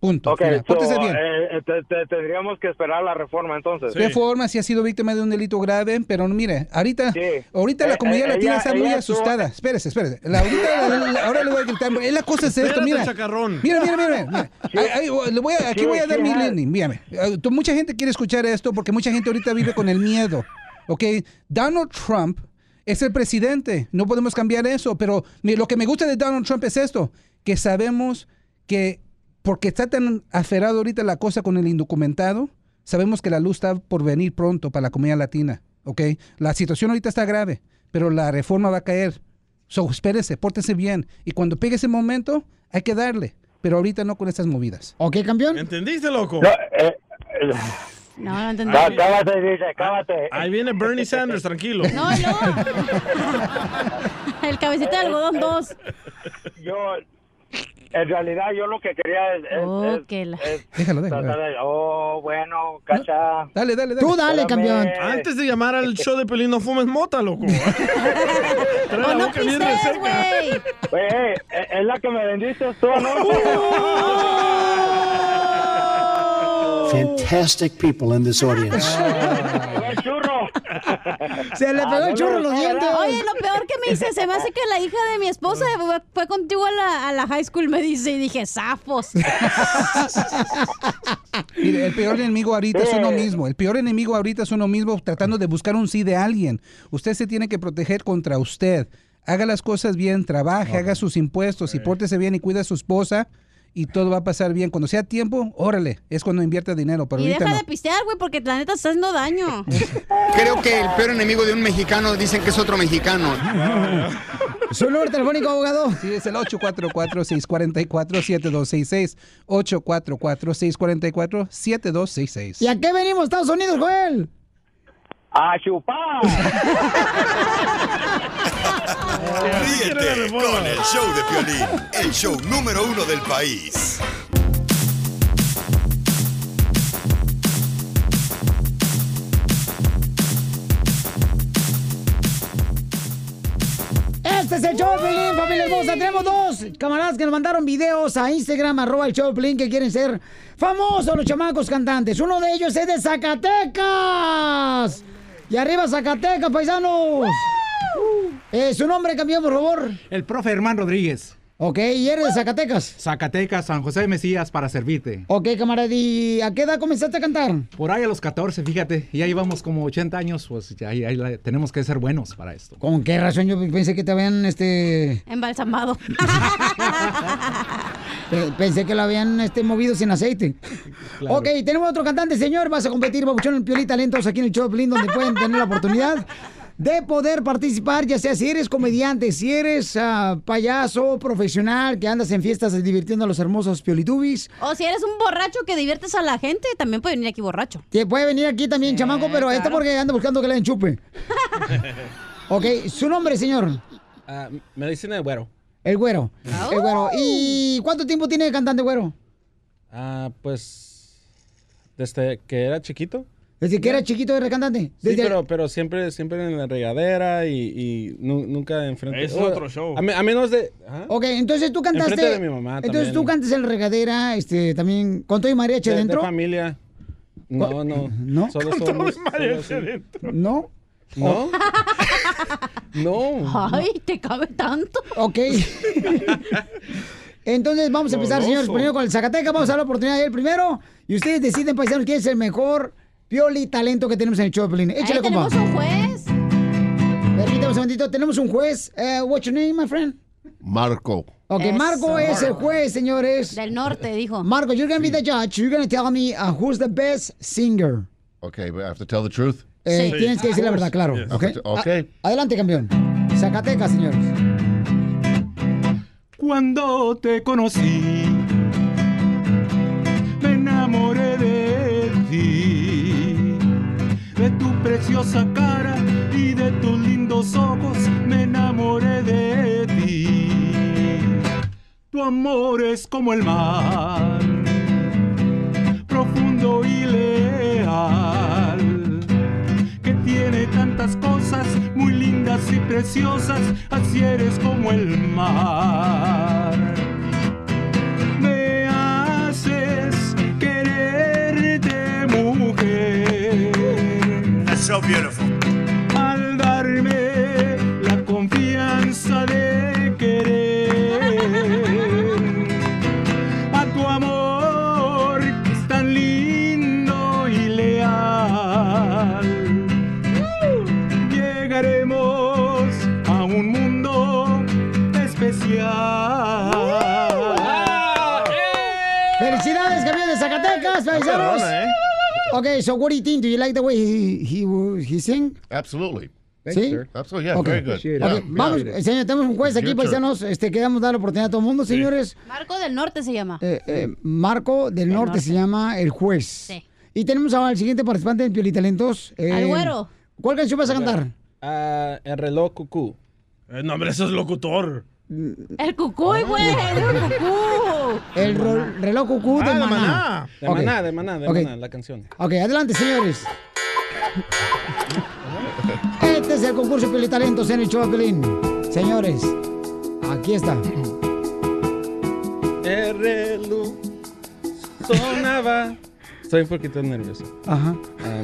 Punto.
Ok,
Final.
so,
Pórtese bien.
eh, te- te- tendríamos que esperar la reforma entonces.
Reforma si ha sido víctima de un delito grave, pero mire, ahorita, ahorita
Eh,
la comunidad
eh,
latina
ella-
está muy
ella estuvo-
asustada. Espérese, espérese. La- ahorita, la- la- ahora le voy a gritar. eh, La cosa es esto,
Espérate,
mira.
chacarrón.
Mira, mira, mira. mira. Ay, ay, le voy a- aquí
Sí,
voy a dar
sí,
mi
ajá.
línea. Mírame. Eh, tú- Mucha gente quiere escuchar esto porque mucha gente ahorita vive con el miedo. ¿Ok? Donald Trump es el presidente. No podemos cambiar eso. Pero mi- lo que me gusta de Donald Trump es esto: que sabemos que porque está tan aferrado ahorita la cosa con el indocumentado, sabemos que la luz está por venir pronto para la comunidad latina. ¿Ok? La situación ahorita está grave, pero la reforma va a caer. So, espérese, pórtese bien. Y cuando pegue ese momento, hay que darle. Pero ahorita no con estas movidas.
¿Ok, campeón?
¿Entendiste, loco?
(laughs) No, no entendí.
Ah,
cábate, dice, cábate.
Ahí viene Bernie Sanders, tranquilo.
No, El cabecita de algodón 2.
(laughs) Yo, en realidad, yo lo que quería es... es-
Oh,
es-
que la-
es
Déjalo,
tratar
déjalo.
de- oh, bueno, cacha.
Dale, dale, dale.
Espérame. Antes de llamar al show de Pelín, no fumes mota, loco. Trae la boca bien reseca.
Oye, eh, es la que me vendiste tú,
(laughs)
¿no?
Fantastic people in this
(laughs)
audience.
Se le pegó el churro en los dientes.
Oye, lo peor que me dice, se me hace que la hija de mi esposa fue- fue contigo a la, a la high school, me dice, y dije, zafos.
Mire, el peor enemigo ahorita es uno mismo. El peor enemigo ahorita es uno mismo tratando de buscar un sí de alguien. Usted se tiene que proteger contra usted. Haga las cosas bien, trabaje, haga sus impuestos y pórtese bien y cuida a su esposa y todo va a pasar bien. Cuando sea tiempo, órale, es cuando invierta dinero, pero
y
ahorita
deja
no.
de pistear, güey, porque la neta está haciendo daño.
Creo que el peor enemigo de un mexicano dicen que es otro mexicano.
(laughs) ¿Su número telefónico, abogado? Sí, es el 844-644-7266. 844-644-7266.
¿Y a qué venimos, Estados Unidos, Joel?
¡A chupar!
Ríete con el show de Piolín, el show número uno del país.
Este es el show de Piolín, familia hermosa. Tenemos dos camaradas que nos mandaron videos a Instagram, arroba el show de Piolín, que quieren ser famosos los chamacos cantantes. Uno de ellos es de Zacatecas. Y arriba Zacatecas, paisanos. Eh, su nombre cambió, por favor.
El profe Herman Rodríguez.
Ok, ¿y eres de Zacatecas?
Zacatecas, San José de Mesías, para servirte.
Ok, camarada, ¿y a qué edad comenzaste a cantar?
Por ahí a los 14, fíjate, ya llevamos como 80 años, pues ya, ya la- tenemos que ser buenos para esto.
¿Con qué razón yo pensé que te habían, este...
Embalsamado.
pe- Pensé que lo habían este, movido sin aceite.
Claro.
Ok, tenemos otro cantante, señor. Vas a competir, Babuchón, en Piolín Talentos aquí en el show de Piolín, donde pueden tener la oportunidad de poder participar, ya sea si eres comediante, si eres ah, payaso profesional, que andas en fiestas divirtiendo a los hermosos piolitubis.
O si eres un borracho que diviertes a la gente, también puede venir aquí borracho.
Que puede venir aquí también, chamaco, pero este porque anda buscando que le den
(laughs)
chupe. Ok, su nombre, señor.
Ah, me dicen el güero.
El güero. El
Oh.
güero. ¿Y cuánto tiempo tiene de cantante güero?
Ah, pues desde que era chiquito.
Desde que era chiquito era cantante.
Sí,
Desde
pero, pero siempre, siempre en la regadera y, y nu- nunca enfrente.
Es otro show.
A, me- a menos de...
Ok, entonces tú cantaste.
Enfrente de mi mamá
entonces
también.
tú cantas en la regadera, este, también con todo y mariachi
De- de
adentro.
familia. No, no.
(laughs) ¿No?
Solo
Con todo
somos-
y mariachi
solo somos-
No. Oh.
¿No? (laughs) no.
Ay, te cabe tanto.
(laughs)
Ok. Entonces vamos a empezar,
Goloso.
señores, primero con el Zacatecas. Vamos a dar la oportunidad de él primero. Y ustedes deciden, paisanos, quién es el mejor pioli talento que tenemos en el show de Piolín. Échale,
Ahí
compa.
tenemos un juez.
Permítame un segundito. Tenemos un juez. Eh, what's your name, my friend?
Marco.
Ok,
Eso.
Marco es el
Marco.
juez, señores. Del norte, dijo. Marco, you're gonna be the judge. You're gonna tell me uh, who's the best singer.
Okay, but I have to tell the truth.
Eh, Tienes que decir la verdad, claro.
Yes.
Ok.
Okay.
A- adelante, campeón. Zacatecas, señores.
Cuando te conocí, me enamoré de ti, de tu preciosa cara y de tus lindos ojos, me enamoré de ti. Tu amor es como el mar, profundo y leal que tiene tantas cosas muy lindas y preciosas, así eres como el mar. Me haces quererte mujer. That's so beautiful. Al darme la confianza de querer a tu amor que es tan lindo y leal. Llegaremos a un mundo especial.
¡Felicidades, campeón de Zacatecas, paisanos!
perrona, ¿eh?
Ok, so what do you think? Do you like the way he, he, he sing?
Absolutely.
Thanks,
¿Sí?
sir.
Absolutely, yeah,
Ok.
very good.
Ok,
Yeah,
Vamos,
yeah.
eh, señor, tenemos un juez aquí,
Your turn.
paisanos. Este, queremos dar la oportunidad a todo el mundo, señores.
Marco del Norte se llama.
Eh, eh, Marco del norte,
norte.
se llama el juez.
Sí.
Y tenemos ahora al siguiente participante en Pioli Talentos.
Al güero.
¿Cuál canción vas a cantar?
Ah, el reloj cucú.
Eh, no, hombre, eso es locutor.
El cucuy, güey. El cucú.
El ro- reloj cucú de
Ah, de
Maná.
De
Ok.
maná, de maná, de
Ok.
maná, la canción.
Ok, adelante, señores. Este es el concurso Pioli Talentos en el show de Piolín. Señores, aquí está.
El reloj sonaba. Estoy un poquito nervioso.
Ajá.
Ah,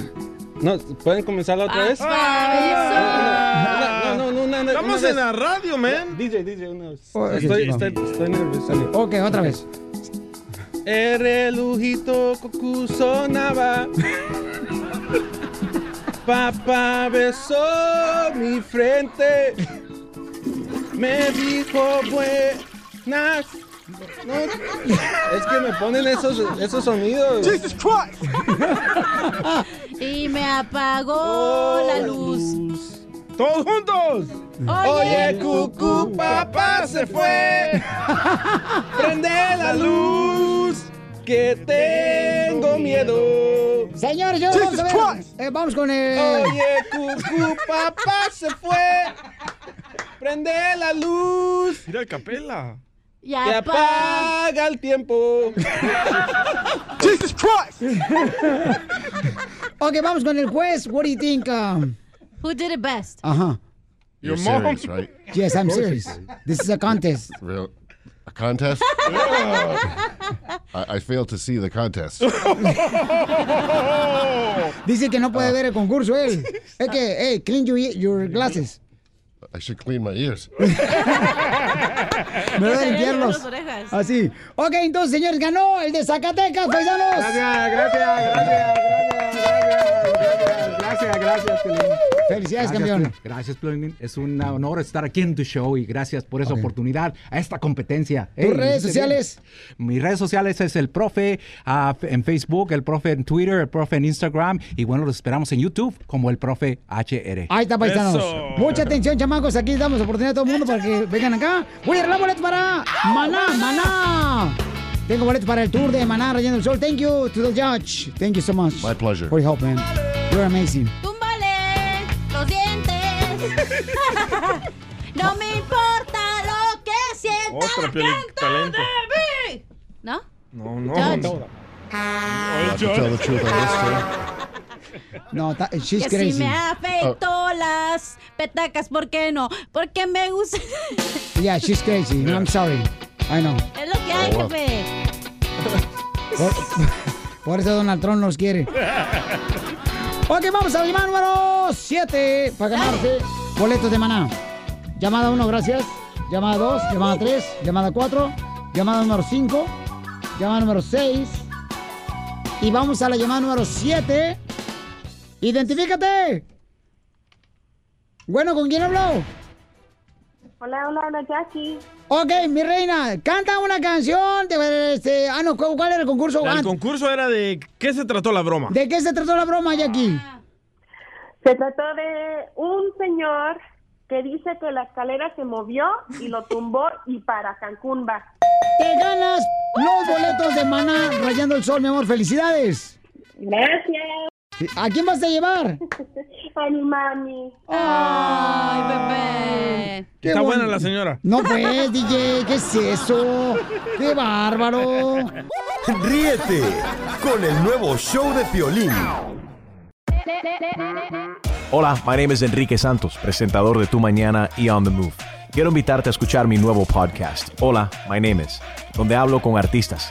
no, ¿pueden comenzarla otra vez?
Ah.
No, no, no, una- una-
Estamos
una
en la
vez.
radio, man.
DJ, DJ, una vez.
Oh,
Estoy,
ok,
estoy- estoy nervioso.
Ok, otra vez.
El relojito cucú sonaba. Papá besó mi frente. Me dijo buenas. No, es que me ponen esos, esos sonidos.
(laughs)
Jesus Christ.
Y me apagó
Oh.
la luz.
¡Todos juntos!
Oye,
cucú, papá se fue. Prende la luz, que tengo miedo.
Señores, yo vamos a ver. eh, vamos con el.
Oye, cucú, papá se fue. Prende la luz.
Mira el capela.
Y apaga el tiempo.
Jesus Christ.
ok, vamos con el juez. What do you think? um,
Who did it best?
ajá. Your
You're
mom.
serious, right?
Yes, I'm serious. This is a contest.
Real, a contest? I, I failed to see the contest.
Dice que no puede ver el concurso él. Es que, hey, clean your, your glasses.
I should clean my ears.
Me voy a
Estaría limpiando
limpiarlos.
las orejas.
Así. Ok, entonces, señores, ganó el de Zacatecas, paisanos.
Gracias, gracias, gracias, Gracias, gracias,
Felicidades, campeón.
Piolín. Gracias, Piolín. Es un honor estar aquí en tu show y gracias por esa oportunidad, a esta competencia.
¿Tus
Ey,
redes
lo hiciste bien.
sociales?
Mis redes sociales es el profe ah, f- en Facebook, el profe en Twitter, el profe en Instagram y bueno, los esperamos en YouTube como el profe HR.
Ahí está, paisanos. Mucha atención, chamacos. Aquí damos oportunidad a todo el mundo para que vengan acá. Voy a arreglar boletos para Maná, Maná. Tengo boletos para el tour de Maná Rayando el Sol. Thank you to the judge. Thank you so much. My
pleasure.
For your help, man. You're amazing.
¡Túmbale los
(laughs)
dientes! ¡No me importa lo que sientas
Otra
dentro
Piolín, talento.
Oh.
de mí! ¿No?
No, no.
Judge.
I'll tell the truth on
No, ta- she's
que
crazy. Oh.
si me afectó las petacas, ¿por qué no? Porque me gusta...
Oh, Yeah, she's crazy. No, I'm sorry. I know.
es lo que hay, pues.
Oh, wow.
jefe.
Por, por (laughs) eso Donald Trump nos quiere. Ok, vamos a llamar número 7 para ganarse boletos de maná. Llamada 1, gracias. Llamada 2, llamada 3, llamada 4, llamada número 5, llamada número 6. Y vamos a la llamada número 7. Identifícate. Bueno, ¿con quién habló?
Hola, hola, hola, Jackie.
Ok, mi reina, canta una canción. de- este, ah, no, ¿cu- ¿cuál era el concurso?
El
Ah,
concurso era de qué se trató la broma.
¿De qué se trató la broma, Jackie?
Se trató de un señor que dice que la escalera se movió y lo tumbó y para Cancún va.
Te ganas los boletos de Maná Rayando el Sol, mi amor. ¡Felicidades!
Gracias.
¿A quién vas a llevar?
A mi mami.
Ay, bebé.
Qué
Está
bon-
buena la señora.
No pues, DJ, ¿qué es
(laughs)
eso? ¡Qué bárbaro!
Ríete con el nuevo show de Piolín.
Hola, my name is Enrique Santos, presentador de Tu Mañana y On the Move. Quiero invitarte a escuchar mi nuevo podcast, Hola, my name is, donde hablo con artistas,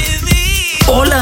Hola